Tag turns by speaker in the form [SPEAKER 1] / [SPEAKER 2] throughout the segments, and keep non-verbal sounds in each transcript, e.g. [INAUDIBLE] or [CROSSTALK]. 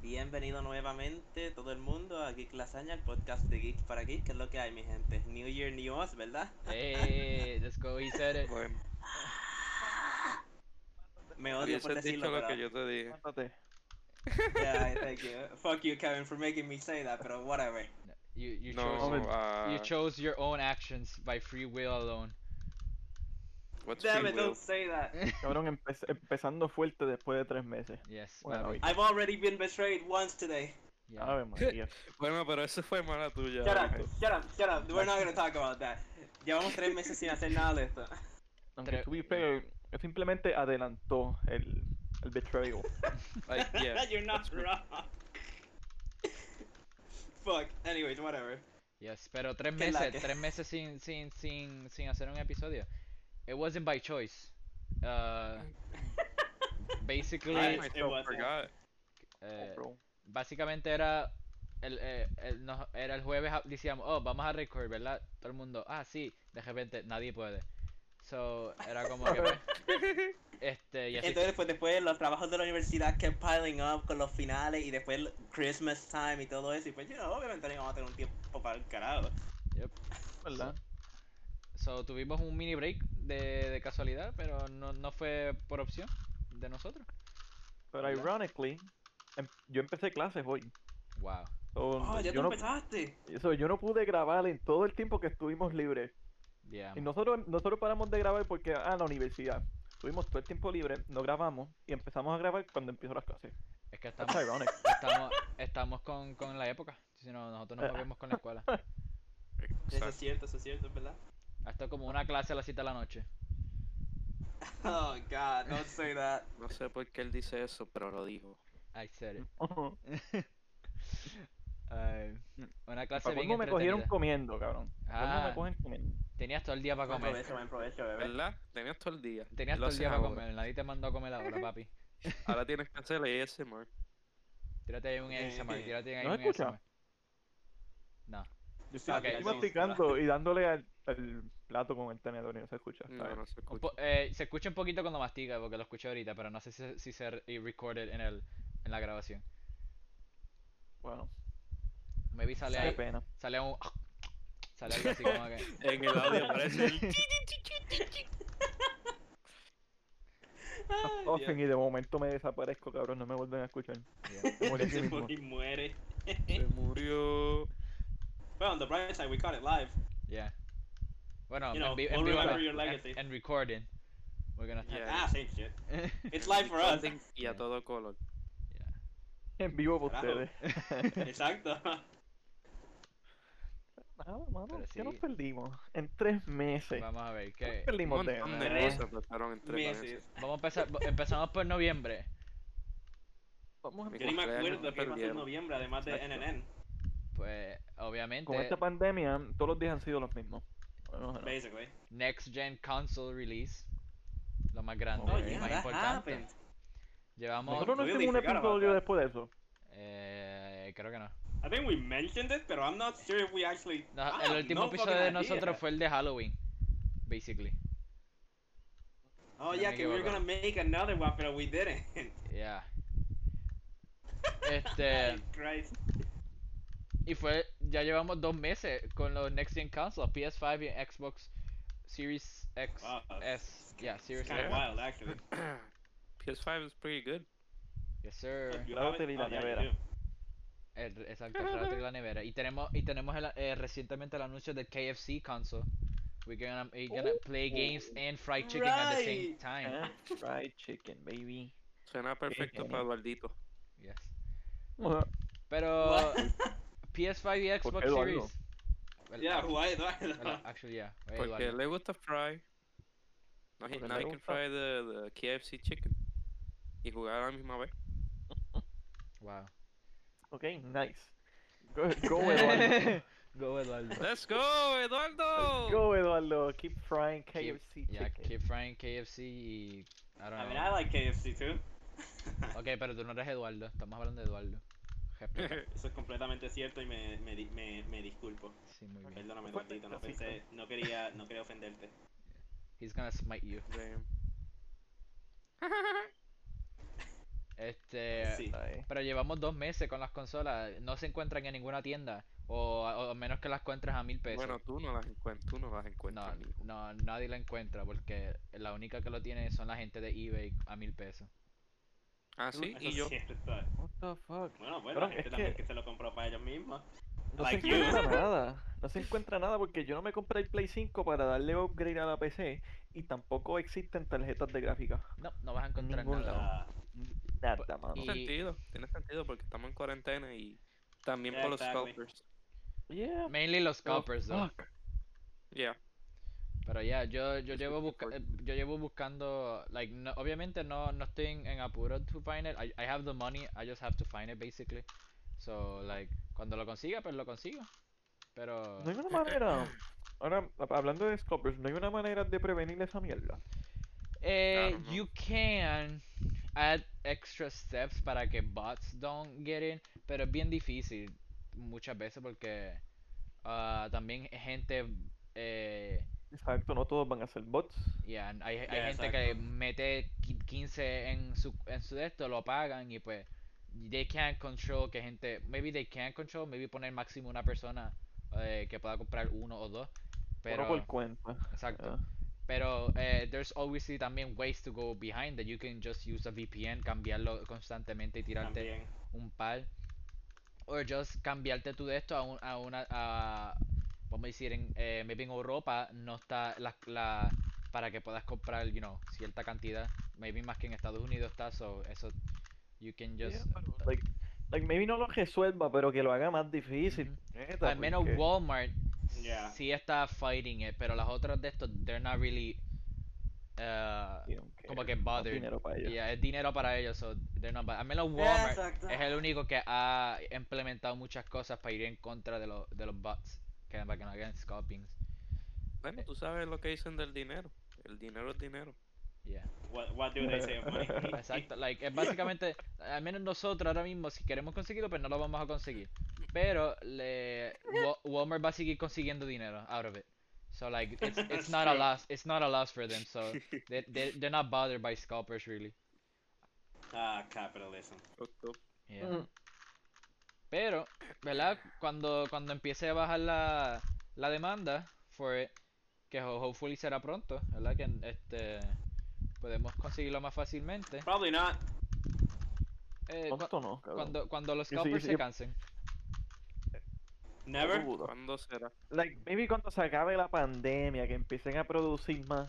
[SPEAKER 1] Bienvenido nuevamente todo el mundo a Geek Lasaña, el podcast de Geek para Geek, que es lo que hay mi gente. New Year, New Us, ¿verdad?
[SPEAKER 2] Hey, let's go, he said it.
[SPEAKER 3] [LAUGHS] Bueno,
[SPEAKER 1] Me odio por
[SPEAKER 3] hubieses dicho
[SPEAKER 1] decirlo,
[SPEAKER 3] lo
[SPEAKER 1] pero...
[SPEAKER 3] que yo te dije.
[SPEAKER 4] Cuéntate.
[SPEAKER 1] Yeah, thank you. Fuck you, Kevin, for making me say that, pero whatever.
[SPEAKER 2] You you chose
[SPEAKER 3] No, ah,
[SPEAKER 2] you chose your own actions by free will alone.
[SPEAKER 1] [LAUGHS]
[SPEAKER 3] what's
[SPEAKER 1] Damn
[SPEAKER 3] free
[SPEAKER 1] it,
[SPEAKER 3] will?
[SPEAKER 1] don't say that.
[SPEAKER 4] Cabrón, empe- empezando fuerte después de tres meses.
[SPEAKER 2] Yes,
[SPEAKER 4] Bueno,
[SPEAKER 2] Mavi.
[SPEAKER 1] I've already been betrayed once today.
[SPEAKER 2] Yeah.
[SPEAKER 4] A ver, María.
[SPEAKER 3] Bueno, pero eso fue
[SPEAKER 2] [LAUGHS]
[SPEAKER 3] mala tuya.
[SPEAKER 1] Ah. Shut up,
[SPEAKER 3] Ángel.
[SPEAKER 1] shut up, shut up. We're not gonna talk about that. Llevamos tres meses sin hacer nada de esto.
[SPEAKER 4] Aunque
[SPEAKER 2] Tre-
[SPEAKER 4] to be fair, él simplemente adelantó el, el betrayal.
[SPEAKER 3] Like, [LAUGHS] yeah,
[SPEAKER 1] [LAUGHS] You're not
[SPEAKER 3] that's right.
[SPEAKER 1] wrong. Fuck. Anyways, whatever.
[SPEAKER 2] Yes, pero tres
[SPEAKER 1] Que la
[SPEAKER 2] meses,
[SPEAKER 1] que-
[SPEAKER 2] tres meses sin sin sin sin hacer un episodio. It wasn't by choice. Uh,
[SPEAKER 3] I
[SPEAKER 2] basically,
[SPEAKER 1] Ay.
[SPEAKER 3] myself
[SPEAKER 1] wasn't.
[SPEAKER 3] forgot.
[SPEAKER 2] eh,
[SPEAKER 4] Bro.
[SPEAKER 2] básicamente era el, eh, el- nos- era el jueves ah, decíamos, oh, vamos a record, ¿verdad? Todo el mundo, ah, sí, de repente nadie puede. So, era como que
[SPEAKER 1] [LAUGHS]
[SPEAKER 2] pues, este y así
[SPEAKER 1] Entonces, pues después los trabajos de la universidad que piling up con los finales y después el Christmas time y todo eso. Y pues, you know, obviamente no íbamos a tener un tiempo para el carajo.
[SPEAKER 2] Yep.
[SPEAKER 4] ¿Verdad?
[SPEAKER 2] So, tuvimos un mini break de, de casualidad, pero no, no fue por opción de nosotros.
[SPEAKER 4] Pero ironically, em- yo empecé clases hoy.
[SPEAKER 2] Wow.
[SPEAKER 4] So,
[SPEAKER 1] Oh, ya tú
[SPEAKER 4] yo, no,
[SPEAKER 1] empezaste.
[SPEAKER 4] so, yo no pude grabar en todo el tiempo que estuvimos libres.
[SPEAKER 2] Yeah.
[SPEAKER 4] Y nosotros, nosotros paramos de grabar porque, ah, la universidad. Tuvimos todo el tiempo libre, no grabamos y empezamos a grabar cuando empezó las clases.
[SPEAKER 2] Es que estamos,
[SPEAKER 4] That's ironic.
[SPEAKER 2] estamos, estamos con, con la época. Si no, nosotros nos movemos con la
[SPEAKER 4] [LAUGHS]
[SPEAKER 2] escuela.
[SPEAKER 1] Eso es
[SPEAKER 3] Exacto.
[SPEAKER 1] cierto, eso es cierto, es ¿verdad?
[SPEAKER 2] Hasta como una clase a las 7 de la noche.
[SPEAKER 1] Oh, God, don't say that.
[SPEAKER 3] No sé por qué él dice eso, pero lo dijo.
[SPEAKER 2] I said it.
[SPEAKER 1] [LAUGHS]
[SPEAKER 4] Ujú.
[SPEAKER 2] Ay, una clase
[SPEAKER 4] Para
[SPEAKER 2] bien
[SPEAKER 4] colmo me cogieron
[SPEAKER 2] entretenida.
[SPEAKER 4] comiendo, cabrón. Para colmo
[SPEAKER 2] Ah.
[SPEAKER 4] me cogen comiendo.
[SPEAKER 2] Tenías todo el día para
[SPEAKER 1] Buen
[SPEAKER 2] comer.
[SPEAKER 1] provecho, buen provecho, bebé.
[SPEAKER 3] ¿Verdad? Tenías todo el día.
[SPEAKER 2] Tenías
[SPEAKER 3] Lo
[SPEAKER 2] todo el día
[SPEAKER 3] haces
[SPEAKER 2] para
[SPEAKER 3] ahora.
[SPEAKER 2] comer. Nadie te mandó a comer ahora, papi.
[SPEAKER 3] Ahora tienes que hacer
[SPEAKER 2] [LAUGHS]
[SPEAKER 3] ASMR.
[SPEAKER 2] Tírate ahí un ASMR. Tírate ahí
[SPEAKER 4] ¿No
[SPEAKER 2] un
[SPEAKER 4] escucha?
[SPEAKER 2] ASMR. No.
[SPEAKER 4] Yo estoy,
[SPEAKER 1] Ok,
[SPEAKER 4] estoy
[SPEAKER 1] vamos.
[SPEAKER 4] masticando y dándole al, al plato con el tenedor y no se escucha. está
[SPEAKER 3] No,
[SPEAKER 4] bien.
[SPEAKER 3] no se
[SPEAKER 2] Un
[SPEAKER 3] escucha.
[SPEAKER 2] po- eh, se escucha un poquito cuando mastiga, porque lo escuché ahorita, pero no sé si, se- si se re- y recorded en, el, en la grabación.
[SPEAKER 4] Bueno,
[SPEAKER 2] Maybe sale
[SPEAKER 4] qué
[SPEAKER 2] ahí,
[SPEAKER 4] pena.
[SPEAKER 2] sale un... [LAUGHS] Sale algo así como que...
[SPEAKER 3] En el audio aparece el
[SPEAKER 2] [LAUGHS]
[SPEAKER 1] Ay, Dios.
[SPEAKER 4] Ofen, y de momento me desaparezco, cabrón, no me vuelven a escuchar.
[SPEAKER 2] Yeah.
[SPEAKER 1] [LAUGHS]
[SPEAKER 4] Me morí aquí
[SPEAKER 1] Se
[SPEAKER 4] mismo.
[SPEAKER 1] mu- y muere.
[SPEAKER 3] Se murió.
[SPEAKER 1] Well, on the bright side, we caught it live.
[SPEAKER 2] Yeah. Bueno,
[SPEAKER 1] You
[SPEAKER 2] en,
[SPEAKER 1] know,
[SPEAKER 2] vi- en
[SPEAKER 1] we'll
[SPEAKER 2] vivo,
[SPEAKER 1] remember
[SPEAKER 2] no,
[SPEAKER 1] your
[SPEAKER 2] en-
[SPEAKER 1] legacy.
[SPEAKER 2] en recording. We're gonna start-
[SPEAKER 3] Yeah.
[SPEAKER 1] Ah, same shit.
[SPEAKER 2] [LAUGHS]
[SPEAKER 1] It's
[SPEAKER 3] En
[SPEAKER 1] live for us.
[SPEAKER 3] recording Y a
[SPEAKER 2] Yeah.
[SPEAKER 3] todo color.
[SPEAKER 2] Yeah.
[SPEAKER 4] En vivo por
[SPEAKER 1] Carajo.
[SPEAKER 4] ustedes.
[SPEAKER 1] Exacto.
[SPEAKER 4] Nada, Ah, mano,
[SPEAKER 2] Pero
[SPEAKER 4] ¿qué
[SPEAKER 2] sí.
[SPEAKER 4] nos nos perdimos? En tres meses.
[SPEAKER 2] Vamos a ver,
[SPEAKER 4] ¿Qué
[SPEAKER 2] ¿qué?
[SPEAKER 4] nos perdimos
[SPEAKER 3] Un
[SPEAKER 4] de
[SPEAKER 3] montón de
[SPEAKER 4] nada?
[SPEAKER 1] Tres
[SPEAKER 3] cosas pasaron en tres [CLEARS THROAT]
[SPEAKER 1] Meses.
[SPEAKER 3] meses.
[SPEAKER 2] Vamos a empezar, bo- empezamos por noviembre.
[SPEAKER 4] Vamos a
[SPEAKER 3] Mi
[SPEAKER 1] Yo ni me
[SPEAKER 3] cumpleaños
[SPEAKER 1] acuerdo
[SPEAKER 3] se
[SPEAKER 1] qué pasó en
[SPEAKER 3] perdieron.
[SPEAKER 1] noviembre, además de
[SPEAKER 4] Exacto.
[SPEAKER 1] NNN.
[SPEAKER 2] Pues, obviamente,
[SPEAKER 4] Con esta pandemia, todos los días han sido los mismos. Bueno, bueno.
[SPEAKER 1] Basically.
[SPEAKER 2] Next Gen Console Release. Lo más grande,
[SPEAKER 1] Oh,
[SPEAKER 2] lo
[SPEAKER 1] yeah,
[SPEAKER 2] más
[SPEAKER 1] that
[SPEAKER 2] importante.
[SPEAKER 1] happened.
[SPEAKER 2] Llevamos...
[SPEAKER 4] Nosotros no
[SPEAKER 1] Really
[SPEAKER 4] hicimos un
[SPEAKER 1] forgot about
[SPEAKER 4] episodio
[SPEAKER 1] that.
[SPEAKER 4] después de eso.
[SPEAKER 2] Eh, creo que no.
[SPEAKER 1] I think we mentioned it, pero I'm not sure if we actually.
[SPEAKER 2] No,
[SPEAKER 1] I
[SPEAKER 2] el
[SPEAKER 1] have
[SPEAKER 2] último
[SPEAKER 1] Ah, no
[SPEAKER 2] episodio
[SPEAKER 1] fucking
[SPEAKER 2] de
[SPEAKER 1] idea.
[SPEAKER 2] nosotros fue el de Halloween, basically.
[SPEAKER 1] Oh
[SPEAKER 2] Let
[SPEAKER 1] yeah,
[SPEAKER 2] me
[SPEAKER 1] que
[SPEAKER 2] go
[SPEAKER 1] we were
[SPEAKER 2] back.
[SPEAKER 1] gonna make another one, pero we didn't. [LAUGHS]
[SPEAKER 2] Yeah. Este,
[SPEAKER 1] Christ.
[SPEAKER 2] y fue, ya llevamos dos meses con los Next Gen Consoles, PS5 y Xbox Series X,
[SPEAKER 1] Wow,
[SPEAKER 2] S, yeah, Series
[SPEAKER 1] Kind of
[SPEAKER 2] X.
[SPEAKER 1] wild, actually.
[SPEAKER 3] PS5 is pretty good.
[SPEAKER 2] Yes, sir.
[SPEAKER 1] You
[SPEAKER 4] Lávate
[SPEAKER 1] have it?
[SPEAKER 4] la
[SPEAKER 1] Oh, yeah, you
[SPEAKER 4] nevera.
[SPEAKER 1] do.
[SPEAKER 2] El- exacto, el rato y la nevera. Y tenemos, y tenemos el- eh, recientemente el anuncio del KFC console. We're gonna, we're gonna play games and fried chicken at the same
[SPEAKER 1] Oh. Right. Eh.
[SPEAKER 2] time.
[SPEAKER 4] Fried chicken, baby.
[SPEAKER 3] Suena
[SPEAKER 2] eh.
[SPEAKER 3] perfecto
[SPEAKER 4] Sí.
[SPEAKER 3] para Eduardito.
[SPEAKER 2] Yes.
[SPEAKER 4] Bueno,
[SPEAKER 2] Pero PS5 y
[SPEAKER 4] ¿Por
[SPEAKER 2] Xbox
[SPEAKER 4] qué lo
[SPEAKER 2] Series.
[SPEAKER 4] hago?
[SPEAKER 2] Well,
[SPEAKER 1] [LAUGHS] Yeah,
[SPEAKER 2] ac-
[SPEAKER 1] why
[SPEAKER 2] well,
[SPEAKER 1] not?
[SPEAKER 2] actually, yeah. eh,
[SPEAKER 3] Ah. Porque
[SPEAKER 2] Eduardo.
[SPEAKER 3] le gusta fry. No, he,
[SPEAKER 4] Porque
[SPEAKER 3] now
[SPEAKER 4] le
[SPEAKER 3] he can
[SPEAKER 4] gusta.
[SPEAKER 3] fry the, the KFC chicken. Y jugar a la
[SPEAKER 2] [LAUGHS]
[SPEAKER 3] misma vez.
[SPEAKER 2] Wow.
[SPEAKER 4] [LAUGHS] ok, nice. Go,
[SPEAKER 2] [LAUGHS]
[SPEAKER 4] go Eduardo.
[SPEAKER 2] Go Eduardo.
[SPEAKER 3] ¡Let's go, Eduardo!
[SPEAKER 4] Go Eduardo. Keep frying
[SPEAKER 2] Oh. Keep-
[SPEAKER 4] KFC chicken.
[SPEAKER 2] Yeah, keep frying KFC y I don't
[SPEAKER 1] I mean,
[SPEAKER 2] know.
[SPEAKER 1] I like KFC too.
[SPEAKER 2] Ok, pero tú no eres Eduardo, estamos hablando de Eduardo. Respeto.
[SPEAKER 1] Eso es completamente cierto y me, me, di- me, me disculpo.
[SPEAKER 2] Sí, muy bien.
[SPEAKER 1] Perdóname,
[SPEAKER 4] Fuerte
[SPEAKER 1] Tontito, no
[SPEAKER 4] clasista.
[SPEAKER 1] pensé, no quería, no quería ofenderte.
[SPEAKER 2] He's gonna smite you.
[SPEAKER 3] Damn.
[SPEAKER 2] Este.
[SPEAKER 1] Sí.
[SPEAKER 4] Ay.
[SPEAKER 2] Pero llevamos dos meses con las consolas, no se encuentran en ninguna tienda. O o a menos que las encuentres a mil pesos.
[SPEAKER 3] Bueno, tú no las encuentras, tú no las
[SPEAKER 2] No,
[SPEAKER 3] encuentras. mijo.
[SPEAKER 2] no, nadie la encuentra porque la única que lo tiene son la gente de eBay a mil pesos.
[SPEAKER 3] Ah, sí,
[SPEAKER 1] Eso
[SPEAKER 3] y
[SPEAKER 1] es
[SPEAKER 3] yo.
[SPEAKER 1] cierto.
[SPEAKER 4] What the fuck.
[SPEAKER 1] Bueno, pues
[SPEAKER 4] Pero
[SPEAKER 1] la gente
[SPEAKER 4] es
[SPEAKER 1] también
[SPEAKER 4] que-
[SPEAKER 1] que se lo compró para ellos mismos.
[SPEAKER 4] No
[SPEAKER 1] Like
[SPEAKER 4] se
[SPEAKER 1] you.
[SPEAKER 4] encuentra nada. No se encuentra nada porque yo no me compré el Play 5 para darle upgrade a la PC y tampoco existen tarjetas de gráfica.
[SPEAKER 2] No, no vas a encontrar
[SPEAKER 4] Ningún
[SPEAKER 2] nada.
[SPEAKER 1] Ah,
[SPEAKER 4] Nada, mano.
[SPEAKER 2] y-
[SPEAKER 3] Tiene sentido, tiene sentido porque estamos en cuarentena y también
[SPEAKER 1] Yeah,
[SPEAKER 3] por los
[SPEAKER 1] exactly.
[SPEAKER 3] scalpers.
[SPEAKER 4] Yeah.
[SPEAKER 2] Mainly
[SPEAKER 3] Oh,
[SPEAKER 2] los
[SPEAKER 4] Pero,
[SPEAKER 2] coppers, though.
[SPEAKER 4] fuck.
[SPEAKER 3] Yeah.
[SPEAKER 2] Pero ya, yo, yo, llevo
[SPEAKER 3] looking
[SPEAKER 2] busca-
[SPEAKER 3] for-
[SPEAKER 2] eh, yo llevo buscando, like, no- obviamente no, no estoy en, en apuro to find it. I, I have the money, I just have to find it, basically. So, like, cuando lo consiga, pues lo consigo. Pero,
[SPEAKER 4] No hay una
[SPEAKER 2] [COUGHS]
[SPEAKER 4] manera. Ahora, hab- hablando de scopers, no hay una manera de prevenir esa mierda.
[SPEAKER 2] eh,
[SPEAKER 3] Claro, no.
[SPEAKER 2] you can add extra steps para que bots don't get in, pero es bien difícil muchas veces porque ah, también gente, eh,
[SPEAKER 4] Exacto, no todos van a ser bots.
[SPEAKER 2] Yeah, hay, hay
[SPEAKER 1] Ya,
[SPEAKER 2] gente que mete qui- 15 en su, en su de esto, lo pagan y pues they can't control que gente, maybe they can't control, maybe poner máximo una persona eh, que pueda comprar uno o dos, pero
[SPEAKER 4] Uno por cuenta.
[SPEAKER 2] exacto,
[SPEAKER 4] Ah.
[SPEAKER 2] pero eh, there's obviously también ways to go behind that you can just use a VPN, cambiarlo constantemente y tirarte
[SPEAKER 1] también.
[SPEAKER 2] un par. O just cambiarte tú de esto a, un- a una. A, vamos a decir, en, eh, maybe en Europa no está la, la- para que puedas comprar, you know, cierta cantidad. Maybe más que en Estados Unidos está, so eso. You can
[SPEAKER 4] Yeah,
[SPEAKER 2] just.
[SPEAKER 4] pero, like, like, maybe no lo resuelva, pero que lo haga más difícil.
[SPEAKER 2] Ujú.
[SPEAKER 4] neta,
[SPEAKER 2] Al menos
[SPEAKER 4] porque-
[SPEAKER 2] Walmart
[SPEAKER 1] Yeah.
[SPEAKER 2] sí está fighting it, pero las otras de estos, they're not really. uh,
[SPEAKER 4] Sí, aunque
[SPEAKER 2] como que
[SPEAKER 4] más
[SPEAKER 2] bothered.
[SPEAKER 4] dinero para ellos.
[SPEAKER 2] yeah, es dinero para ellos, so they're not bad. Al menos Walmart.
[SPEAKER 1] Exacto.
[SPEAKER 2] Es el único que ha implementado muchas cosas para ir en contra de, los de los bots. Que para que no hagan scalpings.
[SPEAKER 3] Bueno, tú sabes lo que dicen del dinero. El dinero es dinero.
[SPEAKER 2] Yeah.
[SPEAKER 1] What, what do they say of money?
[SPEAKER 2] Exacto. Like, es básicamente, al menos nosotros ahora mismo, si queremos conseguirlo, pues no lo vamos a conseguir. Pero le, Wa- Walmart va a seguir consiguiendo dinero out of it. So like it's it's not a
[SPEAKER 1] True.
[SPEAKER 2] loss it's not a loss for them. So they they they're not bothered by scalpers really.
[SPEAKER 1] Ah, capitalism.
[SPEAKER 3] Doctor.
[SPEAKER 2] Yeah.
[SPEAKER 4] Mm.
[SPEAKER 2] Pero, ¿verdad? Cuando, cuando empiece a bajar la, la demanda for it, que ho- hopefully será pronto, ¿verdad? Que este podemos conseguirlo más fácilmente.
[SPEAKER 1] Probably not.
[SPEAKER 2] Eh, cua-
[SPEAKER 4] Tonto no, cabrón.
[SPEAKER 2] cuando, cuando los
[SPEAKER 4] Sí, sí,
[SPEAKER 2] scalpers
[SPEAKER 4] sí.
[SPEAKER 2] se cansen.
[SPEAKER 1] Never.
[SPEAKER 4] Dudo.
[SPEAKER 3] ¿Cuándo será?
[SPEAKER 4] Like, maybe cuando se acabe la pandemia, que empiecen a producir más.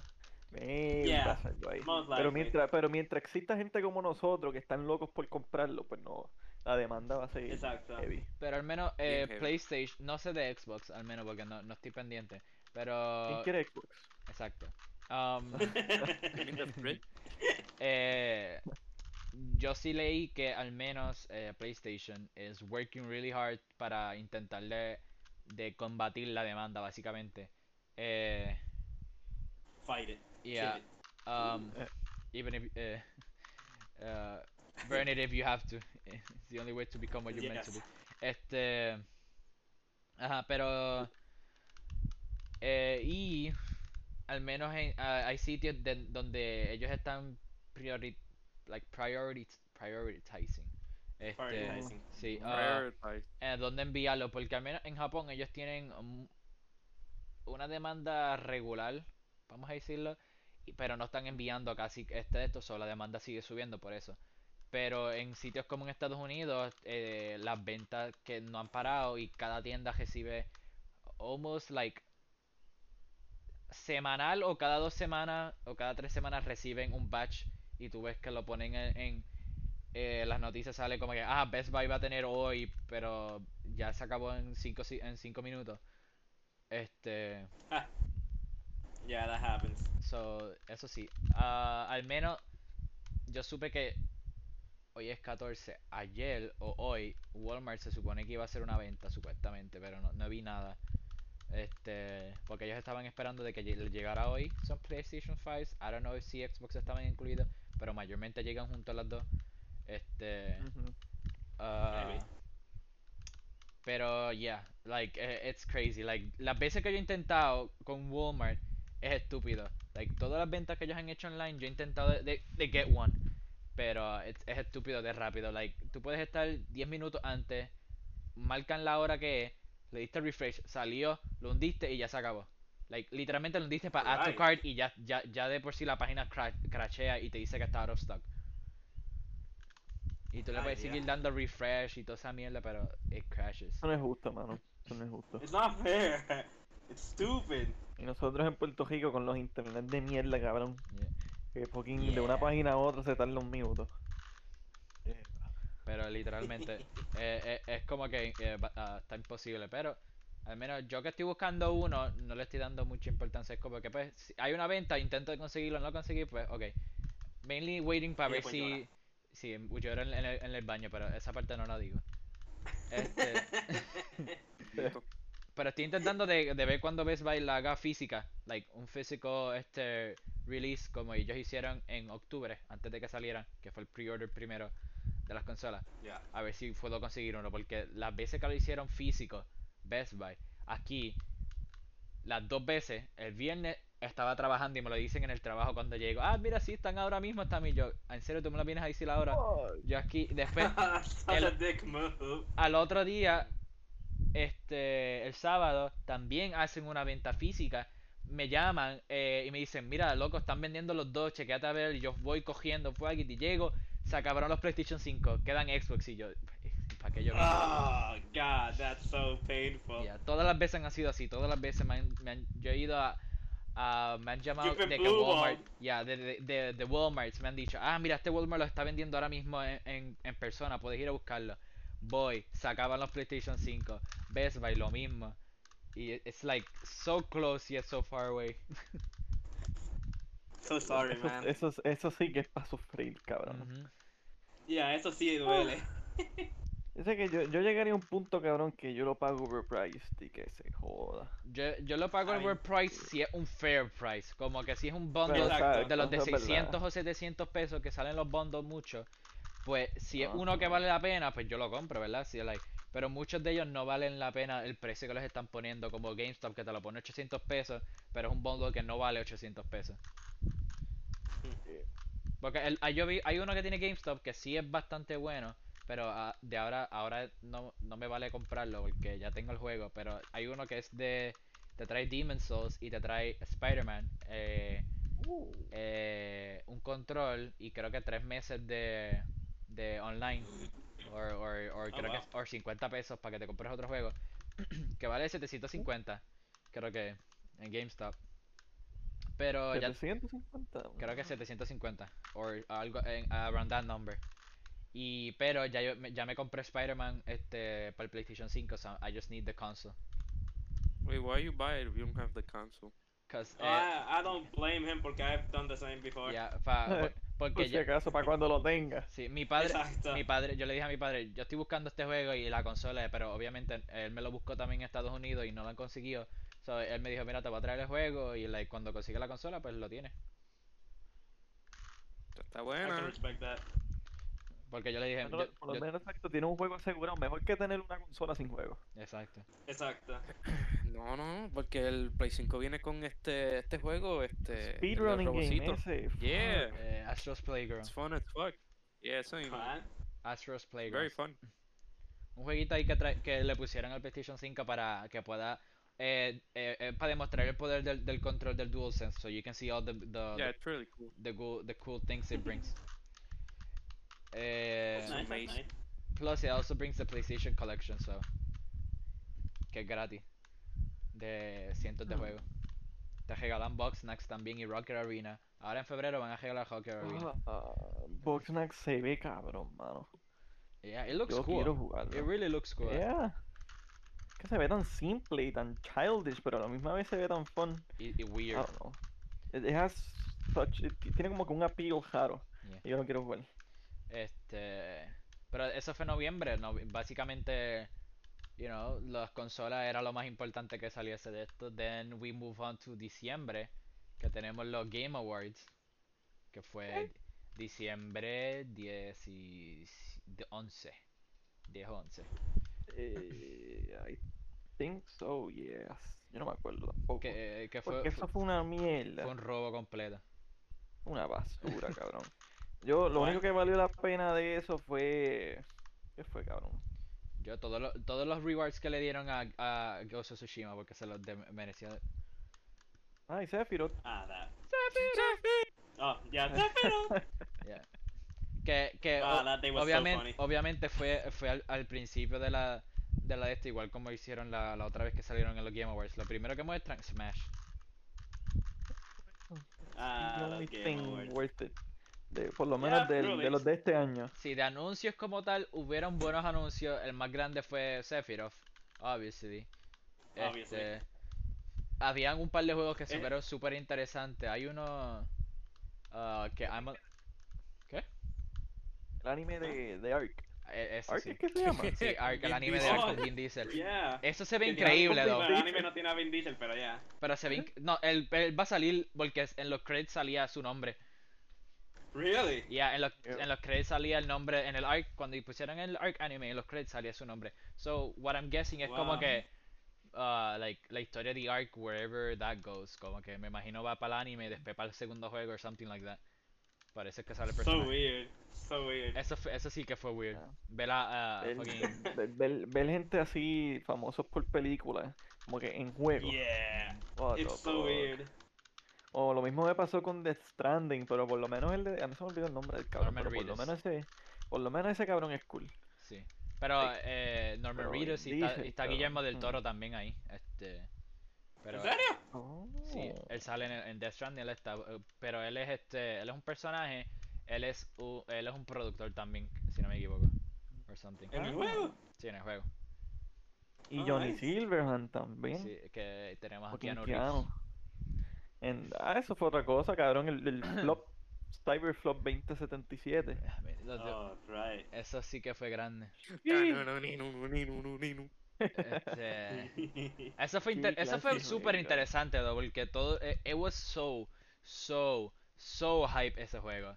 [SPEAKER 4] Maybe
[SPEAKER 1] Yeah,
[SPEAKER 4] va a ser yo ahí.
[SPEAKER 1] most
[SPEAKER 4] Pero
[SPEAKER 1] likely.
[SPEAKER 4] mientras, pero mientras exista gente como nosotros que están locos por comprarlo, pues no, la demanda va a seguir
[SPEAKER 1] Exacto.
[SPEAKER 4] heavy.
[SPEAKER 2] Pero al menos eh,
[SPEAKER 3] heavy.
[SPEAKER 2] PlayStation, no sé de Xbox, al menos porque no, no estoy pendiente. Pero,
[SPEAKER 4] ¿Quién quiere Xbox?
[SPEAKER 2] exacto. Um,
[SPEAKER 1] [LAUGHS]
[SPEAKER 3] You mean the fridge?
[SPEAKER 2] Eh, yo sí leí que al menos eh, PlayStation is working really hard para intentar de, de combatir la demanda, básicamente. Eh,
[SPEAKER 1] Fight it. Kill
[SPEAKER 2] yeah,
[SPEAKER 1] it.
[SPEAKER 2] um,
[SPEAKER 4] eh.
[SPEAKER 2] even if eh, uh, burn it if you have to. eh, It's the only way to become what you're meant to be.
[SPEAKER 1] Yes.
[SPEAKER 2] Este, ajá, pero eh, y al menos en- ah, hay sitios de- donde ellos están priori like priority prioritizing. Este,
[SPEAKER 1] Prioritizing.
[SPEAKER 2] sí, ah,
[SPEAKER 3] Prioritize.
[SPEAKER 2] eh, dónde enviarlo, porque al menos en Japón ellos tienen mm, una demanda regular, vamos a decirlo, y- pero no están enviando casi este de estos, so la demanda sigue subiendo por eso. Pero en sitios como en Estados Unidos, eh, las ventas que no han parado y cada tienda recibe almost like semanal o cada dos semanas o cada tres semanas reciben un batch y tú ves que lo ponen en, en, eh, las noticias sale como que ah Best Buy va a tener hoy pero ya se acabó en cinco si- en cinco minutos este
[SPEAKER 1] Yeah, that happens.
[SPEAKER 2] so eso sí ah, al menos yo supe que hoy es 14 ayer o hoy Walmart se supone que iba a hacer una venta supuestamente pero no, no vi nada este porque ellos estaban esperando de que lle- llegara hoy son PlayStation 5 I don't know if si Xbox estaban incluidos pero mayormente llegan juntos las dos Este.
[SPEAKER 4] Ujú.
[SPEAKER 2] ah,
[SPEAKER 1] Maybe.
[SPEAKER 2] pero yeah, like eh, it's crazy. Like las veces que yo he intentado con Walmart es estúpido. Like todas las ventas que ellos han hecho online, yo he intentado de, de- de get one. Pero it's- es estúpido de rápido. Like tú puedes estar 10 minutos antes, marcan la hora que es, le diste refresh, salió, lo hundiste y ya se acabó. Like literalmente lo hundiste para add to
[SPEAKER 1] Right.
[SPEAKER 2] cart y ya, ya, ya de por sí la página cra- crashea y te dice que está out of stock. Y tú le
[SPEAKER 1] Ay,
[SPEAKER 2] puedes
[SPEAKER 1] ya.
[SPEAKER 2] seguir dando refresh y toda esa mierda, pero it crashes.
[SPEAKER 4] Eso no es justo, mano. Eso no es justo.
[SPEAKER 1] It's not fair. [LAUGHS] It's stupid.
[SPEAKER 4] Y nosotros en Puerto Rico con los internet de mierda, cabrón.
[SPEAKER 2] Yeah.
[SPEAKER 4] Que fucking de una
[SPEAKER 2] Yeah.
[SPEAKER 4] página a otra se tarda un minuto. Eh,
[SPEAKER 2] Pero literalmente eh, eh, es como que eh, va- ah, está imposible. Pero al menos yo que estoy buscando uno, no le estoy dando mucha importancia. Es como que pues si hay una venta, intento conseguirlo, no lo conseguí, pues ok. Mainly waiting para
[SPEAKER 1] Y
[SPEAKER 2] ver
[SPEAKER 1] después
[SPEAKER 2] si...
[SPEAKER 1] llora.
[SPEAKER 2] Sí, lloro en, en el, en el baño, pero esa parte no la digo. Este,
[SPEAKER 3] Listo.
[SPEAKER 2] pero estoy intentando de, de ver cuando Best Buy la haga física. Like un físico este, release como ellos hicieron en octubre, antes de que salieran, que fue el pre-order primero de las consolas.
[SPEAKER 1] Yeah.
[SPEAKER 2] A ver si puedo conseguir uno, porque las veces que lo hicieron físico, Best Buy, aquí, las dos veces, el viernes estaba trabajando y me lo dicen en el trabajo cuando llego. Ah, mira, sí, están ahora mismo, están y yo. En serio, tú me lo vienes a decir ahora. Yo aquí, después,
[SPEAKER 1] [LAUGHS] Such a
[SPEAKER 2] el-
[SPEAKER 1] dick move.
[SPEAKER 2] al otro día, este, el sábado, también hacen una venta física. Me llaman eh, y me dicen, mira, loco, están vendiendo los dos, chequeate a ver. Y yo voy cogiendo, fue aquí, y llego, se acabaron los PlayStation 5, quedan Xbox y yo, ¿para qué yo me-
[SPEAKER 1] Oh god, that's so painful.
[SPEAKER 2] Ya, Todas las veces han sido así, todas las veces me han, me han- yo he ido a, a- me han llamado
[SPEAKER 1] You've been
[SPEAKER 2] de que
[SPEAKER 1] blue
[SPEAKER 2] Walmart,
[SPEAKER 1] balled.
[SPEAKER 2] ya, de, de, de, de Walmart, me han dicho, ah, mira, este Walmart lo está vendiendo ahora mismo en, en, en persona, puedes ir a buscarlo. Voy, sacaban los PlayStation 5, Best Buy, lo mismo. Y it- it's like so close yet so far away.
[SPEAKER 1] So sorry,
[SPEAKER 4] eso,
[SPEAKER 1] man.
[SPEAKER 4] eso, es- eso sí que es para sufrir, cabrón.
[SPEAKER 2] Ujú.
[SPEAKER 1] Yeah, eso sí duele.
[SPEAKER 4] Yo sé que yo, yo llegaría a un punto, cabrón, que yo lo pago overpriced y que se joda.
[SPEAKER 2] Yo, yo lo pago
[SPEAKER 1] Ay.
[SPEAKER 2] el price si es un fair price, como que si es un bundle
[SPEAKER 4] Pero, o sea,
[SPEAKER 1] Exacto.
[SPEAKER 2] de los de
[SPEAKER 4] eso es verdad.
[SPEAKER 2] 600 o 700 pesos que salen los bundles mucho, pues si es uno que
[SPEAKER 4] Ajá.
[SPEAKER 2] vale la pena, pues yo lo compro, ¿verdad? Si es like, pero muchos de ellos no valen la pena el precio que los están poniendo, como GameStop que te lo pone 800 pesos, pero es un bundle que no vale 800 pesos. Porque el, ah, yo vi, hay uno que tiene GameStop que sí es bastante bueno, pero ah, de ahora ahora no, no me vale comprarlo porque ya tengo el juego, pero hay uno que es de te trae Demon Souls y te trae Spider-Man, eh,
[SPEAKER 4] Uh,
[SPEAKER 2] eh, un control y creo que tres meses de, de online. O
[SPEAKER 1] Oh,
[SPEAKER 2] creo que
[SPEAKER 1] wow.
[SPEAKER 2] es- or 50 pesos para que te compres otro juego. [CLEARS THROAT] que vale 750. Creo que en GameStop. Pero ya
[SPEAKER 4] 750.
[SPEAKER 2] creo que 750 o algo en, around that number. Y pero ya yo me- ya me compré Spider-Man este para el PlayStation 5, so I just need the console.
[SPEAKER 3] Wait, why you buy it if you don't have the console?
[SPEAKER 2] 'Cause, eh,
[SPEAKER 1] I, I don't blame him porque I've done the same before.
[SPEAKER 2] ya,
[SPEAKER 4] [LAUGHS]
[SPEAKER 2] pa- por-
[SPEAKER 4] Por
[SPEAKER 2] porque
[SPEAKER 4] si
[SPEAKER 2] ya-
[SPEAKER 4] acaso, para cuando lo tengas.
[SPEAKER 2] sí, mi padre
[SPEAKER 1] Exacto.
[SPEAKER 2] Mi padre, yo le dije a mi padre, yo estoy buscando este juego y la consola, pero obviamente él me lo buscó también en Estados Unidos y no lo han conseguido. So, él me dijo, mira, te voy a traer el juego y like, cuando consiga la consola, pues lo tienes.
[SPEAKER 3] Está
[SPEAKER 1] I can
[SPEAKER 3] buena.
[SPEAKER 1] respect that.
[SPEAKER 2] Porque yo le dije,
[SPEAKER 4] Pero,
[SPEAKER 2] Em, yo-
[SPEAKER 4] por lo
[SPEAKER 2] yo-
[SPEAKER 4] menos, exacto, tiene un juego asegurado. Mejor que tener una consola sin juego.
[SPEAKER 2] exacto.
[SPEAKER 1] Exacto.
[SPEAKER 3] No, no, porque el Play 5 viene con este este juego, este. el del
[SPEAKER 4] Speedrunning game
[SPEAKER 3] robocito.
[SPEAKER 4] ese. fuck.
[SPEAKER 3] Yeah,
[SPEAKER 2] Eh, Astro's
[SPEAKER 3] it's
[SPEAKER 2] Playground.
[SPEAKER 3] fun as fuck. Yeah, eso mismo.
[SPEAKER 1] Man.
[SPEAKER 2] Astro's
[SPEAKER 3] Very
[SPEAKER 2] Playground.
[SPEAKER 3] fun.
[SPEAKER 2] Un jueguito ahí que, trae- que le pusieron al PlayStation 5 para que pueda... eh, eh, eh, para demostrar el poder del, del control del DualSense, so you can see all the, the,
[SPEAKER 3] Yeah, it's really
[SPEAKER 4] [LAUGHS]
[SPEAKER 3] cool.
[SPEAKER 2] the, cool, the cool things it brings. Eh,
[SPEAKER 1] That's nice, that's
[SPEAKER 3] amazing.
[SPEAKER 1] nice.
[SPEAKER 2] Plus, it also brings the PlayStation Collection, so. Que es gratis. De cientos de
[SPEAKER 4] Hmm.
[SPEAKER 2] juegos. Te regalan Box Snacks también y Rocket Arena. Ahora en febrero van a regalar Rocket Arena.
[SPEAKER 4] Ah, Boxnack se ve cabrón, mano.
[SPEAKER 2] Yeah, it looks
[SPEAKER 4] Yo
[SPEAKER 2] cool.
[SPEAKER 4] quiero jugarlo.
[SPEAKER 2] It really looks cool.
[SPEAKER 4] Yeah. Que se ve tan simple y tan childish, pero a la misma vez se ve tan fun.
[SPEAKER 2] Y, y
[SPEAKER 4] I
[SPEAKER 2] weird.
[SPEAKER 4] don't know. It it has such- it t- tiene como que un appeal raro.
[SPEAKER 2] Yeah.
[SPEAKER 4] Y yo lo quiero jugar.
[SPEAKER 2] Este. Pero eso fue noviembre. no- básicamente, you know, las consolas era lo más importante que saliese de esto. Then we move on to diciembre, que tenemos los Game Awards, que fue Diciembre 10 y 11. 10 o 11.
[SPEAKER 4] Eh, I think so, yes. Yo no me acuerdo tampoco.
[SPEAKER 2] Que, eh, que fue,
[SPEAKER 4] Porque eso
[SPEAKER 2] fue-
[SPEAKER 4] fue una mierda.
[SPEAKER 2] fue un robo completo.
[SPEAKER 4] [LAUGHS] Una
[SPEAKER 2] [LAUGHS]
[SPEAKER 4] basura, cabrón. Yo, lo
[SPEAKER 1] Bueno.
[SPEAKER 4] único que valió la pena de eso fue. ¿Qué fue, cabrón?
[SPEAKER 2] Yo todos los, todos los rewards que le dieron a, a Ghost of Tsushima porque se los de- merecía.
[SPEAKER 4] Ay, Sephiroth.
[SPEAKER 1] Ah, that. Oh,
[SPEAKER 2] [LAUGHS]
[SPEAKER 1] yeah, Sephiroth.
[SPEAKER 2] Yeah. Que, que
[SPEAKER 1] Ah,
[SPEAKER 2] o-
[SPEAKER 1] that day was so
[SPEAKER 2] Eh, obviamente,
[SPEAKER 1] funny.
[SPEAKER 2] obviamente fue, fue al, al principio de la de la de esto, igual como hicieron la, la otra vez que salieron en los Game Awards. Lo primero que muestran, Smash.
[SPEAKER 1] Ah,
[SPEAKER 4] the only
[SPEAKER 1] los Game
[SPEAKER 4] thing
[SPEAKER 1] Awards.
[SPEAKER 4] worth it. De- por lo menos
[SPEAKER 1] Yeah,
[SPEAKER 4] del-
[SPEAKER 1] really.
[SPEAKER 4] de los de este año.
[SPEAKER 2] Sí, de anuncios como tal, hubieron buenos anuncios. El más grande fue Sephiroth, obviously.
[SPEAKER 1] Obviously.
[SPEAKER 2] Este, habían un par de juegos que se
[SPEAKER 1] Eh.
[SPEAKER 2] fueron súper interesantes. Hay uno ah, que I'm a-
[SPEAKER 4] El anime de, de Ark.
[SPEAKER 2] e- ese Ah.
[SPEAKER 4] ¿Ark
[SPEAKER 2] sí.
[SPEAKER 4] es que se
[SPEAKER 2] [LAUGHS]
[SPEAKER 4] llama?
[SPEAKER 2] Sí, Ark, el
[SPEAKER 3] Vin
[SPEAKER 2] anime de
[SPEAKER 1] Diesel.
[SPEAKER 2] Ark
[SPEAKER 1] Oh,
[SPEAKER 2] con Vin Diesel.
[SPEAKER 1] Yeah.
[SPEAKER 2] Eso se ve
[SPEAKER 1] Que tiene-
[SPEAKER 2] increíble,
[SPEAKER 1] Pero
[SPEAKER 2] though.
[SPEAKER 1] el anime no tiene a Vin Diesel, pero ya.
[SPEAKER 2] Pero se ve inc- No, él, él va a salir porque es- en los credits salía su nombre.
[SPEAKER 1] Really?
[SPEAKER 2] Ya, en, los,
[SPEAKER 4] Yeah.
[SPEAKER 2] en los credits salía el nombre. En el arc, cuando pusieron el arc anime, en los credits salía su nombre. So, what I'm guessing es como
[SPEAKER 1] Wow.
[SPEAKER 2] que. ah, like, la historia de arc, wherever that goes. Como que me imagino va para el anime, después para el segundo juego, or something like that. Parece que sale el
[SPEAKER 1] So
[SPEAKER 2] personaje.
[SPEAKER 1] weird. So weird.
[SPEAKER 2] Eso, fue- eso sí que fue weird.
[SPEAKER 4] Ah.
[SPEAKER 2] Ver a. ah,
[SPEAKER 4] [LAUGHS] Ver-
[SPEAKER 2] fucking-
[SPEAKER 4] ver- ver- ver gente así, famosos por películas, como que en juegos.
[SPEAKER 1] Yeah.
[SPEAKER 2] Oh,
[SPEAKER 4] What the
[SPEAKER 1] It's so
[SPEAKER 4] fuck.
[SPEAKER 1] weird.
[SPEAKER 4] O lo mismo me pasó con Death Stranding, pero por lo menos el de. A mí se me olvidó el nombre del cabrón,
[SPEAKER 2] Norman
[SPEAKER 4] pero por lo
[SPEAKER 2] Reedus.
[SPEAKER 4] menos ese. Por lo menos ese cabrón es cool.
[SPEAKER 2] Sí. Pero
[SPEAKER 4] Like,
[SPEAKER 2] eh, Norman
[SPEAKER 4] pero
[SPEAKER 2] Reedus y está,
[SPEAKER 4] dice,
[SPEAKER 2] y está
[SPEAKER 4] pero-
[SPEAKER 2] Guillermo del
[SPEAKER 4] mm.
[SPEAKER 2] Toro también ahí. Este, pero
[SPEAKER 1] ¿En serio?
[SPEAKER 2] sí,
[SPEAKER 4] Oh.
[SPEAKER 2] él sale en, en Death Stranding, él está, eh, pero él es este, él es un personaje, él es u- él es un productor también, si no me equivoco, or something.
[SPEAKER 1] ¿En el juego?
[SPEAKER 2] Sí, en el juego.
[SPEAKER 4] Y
[SPEAKER 1] Oh,
[SPEAKER 4] Johnny
[SPEAKER 1] nice. ah,
[SPEAKER 4] Silverhand también.
[SPEAKER 2] Sí, que tenemos a
[SPEAKER 4] fucking
[SPEAKER 2] Keanu Reeves.
[SPEAKER 4] Keanu. En- ah, eso fue otra cosa, cabrón. El,
[SPEAKER 1] [CLEARS THROAT]
[SPEAKER 4] el flop. Cyberflop 2077.
[SPEAKER 2] [LAUGHS] Ah, me- los de-
[SPEAKER 1] Oh, right.
[SPEAKER 2] Eso sí que fue
[SPEAKER 1] [LAUGHS]
[SPEAKER 2] grande.
[SPEAKER 3] Yo
[SPEAKER 2] Este, Eso fue, inter-
[SPEAKER 4] Qué
[SPEAKER 2] eso fue
[SPEAKER 4] clase de
[SPEAKER 2] súper
[SPEAKER 4] juego.
[SPEAKER 2] interesante, though, porque todo. eh, It, was so, so, so hype ese juego.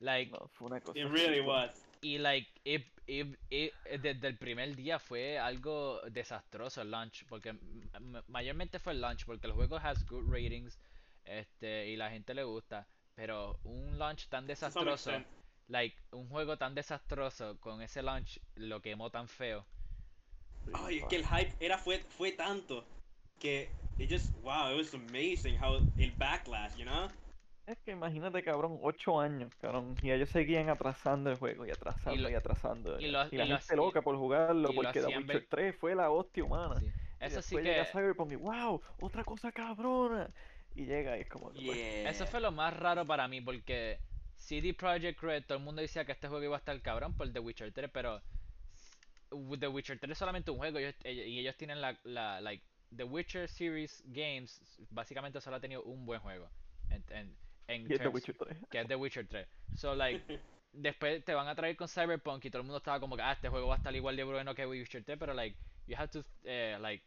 [SPEAKER 2] Like,
[SPEAKER 4] No, fue una cosa.
[SPEAKER 1] It really
[SPEAKER 4] ridícula.
[SPEAKER 1] was.
[SPEAKER 2] y like, it- it- it- eh, desde el primer día fue algo desastroso el launch, porque m- m- mayormente fue el launch, porque el juego has good ratings, este, y la gente le gusta, pero un launch tan
[SPEAKER 1] To some
[SPEAKER 2] desastroso,
[SPEAKER 1] extent.
[SPEAKER 2] like, un juego tan desastroso con ese launch lo quemó tan feo.
[SPEAKER 4] Sí,
[SPEAKER 1] Ay, es
[SPEAKER 4] fuck.
[SPEAKER 1] que el hype era fue, fue tanto que it just wow, it was amazing how el backlash, you know?
[SPEAKER 4] Es que imagínate, cabrón, ocho años, cabrón. Y ellos seguían atrasando el juego y atrasando y,
[SPEAKER 2] lo-
[SPEAKER 4] atrasando.
[SPEAKER 2] y lo-
[SPEAKER 4] la
[SPEAKER 2] y lo
[SPEAKER 4] gente
[SPEAKER 2] haci-
[SPEAKER 4] loca por jugarlo
[SPEAKER 2] y lo
[SPEAKER 4] porque The
[SPEAKER 2] hacían ver-
[SPEAKER 4] Witcher 3 fue la hostia humana.
[SPEAKER 2] sí.
[SPEAKER 4] Y
[SPEAKER 2] Eso sí
[SPEAKER 4] después llega
[SPEAKER 2] que.
[SPEAKER 4] Cyberpunk y wow, otra cosa cabrona. Y llega y es como que, pues,
[SPEAKER 1] Yeah.
[SPEAKER 2] Eso fue lo más raro para mí porque CD Projekt Red, todo el mundo decía que este juego iba a estar cabrón por The Witcher 3, pero s- The Witcher 3 es solamente un juego ellos- ell- y ellos tienen la, la like The Witcher series games básicamente solo ha tenido un buen juego en, en, en
[SPEAKER 4] y es The
[SPEAKER 2] terms-
[SPEAKER 4] Witcher 3.
[SPEAKER 2] que es The Witcher 3. So
[SPEAKER 4] [LAUGHS]
[SPEAKER 2] like después te van a traer con Cyberpunk y todo el mundo estaba como que ah este juego va a estar igual de bueno que Witcher 3, pero like you have to eh, like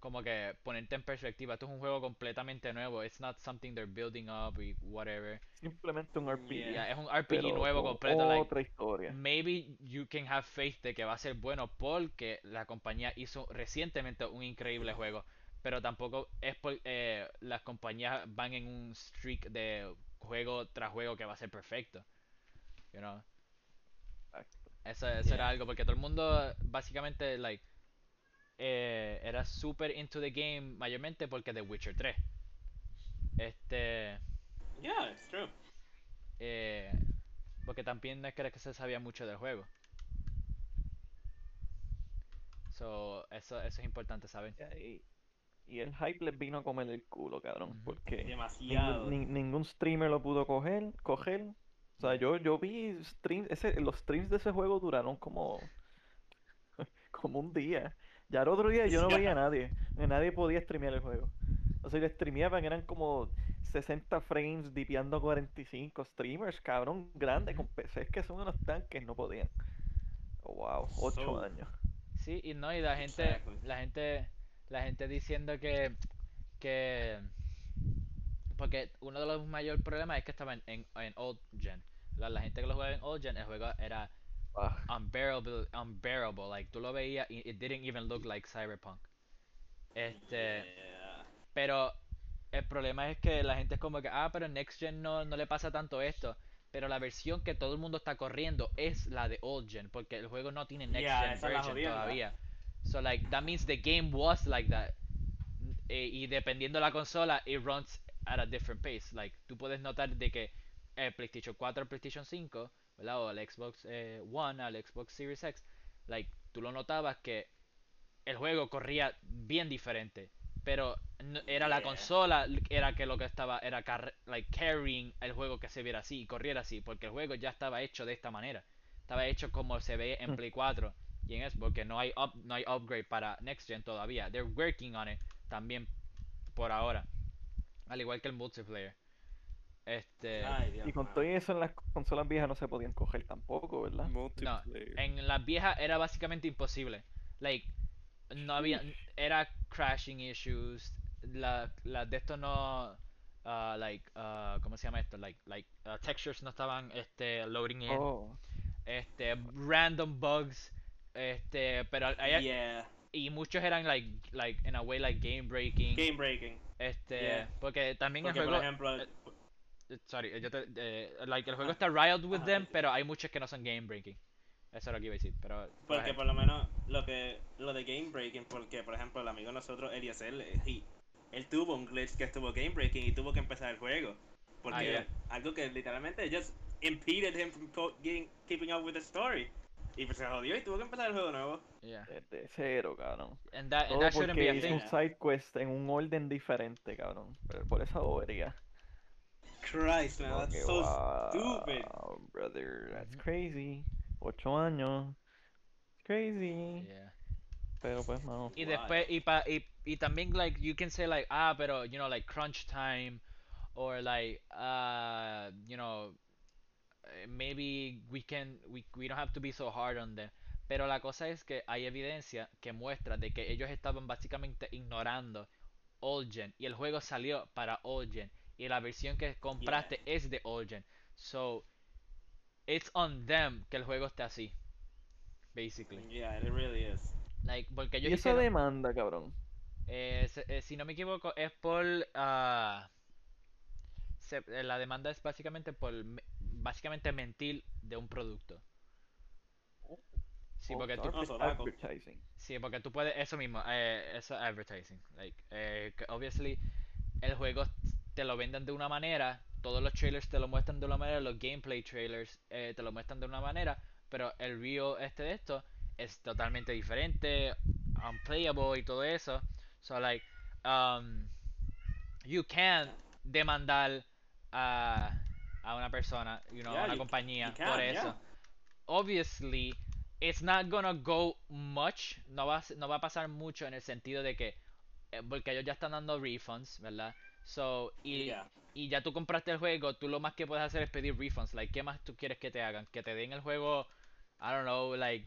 [SPEAKER 2] como que ponerte en perspectiva, esto es un juego completamente nuevo, it's not something they're building up y whatever.
[SPEAKER 4] Simplemente un RPG.
[SPEAKER 1] Yeah.
[SPEAKER 2] Yeah, es un RPG
[SPEAKER 4] pero
[SPEAKER 2] nuevo
[SPEAKER 4] con
[SPEAKER 2] completo, like Mm.
[SPEAKER 4] Otra historia.
[SPEAKER 2] maybe you can have faith de que va a ser bueno porque la compañía hizo recientemente un increíble juego, pero tampoco es por eh, las compañías van en un streak de juego tras juego que va a ser perfecto. You know?
[SPEAKER 4] Exacto.
[SPEAKER 2] Eso, eso era algo, porque todo el mundo básicamente, like, eh, era super into the game, mayormente porque de Witcher 3. Este,
[SPEAKER 1] Yeah, it's true.
[SPEAKER 2] eh, porque también no es que era que se sabía mucho del juego. So, eso, eso es importante saber.
[SPEAKER 4] Y, ahí- y el hype les vino a comer el culo, cabrón.
[SPEAKER 2] Ujú.
[SPEAKER 4] Porque
[SPEAKER 1] Demasiado.
[SPEAKER 4] ningún, ni- ningún streamer lo pudo coger. coger. O sea, yo, yo vi streams, ese, los streams de ese juego duraron como, [LAUGHS] como un día. Ya el otro día yo no veía a nadie. Nadie podía streamear el juego. O sea, y lo streameaban, eran como 60 frames, dipeando 45 streamers, cabrón, grande, con PCs que son unos tanques, no podían. Wow, 8
[SPEAKER 1] So-
[SPEAKER 4] años.
[SPEAKER 2] Sí, y no, y la gente,
[SPEAKER 1] Exactly.
[SPEAKER 2] la gente, la gente diciendo que, que, porque uno de los mayores problemas es que estaba en, en, en old gen. la, la gente que lo jugaba en old gen, el juego era
[SPEAKER 4] Ah,
[SPEAKER 2] unbearable, unbearable. Like, tú lo veías y it didn't even look like Cyberpunk. Este,
[SPEAKER 1] Yeah.
[SPEAKER 2] pero el problema es que la gente es como que, ah, pero en Next Gen no, no le pasa tanto esto. Pero la versión que todo el mundo está corriendo es la de Old Gen, porque el juego no tiene Next
[SPEAKER 1] Yeah,
[SPEAKER 2] Gen
[SPEAKER 1] esa es la
[SPEAKER 2] version
[SPEAKER 1] jodienda.
[SPEAKER 2] todavía. So, like, that means the game was like that. N- eh, y dependiendo la consola, it runs at a different pace. Like, tú puedes notar de que el PlayStation 4 al PlayStation 5, ¿verdad? O el Xbox eh, One al Xbox Series X, like, tú lo notabas que el juego corría bien diferente. Pero no- era la
[SPEAKER 1] Yeah.
[SPEAKER 2] consola, l- era que lo que estaba, era carr- like, carrying el juego que se viera así y corriera así, porque el juego ya estaba hecho de esta manera. Estaba hecho como se ve en
[SPEAKER 4] Hmm.
[SPEAKER 2] Play 4 y en Xbox, que no hay, up- no hay upgrade para Next Gen todavía. They're working on it también por ahora. Al igual que el multiplayer. Este.
[SPEAKER 1] Ay, Dios
[SPEAKER 4] Y con
[SPEAKER 1] mío.
[SPEAKER 4] todo eso en las consolas viejas no se podían coger tampoco, ¿verdad?
[SPEAKER 3] Multiplayer.
[SPEAKER 2] En las viejas era básicamente imposible. Like, no había. Era crashing issues. Las la de estos no. ah, like, ah, ¿cómo se llama esto? Like, like ah, textures no estaban este, loading in.
[SPEAKER 4] Oh,
[SPEAKER 2] Este, random bugs. Este, pero hay-
[SPEAKER 1] Yeah.
[SPEAKER 2] y muchos eran like, like, in a way, like game breaking.
[SPEAKER 1] Game breaking.
[SPEAKER 2] este,
[SPEAKER 1] yeah.
[SPEAKER 2] porque también el
[SPEAKER 1] Porque, por
[SPEAKER 2] juego.
[SPEAKER 1] ejemplo,
[SPEAKER 2] eh, eh, Sorry, eh, yo te, eh, like, el juego
[SPEAKER 1] Ah,
[SPEAKER 2] está riot with
[SPEAKER 1] ah,
[SPEAKER 2] them,
[SPEAKER 1] sí, sí.
[SPEAKER 2] pero hay muchos que no son game breaking. Eso es lo que iba a decir, pero. go
[SPEAKER 1] Porque
[SPEAKER 2] ahead.
[SPEAKER 1] por lo menos lo que lo de game breaking, porque por ejemplo el amigo de nosotros, Eliezer, eh, he- él tuvo un glitch que estuvo game breaking y tuvo que empezar el juego. Porque
[SPEAKER 2] Ah, yeah.
[SPEAKER 1] algo que literalmente just impeded him from co- getting, keeping up with the story. Y pues se jodió y tuvo que empezar el juego nuevo.
[SPEAKER 2] Yeah.
[SPEAKER 4] desde cero, cabrón.
[SPEAKER 2] And that, and
[SPEAKER 4] Todo
[SPEAKER 2] that shouldn't be
[SPEAKER 4] Oh, porque
[SPEAKER 2] a
[SPEAKER 4] hizo un
[SPEAKER 2] thing.
[SPEAKER 1] thing.
[SPEAKER 4] side quest en un orden diferente, cabrón. Pero por esa bobería.
[SPEAKER 1] Christ, man,
[SPEAKER 4] Como
[SPEAKER 1] that's
[SPEAKER 4] que,
[SPEAKER 1] so stupid.
[SPEAKER 4] wow, brother, that's
[SPEAKER 2] Ujú.
[SPEAKER 4] crazy. Ocho años. Crazy.
[SPEAKER 2] Yeah.
[SPEAKER 4] Pero pues, no.
[SPEAKER 2] Y
[SPEAKER 1] Wow.
[SPEAKER 2] después, y, pa, y, y también, like, you can say, like, ah, pero, you know, like, crunch time, or, like, uh, you know, eh, maybe we can, we, we don't have to be so hard on them. Pero la cosa es que hay evidencia que muestra de que ellos estaban básicamente ignorando old gen, y el juego salió para old gen, y la versión que compraste es de old gen. So, it's on them que el juego esté así, basically.
[SPEAKER 1] Yeah, it really is.
[SPEAKER 2] Like, porque
[SPEAKER 4] Y
[SPEAKER 2] ellos
[SPEAKER 4] esa
[SPEAKER 2] hicieron-
[SPEAKER 4] demanda, cabrón.
[SPEAKER 2] eh, se- eh, si no me equivoco, es por... ah, se- eh, la demanda es básicamente por me- básicamente mentir de un producto. Sí,
[SPEAKER 4] Oh,
[SPEAKER 2] porque tú,
[SPEAKER 4] sorry,
[SPEAKER 1] sobaco.
[SPEAKER 4] advertising.
[SPEAKER 2] sí, porque tú puedes... Eso mismo, eh, eso es advertising. Like, eh, que obviously, el juego te lo venden de una manera, todos los trailers te lo muestran de una manera, los gameplay trailers eh, te lo muestran de una manera, pero el río este de esto es totalmente diferente, unplayable y todo eso. So like, um, you can demandar a, a una persona, you know, a
[SPEAKER 1] Yeah,
[SPEAKER 2] una
[SPEAKER 1] you-
[SPEAKER 2] compañía
[SPEAKER 1] you can,
[SPEAKER 2] por
[SPEAKER 1] yeah.
[SPEAKER 2] eso. Obviously, it's not gonna go much, no va, a s- no va a pasar mucho en el sentido de que, eh, porque ellos ya están dando refunds, ¿verdad? So, y,
[SPEAKER 1] Yeah.
[SPEAKER 2] y ya tú compraste el juego, tú lo más que puedes hacer es pedir refunds. Like, ¿qué más tú quieres que te hagan? Que te den el juego, I don't know, like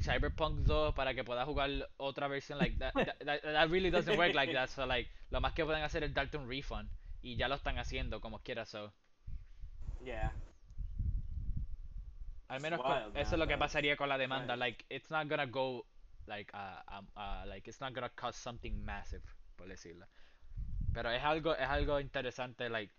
[SPEAKER 2] Cyberpunk 2 para que puedas jugar otra versión. Like, that, that, that- that really doesn't work like that. So, like, lo más que pueden hacer es darte un refund. Y ya lo están haciendo como quiera, so.
[SPEAKER 1] Yeah.
[SPEAKER 2] Al
[SPEAKER 1] It's
[SPEAKER 2] menos con-
[SPEAKER 1] wild,
[SPEAKER 2] eso
[SPEAKER 1] man,
[SPEAKER 2] es lo que
[SPEAKER 1] that's
[SPEAKER 2] pasaría con la demanda.
[SPEAKER 1] wild.
[SPEAKER 2] Like, it's not gonna go, like, uh, um, uh, like, it's not gonna cause something massive, por decirlo. Pero es algo, es algo interesante, like,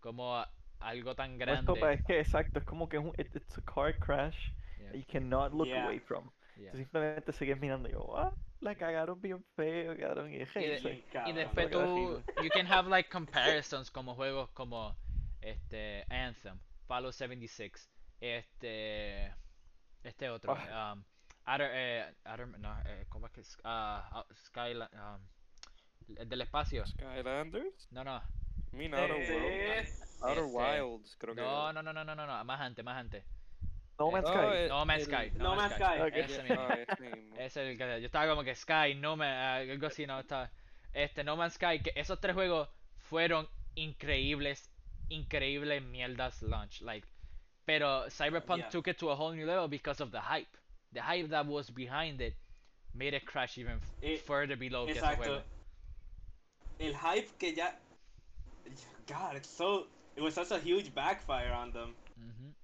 [SPEAKER 2] como algo tan
[SPEAKER 4] No, es, como-
[SPEAKER 2] grande.
[SPEAKER 4] es que exacto, es como que es un, it- it's a car crash
[SPEAKER 2] Yeah,
[SPEAKER 4] that you cannot look
[SPEAKER 1] Yeah.
[SPEAKER 4] away from.
[SPEAKER 2] yeah.
[SPEAKER 4] Tú simplemente sigues mirando y yo, ah, la cagaron bien feo, cagaron bien
[SPEAKER 2] Y de-
[SPEAKER 4] heavy.
[SPEAKER 1] Bien, cabrón.
[SPEAKER 2] Y después
[SPEAKER 4] Creo que era
[SPEAKER 2] tú, you can have like comparisons como juegos como este Anthem, Fallout 76, este este otro, um, Outer, eh, Outer- no, eh, ¿cómo es que es? Ah, Out- Skyla- um, el del espacio?
[SPEAKER 3] Skylanders?
[SPEAKER 2] No, no,
[SPEAKER 3] Mean
[SPEAKER 1] eh,
[SPEAKER 3] Outer Worlds. Outer
[SPEAKER 2] Este,
[SPEAKER 3] Wilds, creo que.
[SPEAKER 2] no, no, no, no, no, no, no, más antes, más antes.
[SPEAKER 4] No
[SPEAKER 2] Eh,
[SPEAKER 4] Man's
[SPEAKER 2] oh,
[SPEAKER 4] Sky.
[SPEAKER 3] eh,
[SPEAKER 2] No Man's
[SPEAKER 3] el-
[SPEAKER 2] Sky,
[SPEAKER 1] No Man's Sky.
[SPEAKER 4] Ok.
[SPEAKER 2] ese mismo. Eh,
[SPEAKER 3] Ah, ese mismo.
[SPEAKER 2] Es el que yo estaba como que Sky, No Man's algo así, no estaba. Este No Man's Sky, que esos tres juegos fueron increíbles, increíbles mierdas launch, like. Pero Cyberpunk
[SPEAKER 1] Yeah.
[SPEAKER 2] took it to a whole new level because of the hype. The hype that was behind it made it crash even f-
[SPEAKER 1] Eh,
[SPEAKER 2] further below que ese
[SPEAKER 1] Exacto.
[SPEAKER 2] juego.
[SPEAKER 1] El hype que ya. God, it's so. It was such a huge backfire on them.
[SPEAKER 2] Ujú.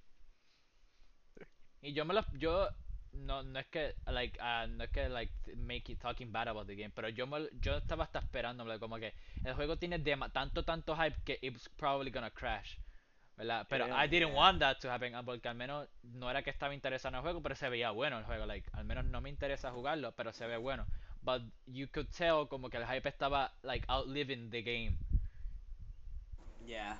[SPEAKER 2] Y yo me los, yo no, no es que like ah, no es que like make it talking bad about the game, pero yo me, yo estaba hasta esperándome como que el juego tiene dema- tanto tanto hype que it's probably gonna crash. ¿Verdad? Pero
[SPEAKER 4] Yeah,
[SPEAKER 2] I didn't
[SPEAKER 1] yeah.
[SPEAKER 2] want that to happen ah, porque al menos no era que estaba interesado en el juego, pero se veía bueno el juego, like al menos no me interesa jugarlo, pero se ve bueno. But you could tell como que el hype estaba like outliving the game.
[SPEAKER 1] Yeah.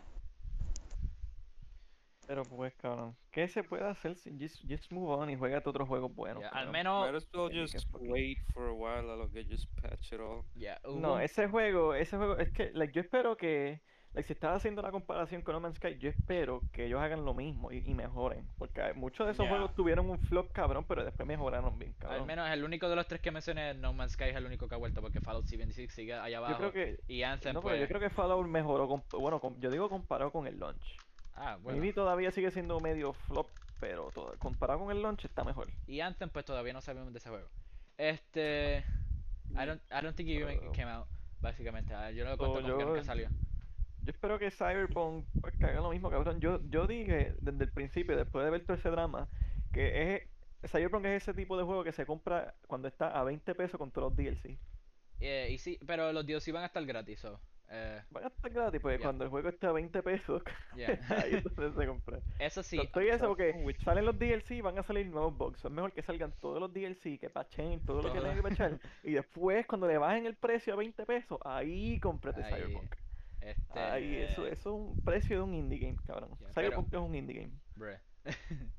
[SPEAKER 4] Pero pues, cabrón, ¿qué se puede hacer? si- Just, just move on y juégate otros juegos buenos.
[SPEAKER 2] Yeah, al
[SPEAKER 4] cabrón?
[SPEAKER 2] menos
[SPEAKER 3] Might as well
[SPEAKER 4] Yeah, you
[SPEAKER 3] just
[SPEAKER 4] can fucking-
[SPEAKER 3] wait for a while a lo que just patch it all.
[SPEAKER 2] yeah, hubo
[SPEAKER 4] No,
[SPEAKER 2] un-
[SPEAKER 4] ese juego, ese juego, es que like, yo espero que, like, si estás haciendo la comparación con No Man's Sky, yo espero que ellos hagan lo mismo y, y mejoren. Porque hay- muchos de esos
[SPEAKER 1] Yeah.
[SPEAKER 4] juegos tuvieron un flop cabrón, pero después mejoraron bien,
[SPEAKER 2] Al
[SPEAKER 4] cabrón.
[SPEAKER 2] menos el único de los tres que mencioné, No Man's Sky es el único que ha vuelto porque Fallout 76 sigue allá
[SPEAKER 4] Yo
[SPEAKER 2] abajo.
[SPEAKER 4] creo que,
[SPEAKER 2] Y Anthem,
[SPEAKER 4] no, pero
[SPEAKER 2] pues.
[SPEAKER 4] yo creo que Fallout mejoró, con- bueno, con- yo digo comparado con el launch.
[SPEAKER 2] Ah, bueno.
[SPEAKER 4] Maybe todavía sigue siendo medio flop, pero todo- comparado con el launch está mejor.
[SPEAKER 2] Y Anthem, pues todavía no sabemos de ese juego. Este. I don't, I don't think it even
[SPEAKER 4] Pero-
[SPEAKER 2] came out, básicamente. Ah, Yo no lo
[SPEAKER 4] So,
[SPEAKER 2] cuento como que nunca
[SPEAKER 4] Oh. yo-
[SPEAKER 2] salió.
[SPEAKER 4] Yo espero que Cyberpunk pues, que haga lo mismo, cabrón. Yo, yo dije desde el principio, después de ver todo ese drama, que es Cyberpunk es ese tipo de juego que se compra cuando está a 20 pesos con todos los DLC.
[SPEAKER 2] Eh, y sí, pero los DLC van a estar gratis, so. eh,
[SPEAKER 4] Van a estar gratis, pues
[SPEAKER 2] Ya.
[SPEAKER 4] cuando el juego esté a 20 pesos, [LAUGHS]
[SPEAKER 2] yeah.
[SPEAKER 4] ahí entonces se compra.
[SPEAKER 2] Eso [LAUGHS] sí. ah,
[SPEAKER 4] Con todo y eso, porque
[SPEAKER 3] Which-
[SPEAKER 4] salen los DLC y van a salir nuevos box. Es mejor que salgan todos los DLC, que pachen todo lo que
[SPEAKER 2] Todo.
[SPEAKER 4] tengan que
[SPEAKER 2] [LAUGHS]
[SPEAKER 4] pachar. Y después, cuando le bajen el precio a 20 pesos, ahí cómprate
[SPEAKER 2] Ahí,
[SPEAKER 4] Cyberpunk.
[SPEAKER 2] Este.
[SPEAKER 4] Ahí, eso,
[SPEAKER 1] eh.
[SPEAKER 4] eso es un precio de un indie game, cabrón.
[SPEAKER 2] Ya, pero-
[SPEAKER 4] Cyberpunk es un indie game.
[SPEAKER 2] Bruh. [LAUGHS]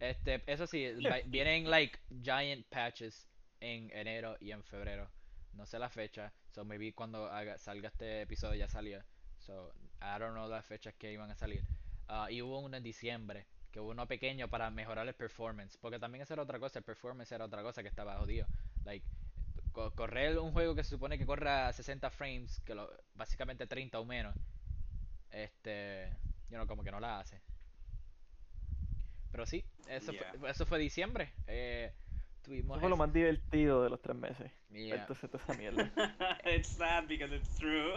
[SPEAKER 2] Este, eso
[SPEAKER 4] [LAUGHS]
[SPEAKER 2] sí, va- vienen like giant patches en enero y en febrero. No sé la fecha, so maybe cuando haga- salga este episodio ya salió. So I don't know las fechas que iban a salir. Ah, y hubo uno en diciembre, que hubo uno pequeño para mejorar el performance, porque también esa era otra cosa, el performance era otra cosa que estaba jodido. Like co- correr un juego que se supone que corra a 60 frames, que lo, básicamente 30 o menos. Este, yo no como que no la hace. Pero sí, eso,
[SPEAKER 1] Yeah.
[SPEAKER 2] fue, eso fue diciembre. Eh, tuvimos
[SPEAKER 4] Eso fue lo
[SPEAKER 2] ese-
[SPEAKER 4] más divertido de los tres meses.
[SPEAKER 2] Yeah,
[SPEAKER 4] Entonces, toda esa
[SPEAKER 2] [LAUGHS]
[SPEAKER 4] mierda.
[SPEAKER 1] [LAUGHS] it's sad because it's true.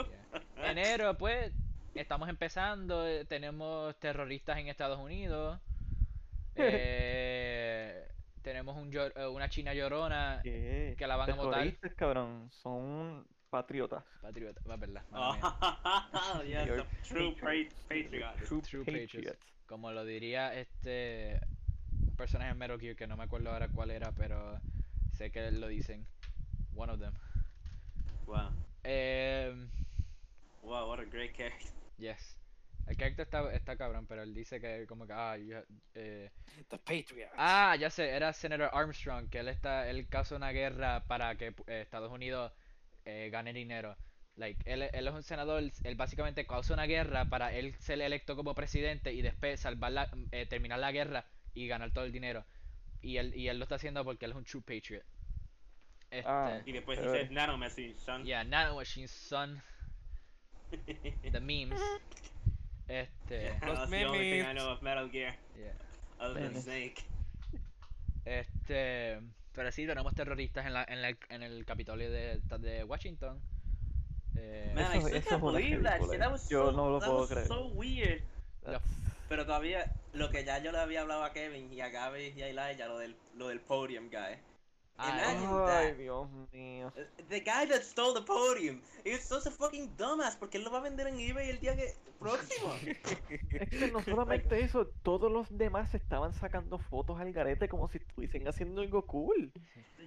[SPEAKER 2] yeah. Enero, pues, estamos empezando. eh, Tenemos terroristas en Estados Unidos. eh, tenemos un llor- eh, una china llorona.
[SPEAKER 4] ¿Qué?
[SPEAKER 2] Que la van a votar.
[SPEAKER 4] Terroristas, cabrón, son patriotas.
[SPEAKER 2] Patriota, va a verla.
[SPEAKER 1] Ah.
[SPEAKER 2] mala mía.
[SPEAKER 1] [LAUGHS] Oh, yes,
[SPEAKER 4] You're
[SPEAKER 1] a [LAUGHS] true
[SPEAKER 4] patriot.
[SPEAKER 1] pa- patriot.
[SPEAKER 4] True,
[SPEAKER 2] True
[SPEAKER 4] patriots.
[SPEAKER 2] patriots. Como lo diría este un personaje en Metal Gear que no me acuerdo ahora cuál era, pero sé que lo dicen. One of them.
[SPEAKER 1] Wow.
[SPEAKER 2] Em,
[SPEAKER 1] Wow, what a great character.
[SPEAKER 2] yes. El character está, está cabrón, pero él dice que como que ah, you ha- eh,
[SPEAKER 3] The Patriots.
[SPEAKER 2] Ah, ya sé, era Senator Armstrong, que él está, él causa una guerra para que eh, Estados Unidos eh, gane dinero. Like, él, él es un senador, él básicamente causa una guerra para él ser electo como presidente y después salvar la- eh, terminar la guerra y ganar todo el dinero. Y él, y él lo está haciendo porque él es un true patriot.
[SPEAKER 4] Ah.
[SPEAKER 2] Este,
[SPEAKER 1] [LAUGHS] Y después he
[SPEAKER 4] Pero-
[SPEAKER 1] said nano message, son. [LAUGHS]
[SPEAKER 2] yeah, Nano Machine Son, the memes. Este,
[SPEAKER 1] That's the only thing I know of Metal Gear,
[SPEAKER 2] yeah.
[SPEAKER 1] other than
[SPEAKER 4] Memes.
[SPEAKER 1] Snake.
[SPEAKER 2] Este, pero sí, tenemos terroristas en, la, en, la- en el Capitolio de, de Washington. Eh,
[SPEAKER 1] Man, I
[SPEAKER 4] Eso-
[SPEAKER 1] still
[SPEAKER 4] eso
[SPEAKER 1] can't
[SPEAKER 4] es una
[SPEAKER 1] believe that
[SPEAKER 4] película,
[SPEAKER 1] shit.
[SPEAKER 4] eh.
[SPEAKER 1] That was
[SPEAKER 4] Yo
[SPEAKER 1] so,
[SPEAKER 4] no lo
[SPEAKER 1] that
[SPEAKER 4] puedo
[SPEAKER 1] was
[SPEAKER 4] creer.
[SPEAKER 1] so weird.
[SPEAKER 4] That's-
[SPEAKER 1] Pero todavía, lo que ya yo le había hablado a Kevin y a Gaby y a Eli, ya lo del, lo del podium guy.
[SPEAKER 2] ah,
[SPEAKER 1] imagine
[SPEAKER 4] Ay,
[SPEAKER 1] that.
[SPEAKER 4] Dios mío.
[SPEAKER 1] The guy that stole the podium. It's such a fucking dumbass porque él lo va a vender en eBay el día que próximo. [LAUGHS]
[SPEAKER 4] Es que no solamente eso, todos los demás estaban sacando fotos al garete como si estuviesen haciendo algo cool.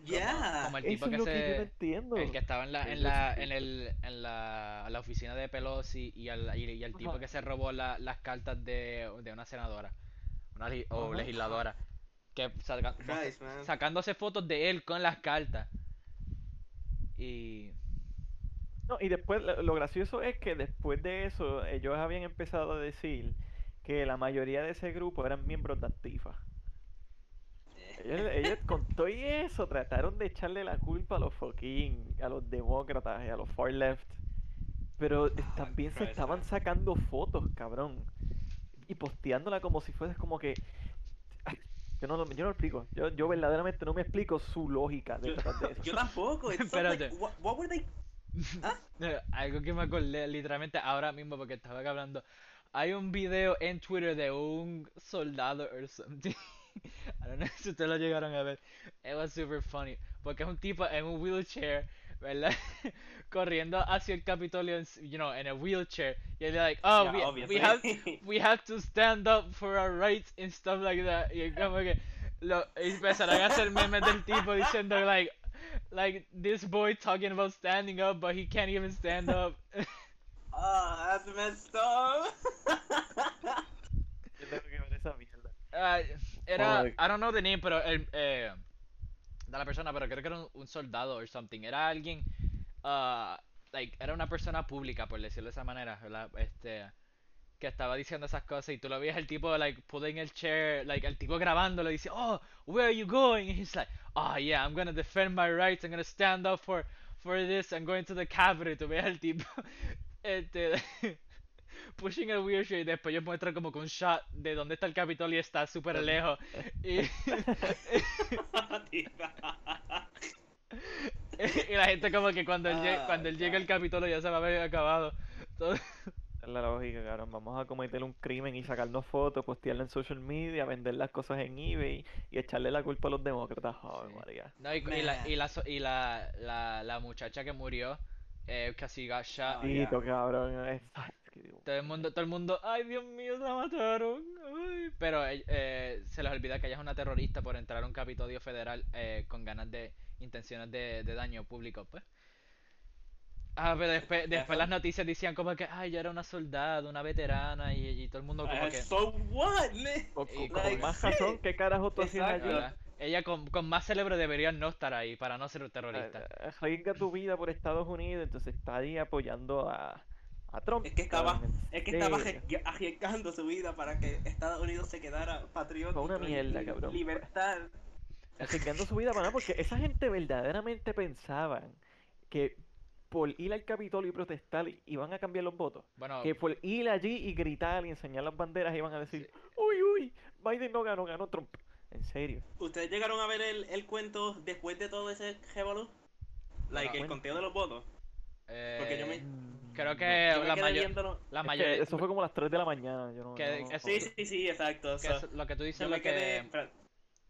[SPEAKER 1] yeah.
[SPEAKER 2] como el tipo
[SPEAKER 4] Eso
[SPEAKER 2] que
[SPEAKER 4] es lo que yo no
[SPEAKER 2] se-
[SPEAKER 4] entiendo.
[SPEAKER 2] el que estaba en la,
[SPEAKER 4] Que
[SPEAKER 2] en
[SPEAKER 4] yo
[SPEAKER 2] la,
[SPEAKER 4] sí
[SPEAKER 2] en el, en la, la oficina de Pelosi y al, y, y al tipo
[SPEAKER 4] Ajá.
[SPEAKER 2] que se robó la- las cartas de, de una senadora, una legi- o
[SPEAKER 4] Ajá.
[SPEAKER 2] legisladora, que saca-
[SPEAKER 1] Christ, man.
[SPEAKER 2] sacándose fotos de él con las cartas. Y
[SPEAKER 4] No, y después lo, lo gracioso es que después de eso ellos habían empezado a decir que la mayoría de ese grupo eran miembros de Antifa. Ellos,
[SPEAKER 1] Eh.
[SPEAKER 4] ellos
[SPEAKER 1] [LAUGHS]
[SPEAKER 4] con todo y eso trataron de echarle la culpa a los fucking, a los demócratas y a los far left. Pero eh,
[SPEAKER 1] Ah,
[SPEAKER 4] también se
[SPEAKER 1] Christ,
[SPEAKER 4] estaban
[SPEAKER 1] man.
[SPEAKER 4] sacando fotos, cabrón. Y posteándola como si fueses como que... Yo no, lo- yo no lo explico. Yo, yo verdaderamente no me explico su lógica de
[SPEAKER 1] Yo-
[SPEAKER 4] tratar de
[SPEAKER 1] [LAUGHS]
[SPEAKER 4] eso.
[SPEAKER 1] Yo
[SPEAKER 2] [LAUGHS]
[SPEAKER 1] tampoco. It's so,
[SPEAKER 2] Espérate.
[SPEAKER 1] like, what, what were they?
[SPEAKER 2] Eh, [LAUGHS] Algo que me acordé literalmente ahora mismo porque estaba acá hablando. Hay un video en Twitter de un soldado or something [LAUGHS] I don't know [LAUGHS] si ustedes lo llegaron a ver. It was super funny. Porque es un tipo en un wheelchair, ¿verdad? [LAUGHS] Corriendo hacia el Capitolio, en, s- you know, in a wheelchair. Y él like, oh,
[SPEAKER 1] Yeah,
[SPEAKER 2] we- we,
[SPEAKER 1] obviously.
[SPEAKER 2] have,
[SPEAKER 1] [LAUGHS]
[SPEAKER 2] we have to stand up for our rights and stuff like that. Y es como que lo, y empezarán a hacer memes del tipo diciendo, like, like, this boy talking about standing up, but he can't even stand up. [LAUGHS]
[SPEAKER 1] Ah, that's messed [LAUGHS] up.
[SPEAKER 4] [LAUGHS] Yo tengo que ver esa mierda.
[SPEAKER 2] Ah, era,
[SPEAKER 4] Fuck.
[SPEAKER 2] I don't know the name, pero el, eh, de la persona, pero creo que era un, un soldado or something. Era alguien, ah, like, era una persona pública, por decirlo de esa manera, ¿verdad? Este, que estaba diciendo esas cosas y tú lo veías el tipo, like, pulling el chair, like, el tipo grabándolo y dice, oh, where are you going? And he's like, oh yeah, I'm gonna defend my rights, I'm gonna stand up for, for this, I'm going to the Capitol. Y tú veías el tipo, [LAUGHS] este, pushing el wheelchair y después yo muestro como con un shot de dónde está el Capitolio y está súper lejos. Y, [LAUGHS] y la gente como que cuando él, llega,
[SPEAKER 1] Ah,
[SPEAKER 2] cuando él llega
[SPEAKER 1] ya.
[SPEAKER 2] al Capitolio ya se va a haber acabado. Todo-
[SPEAKER 4] Esa Es la lógica, cabrón. Vamos a cometer un crimen y sacarnos fotos, postearla en social media, vender las cosas en eBay y echarle la culpa a los demócratas. Joder,
[SPEAKER 2] Sí.
[SPEAKER 4] María.
[SPEAKER 2] No, y, y la, y,
[SPEAKER 1] Man.
[SPEAKER 2] la, so- y la, la, la muchacha que murió, eh, casi got shot.
[SPEAKER 1] Ah, ya.
[SPEAKER 4] Tito, cabrón. es- ay, es que digo,
[SPEAKER 2] Todo el mundo, todo el mundo, ay Dios mío, la mataron. ay". Pero eh, eh, se les olvida que ella es una terrorista por entrar a un Capitolio federal eh, con ganas de intenciones de, de daño público, pues. Ah, pero
[SPEAKER 1] [LAUGHS]
[SPEAKER 2] después, después las noticias decían como que, ay, yo era una soldada, una veterana y, y todo el mundo como
[SPEAKER 1] Ah,
[SPEAKER 2] que...
[SPEAKER 1] so what, man?
[SPEAKER 4] con-
[SPEAKER 2] y-
[SPEAKER 4] con- con más
[SPEAKER 1] like,
[SPEAKER 4] razón,
[SPEAKER 1] sí.
[SPEAKER 4] ¿qué carajo tú hacías
[SPEAKER 1] Exacto.
[SPEAKER 4] allí?
[SPEAKER 2] ¿verdad? Ella con, con más cerebro debería no estar ahí para no ser terrorista.
[SPEAKER 4] a- arriesga Eh, tu vida por Estados Unidos, entonces está ahí apoyando a, a Trump.
[SPEAKER 1] Es que estaba-
[SPEAKER 4] cabrón,
[SPEAKER 1] [LAUGHS]
[SPEAKER 4] en
[SPEAKER 1] Es que estaba
[SPEAKER 4] serio.
[SPEAKER 1] arriesg- arriesgando su vida para que Estados Unidos se quedara patriótico.
[SPEAKER 4] Fue una
[SPEAKER 1] y-
[SPEAKER 4] mierda,
[SPEAKER 1] y
[SPEAKER 4] cabrón.
[SPEAKER 1] Libertad.
[SPEAKER 4] Arriesgando su vida para nada, porque esa gente verdaderamente pensaban que por ir al Capitolio y protestar iban a cambiar los votos.
[SPEAKER 2] Bueno,
[SPEAKER 4] Que por ir allí y gritar y enseñar las banderas iban a decir, uy, uy, Biden no ganó, ganó Trump. En serio.
[SPEAKER 1] ¿Ustedes llegaron a ver el, el cuento después de todo ese revolú? Like,
[SPEAKER 2] Bueno.
[SPEAKER 1] el conteo de los votos. porque yo me-
[SPEAKER 2] eh,
[SPEAKER 4] Mm,
[SPEAKER 2] creo
[SPEAKER 4] no.
[SPEAKER 2] que
[SPEAKER 4] Es
[SPEAKER 1] Yo me
[SPEAKER 2] Eh, la
[SPEAKER 1] quedé
[SPEAKER 2] mayo-
[SPEAKER 1] viéndolo-
[SPEAKER 2] la
[SPEAKER 4] que
[SPEAKER 2] mayoría...
[SPEAKER 4] eso fue como a las 3 de la mañana. Yo no,
[SPEAKER 2] Que-
[SPEAKER 4] no-
[SPEAKER 2] es-
[SPEAKER 1] Sí, sí, sí, exacto.
[SPEAKER 2] que
[SPEAKER 1] so,
[SPEAKER 2] eso- lo que tú dices
[SPEAKER 1] yo
[SPEAKER 2] es
[SPEAKER 1] me
[SPEAKER 2] lo
[SPEAKER 1] quedé.
[SPEAKER 2] que...
[SPEAKER 1] espera,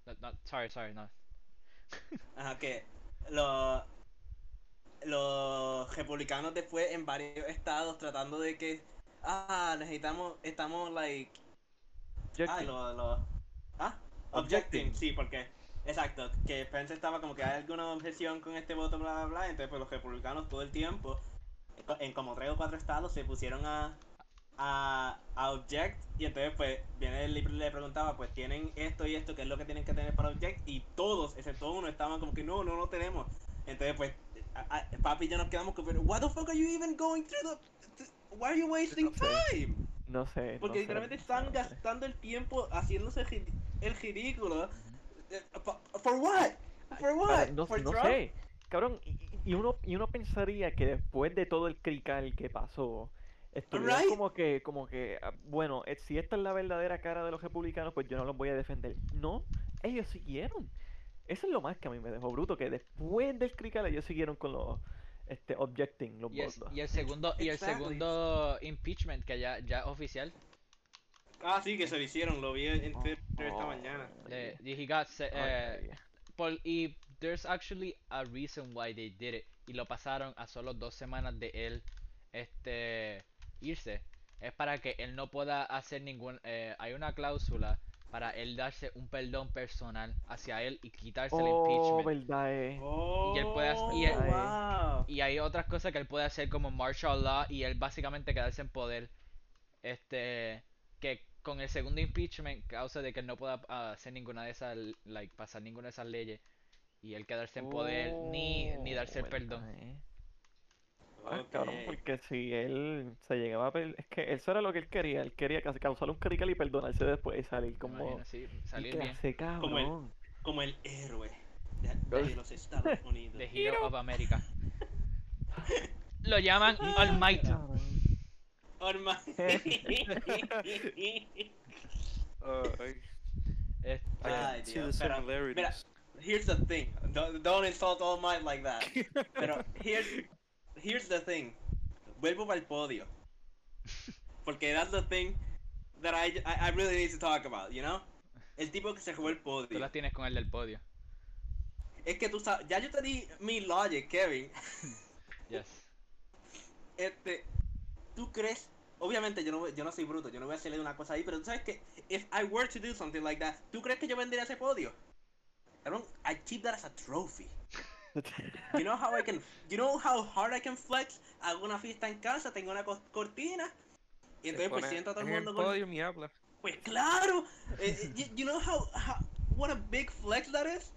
[SPEAKER 2] No, no, sorry, sorry, no.
[SPEAKER 1] Ajá, que lo- los republicanos después en varios estados tratando de que. Ah, necesitamos. Estamos, like. Ah,
[SPEAKER 4] Objective.
[SPEAKER 1] lo, lo... ¿Ah?
[SPEAKER 4] Objecting.
[SPEAKER 1] Objecting, sí, porque... Exacto, que Pence estaba como que hay alguna objeción con este voto, bla, bla, bla, entonces pues los republicanos todo el tiempo, co- en como tres o cuatro estados, se pusieron a, a, a object, y entonces pues viene el libre le preguntaba, pues tienen esto y esto, ¿qué es lo que tienen que tener para object? Y todos, excepto uno, estaban como que no, no, no tenemos. Entonces pues, a- a- papi y yo nos quedamos como, pero what the fuck are you even going through the... th- Why are you wasting
[SPEAKER 4] Sí.
[SPEAKER 1] time?
[SPEAKER 4] No sé. no
[SPEAKER 1] Porque
[SPEAKER 4] sé,
[SPEAKER 1] literalmente
[SPEAKER 4] no
[SPEAKER 1] están
[SPEAKER 4] sé.
[SPEAKER 1] gastando el tiempo haciéndose gi- el ridículo. Eh, pa- ¿For what? ¿For
[SPEAKER 4] Para-
[SPEAKER 1] what?
[SPEAKER 4] no,
[SPEAKER 1] ¿For
[SPEAKER 4] no
[SPEAKER 1] Trump?
[SPEAKER 4] sé, cabrón, y, y- y uno, y uno pensaría que después de todo el crical que pasó, estuvieran
[SPEAKER 1] Right.
[SPEAKER 4] como que, como que, ah, bueno, eh, si esta es la verdadera cara de los republicanos, pues yo no los voy a defender. No, ellos siguieron. Eso es lo más que a mí me dejó bruto, que después del crical ellos siguieron con los, este, objecting, los
[SPEAKER 2] Y el,
[SPEAKER 4] votos.
[SPEAKER 2] y el segundo, y el
[SPEAKER 1] Exactly.
[SPEAKER 2] segundo impeachment que ya, ya oficial.
[SPEAKER 1] Ah, sí, que se lo hicieron, lo vi en Twitter esta
[SPEAKER 4] Oh,
[SPEAKER 1] mañana.
[SPEAKER 2] le- he got se- eh,
[SPEAKER 4] María.
[SPEAKER 2] por- y there's actually a reason why they did it. Y lo pasaron a solo dos semanas de él este irse. Es para que él no pueda hacer ningún. eh, hay una cláusula para él darse un perdón personal hacia él y quitarse el
[SPEAKER 4] Oh,
[SPEAKER 2] impeachment.
[SPEAKER 4] verdad, eh.
[SPEAKER 1] Oh,
[SPEAKER 2] Y él puede hacer- y él-
[SPEAKER 1] wow.
[SPEAKER 2] Y hay otras cosas que él puede hacer como martial law y él básicamente quedarse en poder. Este, que con el segundo impeachment causa de que él no pueda ah, hacer ninguna de esas, like, pasar ninguna de esas leyes. Y él quedarse en poder ni, ni darse el
[SPEAKER 4] Oh,
[SPEAKER 2] perdón.
[SPEAKER 4] verdad, eh. Ah,
[SPEAKER 1] Ok.
[SPEAKER 4] Cabrón, porque si él se llegaba a per- Es que eso era lo que él quería. Él quería ca- causar un crical y perdonarse después y salir
[SPEAKER 2] ¿Te
[SPEAKER 4] como.
[SPEAKER 2] imaginas? Sí,
[SPEAKER 4] ¿Qué
[SPEAKER 2] salir bien.
[SPEAKER 4] clase,
[SPEAKER 1] Como él.
[SPEAKER 4] cabrón?
[SPEAKER 1] Como el héroe de, de los
[SPEAKER 4] [LAUGHS]
[SPEAKER 1] Estados Unidos.
[SPEAKER 2] The Hero of America. Lo llaman Almighty.
[SPEAKER 4] Cabrón. [LAUGHS]
[SPEAKER 1] Orma. [LAUGHS]
[SPEAKER 3] Ah, Ay,
[SPEAKER 2] Este,
[SPEAKER 3] I can
[SPEAKER 1] Ay,
[SPEAKER 3] see
[SPEAKER 1] Dios,
[SPEAKER 3] the
[SPEAKER 1] pero- mira.
[SPEAKER 3] similarities.
[SPEAKER 1] here's the thing. Don't, don't insult all might like that. Pero here's here's the thing. Vuelvo para el podio. Porque that's the thing that I, I, I really need to talk about, you know? el tipo que se jugó el
[SPEAKER 2] Tú
[SPEAKER 1] podio.
[SPEAKER 2] las tienes con el del podio.
[SPEAKER 1] Es que tú sabes, ya yo te di mi logic, Kevin.
[SPEAKER 2] Yes.
[SPEAKER 1] Este, ¿tú crees? Obviamente yo no, voy- yo no soy bruto, yo no voy a hacerle una cosa ahí, pero tú sabes que if I were to do something like that, ¿tú crees que yo vendería ese podio? Cabrón, I keep that as a
[SPEAKER 4] [LAUGHS]
[SPEAKER 1] trophy. You know how I can, you know how hard I can flex. Hago una fiesta en casa, tengo una cos- cortina y entonces pues siento a todo el mundo con
[SPEAKER 3] podio y habla.
[SPEAKER 1] Pues claro, eh, eh, you, you know how, how- what a big flex that is.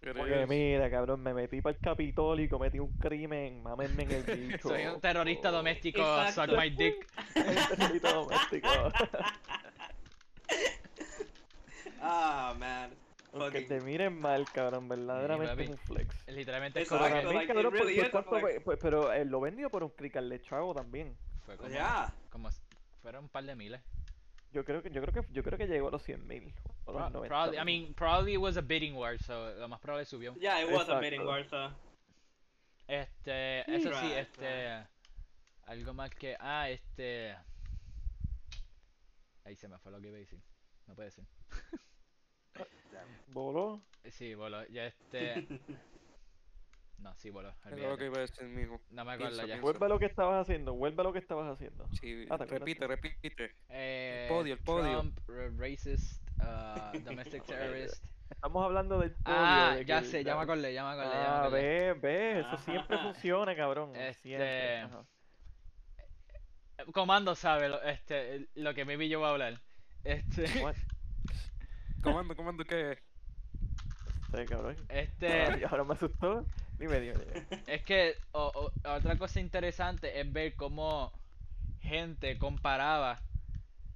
[SPEAKER 4] Porque mira, cabrón, me metí para el Capitolio y cometí un crimen,
[SPEAKER 2] [LAUGHS]
[SPEAKER 4] mámenme en el bicho.
[SPEAKER 2] Soy
[SPEAKER 4] [LAUGHS]
[SPEAKER 2] un terrorista doméstico,
[SPEAKER 1] Exacto.
[SPEAKER 2] suck my dick.
[SPEAKER 4] Terrorista
[SPEAKER 2] [LAUGHS]
[SPEAKER 4] doméstico. [LAUGHS]
[SPEAKER 1] Ah man,
[SPEAKER 4] Aunque
[SPEAKER 1] fucking.
[SPEAKER 4] te miren mal, cabrón, verdaderamente
[SPEAKER 2] papi.
[SPEAKER 4] es un flex.
[SPEAKER 2] Literalmente es
[SPEAKER 1] Exacto,
[SPEAKER 2] como que
[SPEAKER 4] Pero también,
[SPEAKER 1] like,
[SPEAKER 4] cabrón,
[SPEAKER 1] it really
[SPEAKER 4] pues,
[SPEAKER 1] is a
[SPEAKER 4] ¿cuánto
[SPEAKER 1] flex.
[SPEAKER 4] fue? Pues, pero él lo vendió por un cricarle chavo también.
[SPEAKER 2] fue como,
[SPEAKER 1] Ya.
[SPEAKER 2] como s- fueron un par de miles.
[SPEAKER 4] Yo creo que, yo creo que, yo creo que llegó a los 100 mil.
[SPEAKER 2] Pro- probably, I mean, probably it was a bidding war, so lo más probable subió.
[SPEAKER 1] Yeah, it was a bidding
[SPEAKER 4] Exacto.
[SPEAKER 1] war, so.
[SPEAKER 2] Este, eso sí,
[SPEAKER 1] Right,
[SPEAKER 2] este, algo más que, ah, este, ahí se me fue lo que iba a decir, no puede ser.
[SPEAKER 4] Voló.
[SPEAKER 2] Sí, voló, ya
[SPEAKER 3] [LAUGHS]
[SPEAKER 2] este, no, sí, voló,
[SPEAKER 3] Es lo
[SPEAKER 2] olvídate.
[SPEAKER 3] que iba a decir mismo.
[SPEAKER 2] No me acuerdo
[SPEAKER 3] pienso,
[SPEAKER 2] ya.
[SPEAKER 3] pienso.
[SPEAKER 4] Vuelve a lo que estabas haciendo, vuelve a lo que estabas
[SPEAKER 2] [LAUGHS]
[SPEAKER 4] haciendo.
[SPEAKER 3] Sí,
[SPEAKER 4] Ah, ¿te acuerdas?
[SPEAKER 3] repite, repite.
[SPEAKER 2] Eh,
[SPEAKER 3] podio, el podio.
[SPEAKER 2] Trump, ra- racist, uh,
[SPEAKER 3] [LAUGHS]
[SPEAKER 2] domestic terrorist.
[SPEAKER 4] Estamos hablando del podio.
[SPEAKER 2] Ah,
[SPEAKER 4] de
[SPEAKER 2] ya
[SPEAKER 4] que-
[SPEAKER 2] sé, ya me acordé, ya me acordé, ya me
[SPEAKER 4] Ah,
[SPEAKER 2] acordé.
[SPEAKER 4] ve, ve, eso siempre
[SPEAKER 1] Ajá.
[SPEAKER 4] funciona, cabrón.
[SPEAKER 2] Este,
[SPEAKER 4] Siempre.
[SPEAKER 2] [LAUGHS]
[SPEAKER 4] ajá.
[SPEAKER 2] Eh, Comando sabe lo, este, lo que maybe yo voy a hablar.
[SPEAKER 4] [LAUGHS]
[SPEAKER 2] Este,
[SPEAKER 4] What?
[SPEAKER 3] Comando, comando, ¿qué?
[SPEAKER 4] Este, cabrón.
[SPEAKER 2] este,
[SPEAKER 4] [LAUGHS] Ay, ahora me asustó. Dime, dime, dime.
[SPEAKER 2] Es que o- o- otra cosa interesante es ver cómo gente comparaba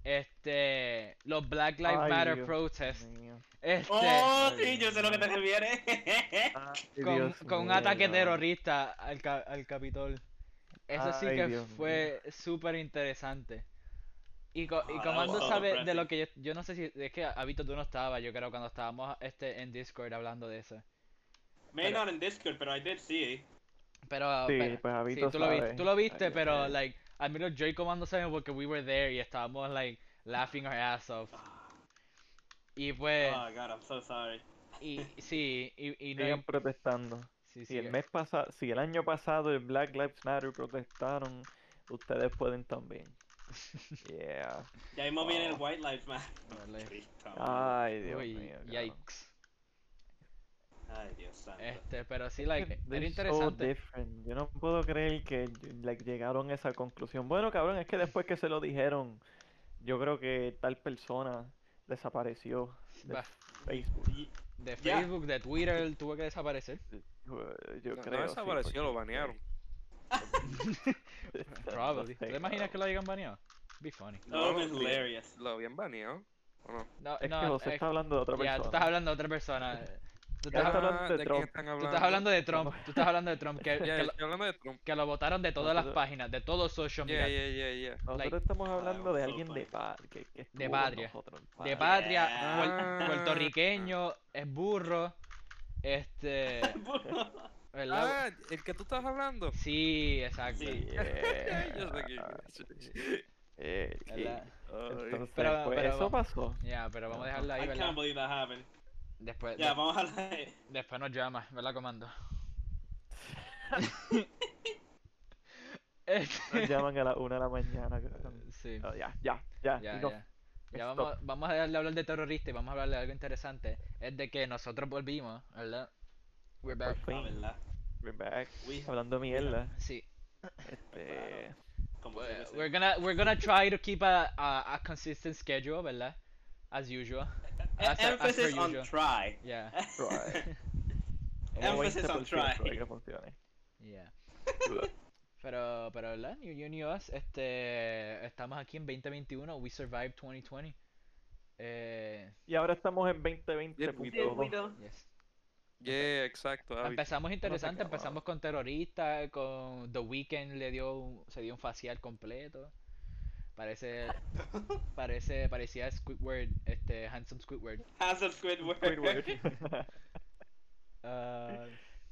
[SPEAKER 2] este los Black Lives
[SPEAKER 4] Ay,
[SPEAKER 2] Matter
[SPEAKER 4] Dios
[SPEAKER 2] protests
[SPEAKER 4] mío.
[SPEAKER 2] este
[SPEAKER 1] Oh,
[SPEAKER 4] Ay,
[SPEAKER 1] sí, yo sé lo que te refieres.
[SPEAKER 2] [LAUGHS]
[SPEAKER 4] Ay,
[SPEAKER 2] con,
[SPEAKER 4] Dios
[SPEAKER 2] con un
[SPEAKER 4] mío,
[SPEAKER 2] ataque
[SPEAKER 4] cabrón.
[SPEAKER 2] terrorista al, ca- al Capitol. Eso sí
[SPEAKER 4] Ay,
[SPEAKER 2] que
[SPEAKER 4] Dios
[SPEAKER 2] fue súper interesante. Y, co- y
[SPEAKER 1] Ah,
[SPEAKER 2] Comando
[SPEAKER 1] wow.
[SPEAKER 2] sabe de lo que yo, yo no sé si es que Habito tú no estabas, yo creo cuando estábamos este en Discord hablando de eso.
[SPEAKER 1] May not in Discord, pero I did see.
[SPEAKER 2] Pero,
[SPEAKER 4] Sí,
[SPEAKER 2] pero-
[SPEAKER 4] pues
[SPEAKER 2] Sí,
[SPEAKER 4] Javito
[SPEAKER 2] tú lo viste,
[SPEAKER 4] sabe.
[SPEAKER 2] tú lo viste,
[SPEAKER 4] Ay, Dios
[SPEAKER 2] pero
[SPEAKER 4] mío.
[SPEAKER 2] like al menos yo y Comando sabemos porque we were there y estábamos like laughing our ass off. Y pues
[SPEAKER 1] Oh god, I'm so sorry.
[SPEAKER 2] y sí, y, y no
[SPEAKER 4] Siguen protestando.
[SPEAKER 2] sí,
[SPEAKER 4] Si
[SPEAKER 2] sí,
[SPEAKER 4] el mes pasado, si el año pasado el Black Lives Matter protestaron, ustedes
[SPEAKER 2] [LAUGHS]
[SPEAKER 4] pueden también. Yeah.
[SPEAKER 1] Ya mismo viene
[SPEAKER 2] Oh.
[SPEAKER 1] el
[SPEAKER 4] Wow.
[SPEAKER 1] White Lives Matter.
[SPEAKER 2] Vale.
[SPEAKER 1] Cristo,
[SPEAKER 2] Ah.
[SPEAKER 4] Ay, Dios
[SPEAKER 2] uy,
[SPEAKER 4] mío. cabrón.
[SPEAKER 2] yikes.
[SPEAKER 1] Ay, Dios santo.
[SPEAKER 2] Este, pero sí like
[SPEAKER 4] They're
[SPEAKER 2] era
[SPEAKER 4] so
[SPEAKER 2] interesante.
[SPEAKER 4] different. Yo no puedo creer que like, llegaron a esa conclusión. Bueno, cabrón, es que después que se lo dijeron, yo creo que tal persona desapareció de
[SPEAKER 2] Bah,
[SPEAKER 4] Facebook.
[SPEAKER 1] Y-
[SPEAKER 2] de
[SPEAKER 1] Ya.
[SPEAKER 2] Facebook, de Twitter, él tuvo que
[SPEAKER 4] [LAUGHS]
[SPEAKER 2] desaparecer.
[SPEAKER 4] Eh, Yo
[SPEAKER 3] No,
[SPEAKER 4] creo.
[SPEAKER 3] no
[SPEAKER 4] sí,
[SPEAKER 3] desapareció,
[SPEAKER 4] porque-
[SPEAKER 3] lo banearon.
[SPEAKER 2] Probably. ¿Tú
[SPEAKER 4] sé,
[SPEAKER 2] te imaginas que
[SPEAKER 4] cabrón.
[SPEAKER 2] lo hayan baneado? Be funny.
[SPEAKER 1] That would be
[SPEAKER 3] No,
[SPEAKER 1] hilarious.
[SPEAKER 3] Lo habían baneado. ¿o no?
[SPEAKER 2] No,
[SPEAKER 4] Es que
[SPEAKER 2] no,
[SPEAKER 4] José
[SPEAKER 2] eh,
[SPEAKER 4] está hablando de otra
[SPEAKER 2] ya, tú
[SPEAKER 4] persona.
[SPEAKER 2] estás hablando de otra
[SPEAKER 4] [LAUGHS]
[SPEAKER 2] persona. Tú
[SPEAKER 4] Ya
[SPEAKER 2] estás,
[SPEAKER 4] está
[SPEAKER 2] habla-
[SPEAKER 4] hablando de
[SPEAKER 3] Ah, ¿de
[SPEAKER 4] Trump.
[SPEAKER 3] quién están
[SPEAKER 2] tú
[SPEAKER 3] hablando?
[SPEAKER 2] estás hablando de Trump, tú estás hablando de Trump,
[SPEAKER 4] [LAUGHS]
[SPEAKER 2] que,
[SPEAKER 3] Ya,
[SPEAKER 2] que
[SPEAKER 3] ya,
[SPEAKER 2] lo-
[SPEAKER 3] estoy hablando de Trump.
[SPEAKER 2] que lo votaron de todas las
[SPEAKER 4] Nosotros-
[SPEAKER 2] páginas, de todo social
[SPEAKER 3] Ya,
[SPEAKER 2] media.
[SPEAKER 3] ya, ya, ya.
[SPEAKER 4] Nosotros
[SPEAKER 2] like-
[SPEAKER 4] estamos hablando de
[SPEAKER 1] so
[SPEAKER 4] alguien de
[SPEAKER 1] funny.
[SPEAKER 4] patria. Que, que estuvo con
[SPEAKER 2] patria.
[SPEAKER 4] nosotros en
[SPEAKER 2] De
[SPEAKER 4] patria.
[SPEAKER 2] patria,
[SPEAKER 1] Yeah.
[SPEAKER 2] puer-
[SPEAKER 3] Ah.
[SPEAKER 2] puertorriqueño, es burro,
[SPEAKER 1] [LAUGHS]
[SPEAKER 2] este, ¿verdad?
[SPEAKER 3] Ah, el que tú estás hablando.
[SPEAKER 2] Sí, exacto. [LAUGHS]
[SPEAKER 1] Sí.
[SPEAKER 3] [LAUGHS]
[SPEAKER 4] Yeah.
[SPEAKER 3] Yo sé que.
[SPEAKER 4] Eh, sí.
[SPEAKER 2] ¿Verdad?
[SPEAKER 4] Ah, Entonces,
[SPEAKER 2] Pero-
[SPEAKER 4] pues,
[SPEAKER 2] pero vamos-
[SPEAKER 4] eso pasó.
[SPEAKER 2] Ya, pero vamos a
[SPEAKER 4] Ajá.
[SPEAKER 2] dejarla ahí,
[SPEAKER 1] I
[SPEAKER 2] ¿verdad?
[SPEAKER 1] can't believe that happened.
[SPEAKER 2] Después,
[SPEAKER 1] Ya,
[SPEAKER 2] de-
[SPEAKER 1] vamos a la.
[SPEAKER 2] después nos llama, ¿verdad, comando?
[SPEAKER 1] [LAUGHS]
[SPEAKER 4] Nos
[SPEAKER 2] Este-
[SPEAKER 4] llaman a la una de la mañana.
[SPEAKER 2] [LAUGHS]
[SPEAKER 4] cabrón.
[SPEAKER 2] sí,
[SPEAKER 1] Ah,
[SPEAKER 4] No, ya, ya, ya.
[SPEAKER 2] ya,
[SPEAKER 4] enough.
[SPEAKER 2] ya. Ya
[SPEAKER 4] Stop.
[SPEAKER 2] vamos, vamos a dejarle hablar de terrorista y vamos a hablar de algo interesante. Es de que nosotros volvimos, ¿verdad? We're
[SPEAKER 4] Por
[SPEAKER 2] back.
[SPEAKER 1] Ah,
[SPEAKER 4] fin,
[SPEAKER 1] verdad.
[SPEAKER 4] we're back.
[SPEAKER 1] We-
[SPEAKER 4] Hablando mierda.
[SPEAKER 2] Sí.
[SPEAKER 1] [LAUGHS]
[SPEAKER 4] Este,
[SPEAKER 1] Como
[SPEAKER 2] Well,
[SPEAKER 1] debe ser.
[SPEAKER 2] Pues, We're gonna we're gonna try to keep a, a, a consistent schedule, ¿verdad? As usual.
[SPEAKER 1] E-
[SPEAKER 2] as- as per
[SPEAKER 1] Emphasis on eh.
[SPEAKER 2] usual.
[SPEAKER 1] try.
[SPEAKER 2] Yeah.
[SPEAKER 4] Right.
[SPEAKER 1] Emphasis
[SPEAKER 4] como 20%
[SPEAKER 1] on try.
[SPEAKER 4] de que funcione.
[SPEAKER 2] Yeah. Pero pero ¿verdad? You, you knew us. Este estamos aquí en 2021. We survived 2020. Eh,
[SPEAKER 4] Y ahora estamos en
[SPEAKER 3] Did we do?
[SPEAKER 4] 2020.2.
[SPEAKER 2] yes.
[SPEAKER 3] Yeah, exacto, Abby.
[SPEAKER 2] Empezamos interesante,
[SPEAKER 4] acabado.
[SPEAKER 2] empezamos con terrorista, con The Weeknd le dio un- se dio un facial completo.
[SPEAKER 1] [LAUGHS]
[SPEAKER 2] Parece parece parecía Squidward, este handsome Squidward.
[SPEAKER 1] [LAUGHS] Hands of Squidward.
[SPEAKER 4] Squidward.
[SPEAKER 2] Ah,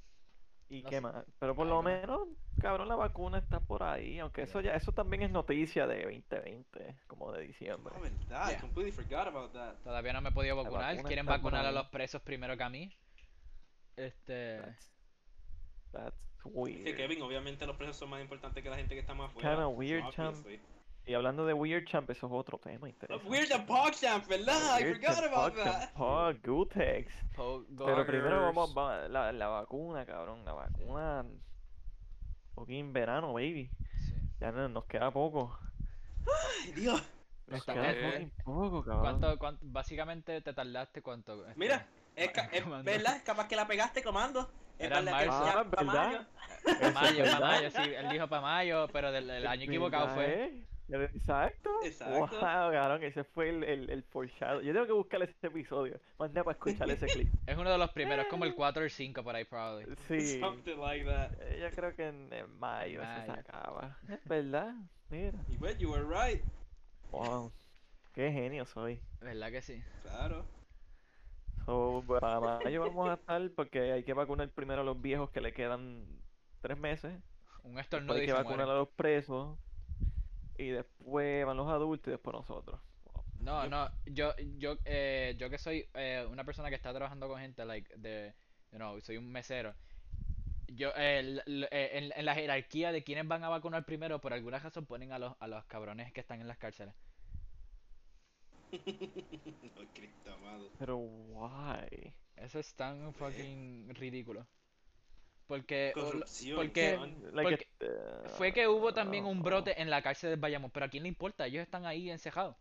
[SPEAKER 4] [LAUGHS] ¿Y
[SPEAKER 2] No
[SPEAKER 4] qué
[SPEAKER 2] sé.
[SPEAKER 4] más? Pero por lo
[SPEAKER 2] Algo.
[SPEAKER 4] menos, cabrón, la vacuna está por ahí. Aunque eso ya, eso también es noticia de 2020, como de diciembre.
[SPEAKER 1] Oh, verdad, I
[SPEAKER 2] Yeah.
[SPEAKER 1] completely forgot about that.
[SPEAKER 2] Todavía no me he podido vacunar.
[SPEAKER 4] vacuna
[SPEAKER 2] Quieren
[SPEAKER 4] está por
[SPEAKER 2] vacunar a
[SPEAKER 4] ahí.
[SPEAKER 2] los presos primero que a mí. Este.
[SPEAKER 4] That's, that's
[SPEAKER 1] Dice
[SPEAKER 4] weird.
[SPEAKER 1] Kevin, obviamente los precios son más importantes que la gente que está más afuera.
[SPEAKER 4] Kinda weird, champ.
[SPEAKER 1] obviously.
[SPEAKER 4] Y hablando de Weird Champ, eso es otro tema
[SPEAKER 1] But
[SPEAKER 4] interesante.
[SPEAKER 1] Weird and Pog Champ, ¿verdad? I
[SPEAKER 4] Weird
[SPEAKER 1] forgot
[SPEAKER 4] Champ,
[SPEAKER 1] about
[SPEAKER 4] Pog Champ,
[SPEAKER 1] that.
[SPEAKER 4] Pog, Gutex.
[SPEAKER 2] po-
[SPEAKER 4] Pero primero vamos,
[SPEAKER 2] goggers.
[SPEAKER 4] va- la, la vacuna, cabrón, la vacuna. Aquí en verano, baby.
[SPEAKER 2] Sí.
[SPEAKER 4] Ya no- nos queda poco.
[SPEAKER 1] Ay, [LAUGHS] Dios.
[SPEAKER 3] Pues
[SPEAKER 4] Nos
[SPEAKER 2] Está
[SPEAKER 4] queda
[SPEAKER 3] bien.
[SPEAKER 4] fucking poco, cabrón.
[SPEAKER 2] ¿Cuánto, cuánto- básicamente te tardaste cuánto? este,
[SPEAKER 1] Mira, es, ca- es
[SPEAKER 2] Comando.
[SPEAKER 1] verdad, es capaz que la pegaste comando. Es
[SPEAKER 2] Era en
[SPEAKER 1] verdad que
[SPEAKER 2] marzo.
[SPEAKER 1] ya
[SPEAKER 4] Ah,
[SPEAKER 1] pa'
[SPEAKER 4] ¿verdad?
[SPEAKER 1] mayo.
[SPEAKER 4] [LAUGHS]
[SPEAKER 2] pa' mayo, pa'
[SPEAKER 4] ¿verdad?
[SPEAKER 2] mayo, sí, él dijo para mayo, pero del, del año equivocado
[SPEAKER 4] eh?
[SPEAKER 2] fue.
[SPEAKER 4] fue. Exacto.
[SPEAKER 1] Exacto.
[SPEAKER 4] Wow, cabrón, ese fue el, el, el foreshadow. Yo tengo que buscar ese episodio. Más nada para escuchar
[SPEAKER 2] [LAUGHS]
[SPEAKER 4] ese clip.
[SPEAKER 2] Es uno de los primeros, como
[SPEAKER 4] Eh.
[SPEAKER 2] el 4 o el 5 por ahí, probably.
[SPEAKER 1] [LAUGHS]
[SPEAKER 4] Sí.
[SPEAKER 1] Something like that.
[SPEAKER 4] Eh, Yo creo que en, en mayo eso se
[SPEAKER 2] Mayo.
[SPEAKER 4] acaba. Es verdad. Mira.
[SPEAKER 1] Y well, you were right.
[SPEAKER 4] Wow. Qué genio soy.
[SPEAKER 2] ¿Verdad que sí?
[SPEAKER 1] Claro.
[SPEAKER 4] So, para mayo vamos a estar porque hay que vacunar primero a los viejos que le quedan tres meses.
[SPEAKER 2] Un
[SPEAKER 4] Después
[SPEAKER 2] estornudo
[SPEAKER 4] hay
[SPEAKER 2] y
[SPEAKER 4] que
[SPEAKER 2] se
[SPEAKER 4] vacunar
[SPEAKER 2] muere.
[SPEAKER 4] a los presos. Y después van los adultos y después nosotros.
[SPEAKER 2] No, no, yo, yo, eh, yo que soy eh, una persona que está trabajando con gente, like, de, you know, soy un mesero. Yo, eh, l- l- eh, en, en la jerarquía de quienes van a vacunar primero, por alguna razón ponen a los, a los cabrones que están en las cárceles.
[SPEAKER 1] Oh, Cristo amado.
[SPEAKER 4] Pero why?
[SPEAKER 2] Eso es tan
[SPEAKER 1] Pues.
[SPEAKER 2] fucking ridículo. Porque o- lo-
[SPEAKER 1] Corrupción.
[SPEAKER 2] porque-
[SPEAKER 1] cabrón.
[SPEAKER 4] Like, uh,
[SPEAKER 2] fue que hubo también
[SPEAKER 4] ah,
[SPEAKER 2] un brote en la cárcel de Bayamón, pero ¿a quién le importa? Ellos están ahí encejados.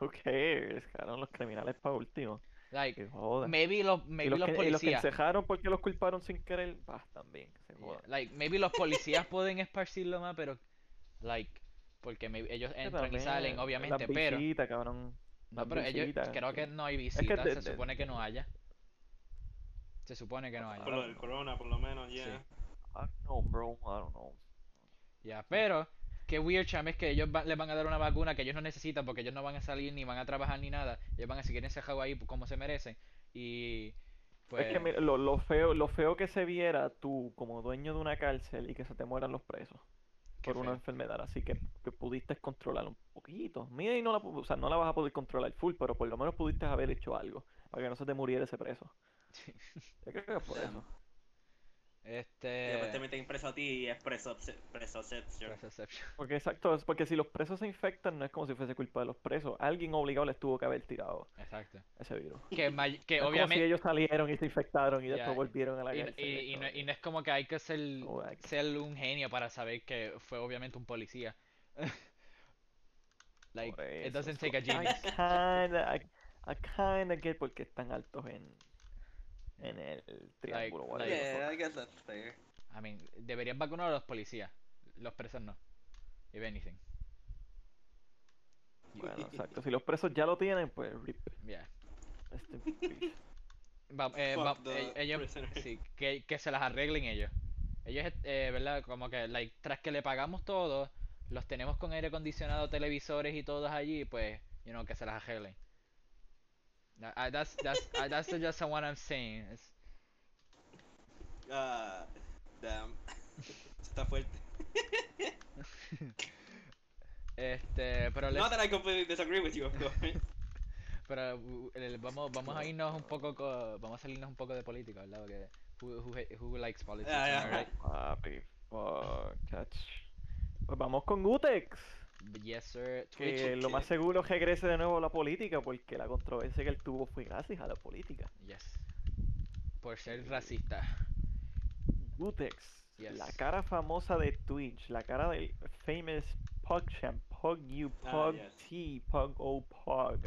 [SPEAKER 4] Who cares? Cabrón, los criminales para último.
[SPEAKER 2] Like,
[SPEAKER 4] Que joda.
[SPEAKER 2] maybe los,
[SPEAKER 4] y
[SPEAKER 2] maybe
[SPEAKER 4] los,
[SPEAKER 2] los
[SPEAKER 4] que, y los que
[SPEAKER 2] policías.
[SPEAKER 4] encejaron porque los culparon sin querer, bah, también. que Se
[SPEAKER 2] Yeah,
[SPEAKER 4] joda.
[SPEAKER 2] Like, maybe los policías pueden esparcirlo más, pero, like, porque maybe ellos
[SPEAKER 4] Que
[SPEAKER 2] entran y
[SPEAKER 4] también, eh,
[SPEAKER 2] salen,
[SPEAKER 4] las
[SPEAKER 2] obviamente, pero,
[SPEAKER 4] visitas, cabrón.
[SPEAKER 2] no,
[SPEAKER 4] las
[SPEAKER 2] pero ellos,
[SPEAKER 4] visitas,
[SPEAKER 2] creo que
[SPEAKER 4] sí.
[SPEAKER 2] no hay
[SPEAKER 4] que
[SPEAKER 2] visitas,
[SPEAKER 4] de-
[SPEAKER 2] se
[SPEAKER 4] de-
[SPEAKER 2] supone que no haya. Se supone que no haya.
[SPEAKER 1] Por lo del corona, por lo menos, yeah.
[SPEAKER 4] I don't know, bro. I don't know.
[SPEAKER 2] Ya, pero, qué weird cham es que ellos va- les van a dar una vacuna que ellos no necesitan porque ellos no van a salir ni van a trabajar ni nada. Ellos van a seguir encerrados ahí como se merecen. Y, pues,
[SPEAKER 4] Es que mira, lo, lo feo, lo feo que se viera tú como dueño de una cárcel y que se te mueran los presos
[SPEAKER 2] qué
[SPEAKER 4] por una
[SPEAKER 2] feo.
[SPEAKER 4] enfermedad, así que, que pudiste controlar un poquito. Mira, y no la, pu- o sea, no la vas a poder controlar full, pero por lo menos pudiste haber hecho algo para que no se te muriera ese
[SPEAKER 2] [LAUGHS]
[SPEAKER 4] preso. Yo creo que es por
[SPEAKER 1] Damn.
[SPEAKER 4] eso.
[SPEAKER 1] Y después te
[SPEAKER 2] Este... pues,
[SPEAKER 1] meten preso a ti y es presoception. presoception.
[SPEAKER 2] Presoception.
[SPEAKER 4] Porque exacto, es porque si los presos se infectan, no es como si fuese culpa de los presos. Alguien obligado les tuvo que haber tirado
[SPEAKER 2] Exacto.
[SPEAKER 4] ese virus. [LAUGHS]
[SPEAKER 2] Que, may- que
[SPEAKER 4] No es como si
[SPEAKER 2] obviamente...
[SPEAKER 4] ellos salieron y se infectaron y
[SPEAKER 2] Eh, Ya,
[SPEAKER 4] después volvieron a la
[SPEAKER 2] Y,
[SPEAKER 4] cárcel.
[SPEAKER 2] y-
[SPEAKER 4] es
[SPEAKER 2] y no,
[SPEAKER 4] como
[SPEAKER 2] y no es como que hay que ser,
[SPEAKER 4] que, oh, like,
[SPEAKER 2] ser un genio para saber que fue obviamente un policía. [LAUGHS] Like,
[SPEAKER 4] Por
[SPEAKER 2] it
[SPEAKER 4] eso,
[SPEAKER 2] doesn't
[SPEAKER 4] so
[SPEAKER 2] take a
[SPEAKER 4] I
[SPEAKER 2] genius.
[SPEAKER 4] kinda, I, I kinda get por qué están altos en, en el triángulo.
[SPEAKER 2] Like-
[SPEAKER 4] whatever
[SPEAKER 2] like-
[SPEAKER 4] the fuck.
[SPEAKER 1] I guess that's fair.
[SPEAKER 2] I mean, deberían vacunar a los policías. Los presos no. If anything.
[SPEAKER 4] Bueno, exacto. Si los presos ya lo tienen, pues rip. este
[SPEAKER 2] Yeah. [LAUGHS]
[SPEAKER 4] Rest in peace.
[SPEAKER 2] Va- eh,
[SPEAKER 1] Fuck
[SPEAKER 2] va-
[SPEAKER 1] the
[SPEAKER 2] eh, ellos,
[SPEAKER 1] prisoners.
[SPEAKER 2] sí, que, que se las arreglen ellos. Ellos, est- eh, ¿verdad? Como que, like, tras que le pagamos todo, los tenemos con aire acondicionado, televisores y todos allí, pues, you know, que se las arreglen. Tha- ah, that's, that's, ah, that's just what I'm saying. It's-
[SPEAKER 1] Ah, damn. [LAUGHS] Está fuerte.
[SPEAKER 2] este, pero
[SPEAKER 1] Not
[SPEAKER 2] let's-
[SPEAKER 1] that I completely disagree with you, of course.
[SPEAKER 2] Pero uh, el- vamos, vamos a irnos un poco, co- vamos a salirnos un poco de política, ¿verdad? Porque who, who, ha- who likes politics,
[SPEAKER 1] Ya, Ah, ya.
[SPEAKER 2] am I right?
[SPEAKER 4] Papi, fuck, chach. Pues vamos con Gutex.
[SPEAKER 2] Yes, sir. Twitch.
[SPEAKER 4] Que lo más seguro es que regrese de nuevo a la política, porque la controversia que él tuvo fue gracias a la política.
[SPEAKER 2] Yes. Por ser racista.
[SPEAKER 4] Gutex, la
[SPEAKER 2] Yes.
[SPEAKER 4] cara famosa de Twitch, la cara del famous PogChamp, PogU,
[SPEAKER 1] Ah,
[SPEAKER 4] PogT,
[SPEAKER 1] yes.
[SPEAKER 4] PogO, Pog.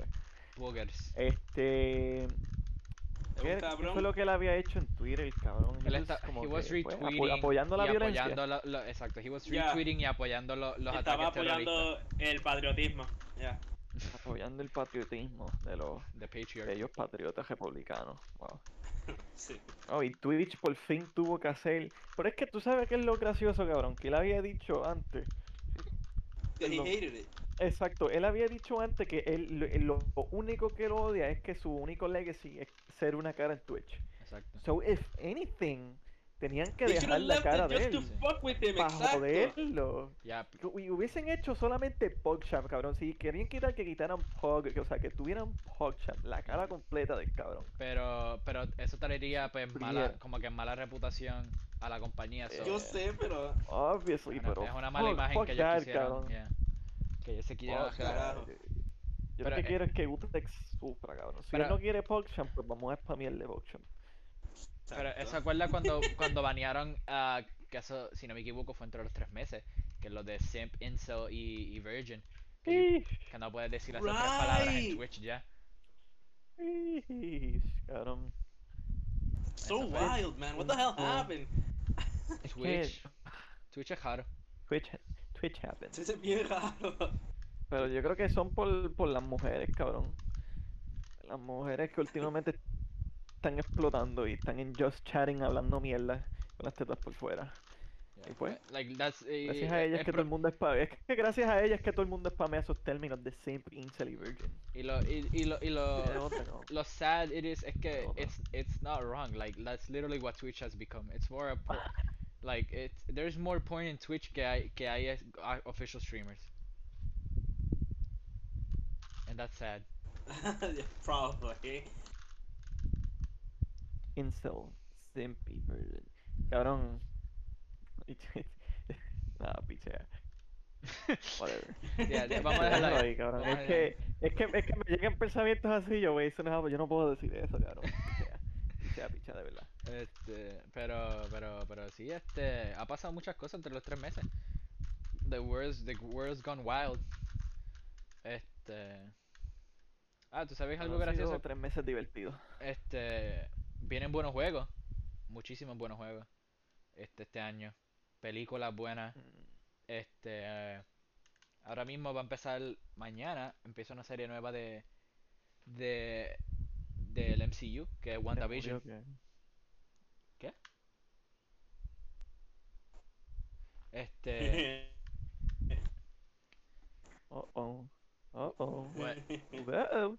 [SPEAKER 2] Boogers.
[SPEAKER 4] Eh, Este.
[SPEAKER 1] Es
[SPEAKER 4] ¿Qué,
[SPEAKER 1] un
[SPEAKER 4] qué
[SPEAKER 1] cabrón.
[SPEAKER 4] fue lo que él había hecho en Twitter, el cabrón?
[SPEAKER 2] Él
[SPEAKER 4] Él
[SPEAKER 2] está,
[SPEAKER 4] como
[SPEAKER 2] he was
[SPEAKER 4] que, pues, apo-
[SPEAKER 2] retweeting
[SPEAKER 4] apoyando la
[SPEAKER 2] y
[SPEAKER 4] violencia.
[SPEAKER 2] apoyando lo- lo- exacto, he was
[SPEAKER 1] Ya.
[SPEAKER 2] retweeting y apoyando lo- los
[SPEAKER 1] Estaba
[SPEAKER 2] ataques terroristas
[SPEAKER 1] apoyando el patriotismo. Yeah.
[SPEAKER 4] Apoyando el patriotismo de los
[SPEAKER 2] de Patriot.
[SPEAKER 4] bellos patriotas republicanos. Wow.
[SPEAKER 1] Sí.
[SPEAKER 4] Oh, y Twitch por fin tuvo que hacer. Pero es que tú sabes que es lo gracioso, cabrón, que él había dicho antes.
[SPEAKER 1] He
[SPEAKER 4] Lo-
[SPEAKER 1] hated it.
[SPEAKER 4] Exacto, él había dicho antes que él, lo, lo único que lo odia es que su único legacy es ser una cara en Twitch.
[SPEAKER 2] Exacto.
[SPEAKER 4] So, if anything, tenían que
[SPEAKER 1] They
[SPEAKER 4] dejar
[SPEAKER 1] should've
[SPEAKER 4] la
[SPEAKER 1] left
[SPEAKER 4] cara
[SPEAKER 1] it
[SPEAKER 4] de
[SPEAKER 1] just to
[SPEAKER 4] él.
[SPEAKER 1] fuck with him,
[SPEAKER 4] Para
[SPEAKER 1] exacto.
[SPEAKER 4] joderlo.
[SPEAKER 2] Ya, p-
[SPEAKER 4] Que hu- Hubiesen hecho solamente PogChamp, cabrón. Si querían quitar, que quitaran Pog, que- o sea, que tuvieran PogChamp, la cara completa del cabrón.
[SPEAKER 2] pero, pero eso traería pues mala,
[SPEAKER 4] Brillante.
[SPEAKER 2] como que mala reputación a la compañía. so,
[SPEAKER 1] Yo sé, pero.
[SPEAKER 4] Obviously,
[SPEAKER 2] una-
[SPEAKER 4] pero.
[SPEAKER 2] es una mala
[SPEAKER 4] fuck-
[SPEAKER 2] imagen
[SPEAKER 4] fuck
[SPEAKER 2] que ellos
[SPEAKER 4] that,
[SPEAKER 2] quisieron.
[SPEAKER 4] cabrón.
[SPEAKER 2] yeah. Que ellos se quisieron
[SPEAKER 1] Oh,
[SPEAKER 2] hacer.
[SPEAKER 1] carajo.
[SPEAKER 4] Yo
[SPEAKER 2] Pero,
[SPEAKER 4] lo
[SPEAKER 2] eh,
[SPEAKER 4] que quiero es que Utex sufra, cabrón. Si
[SPEAKER 2] pero-
[SPEAKER 4] él no quiere PogChamp, pues vamos a spamearle PogChamp.
[SPEAKER 2] Pero
[SPEAKER 1] Exacto.
[SPEAKER 2] eso acuerda cuando,
[SPEAKER 4] [LAUGHS]
[SPEAKER 2] cuando banearon a, que eso, si no me equivoco, fue entre los tres meses, que los de Simp, Incel y, y Virgin, que, you- que no puedes decir las otras palabras en
[SPEAKER 1] Right.
[SPEAKER 2] Twitch ya.
[SPEAKER 4] Ish, Cabrón.
[SPEAKER 1] So
[SPEAKER 2] Eso fue.
[SPEAKER 1] wild, man. What the hell
[SPEAKER 4] Ah.
[SPEAKER 1] happened?
[SPEAKER 2] Twitch. Twitch es raro.
[SPEAKER 4] Twitch, Twitch happens.
[SPEAKER 1] Eso es bien raro. [LAUGHS]
[SPEAKER 4] Pero yo creo que son por, por las mujeres, cabrón. Las mujeres que últimamente están explotando y están en just chatting hablando mierda con las tetas por fuera. ¿Y pues?
[SPEAKER 2] Like, that's, eh,
[SPEAKER 4] Gracias a ellas
[SPEAKER 2] es
[SPEAKER 4] que todo
[SPEAKER 2] pro-
[SPEAKER 4] el mundo spamea. Es que gracias a ellas que todo el mundo spamea esos términos de simp, incel y virgin.
[SPEAKER 2] Y lo, y, y lo, y
[SPEAKER 4] De
[SPEAKER 2] lo,
[SPEAKER 4] otra, no.
[SPEAKER 2] lo sad it is, es que
[SPEAKER 4] No, no.
[SPEAKER 2] it's, it's not wrong, like, that's literally what Twitch has become. It's more a por- like, it's, there's more porn in Twitch que hay, que hay es- a- official streamers. And that's sad. [LAUGHS]
[SPEAKER 1] Probably.
[SPEAKER 4] Incel, simp y virgin. Cabrón. [LAUGHS] Nada, pichea. Whatever.
[SPEAKER 2] Ya, de- vamos a
[SPEAKER 1] [LAUGHS]
[SPEAKER 4] Déjalo
[SPEAKER 2] dejarlo ahí.
[SPEAKER 4] ahí, cabrón.
[SPEAKER 2] Vamos
[SPEAKER 4] Es
[SPEAKER 2] a
[SPEAKER 4] que, es que, es que me llegan pensamientos así, yo, güey, eso no es algo- pues yo no puedo decir eso, cabrón. Pichea, pichea, pichea, de verdad.
[SPEAKER 2] Este, pero, pero, pero sí, este, ha pasado muchas cosas entre los tres meses. The world's, the world's gone wild. Este. Ah, ¿tú sabes
[SPEAKER 4] Han
[SPEAKER 2] algo
[SPEAKER 4] sido
[SPEAKER 2] gracioso?
[SPEAKER 4] tres meses divertidos.
[SPEAKER 2] Este, vienen buenos juegos, muchísimos buenos juegos, este, este año. Películas buenas,
[SPEAKER 4] Mm,
[SPEAKER 2] este, eh, ahora mismo va a empezar, mañana empieza una serie nueva de, de, del MCU, que es WandaVision. Este,
[SPEAKER 1] [LAUGHS]
[SPEAKER 4] Oh, oh. Oh, oh.
[SPEAKER 2] What?
[SPEAKER 4] Uh-oh.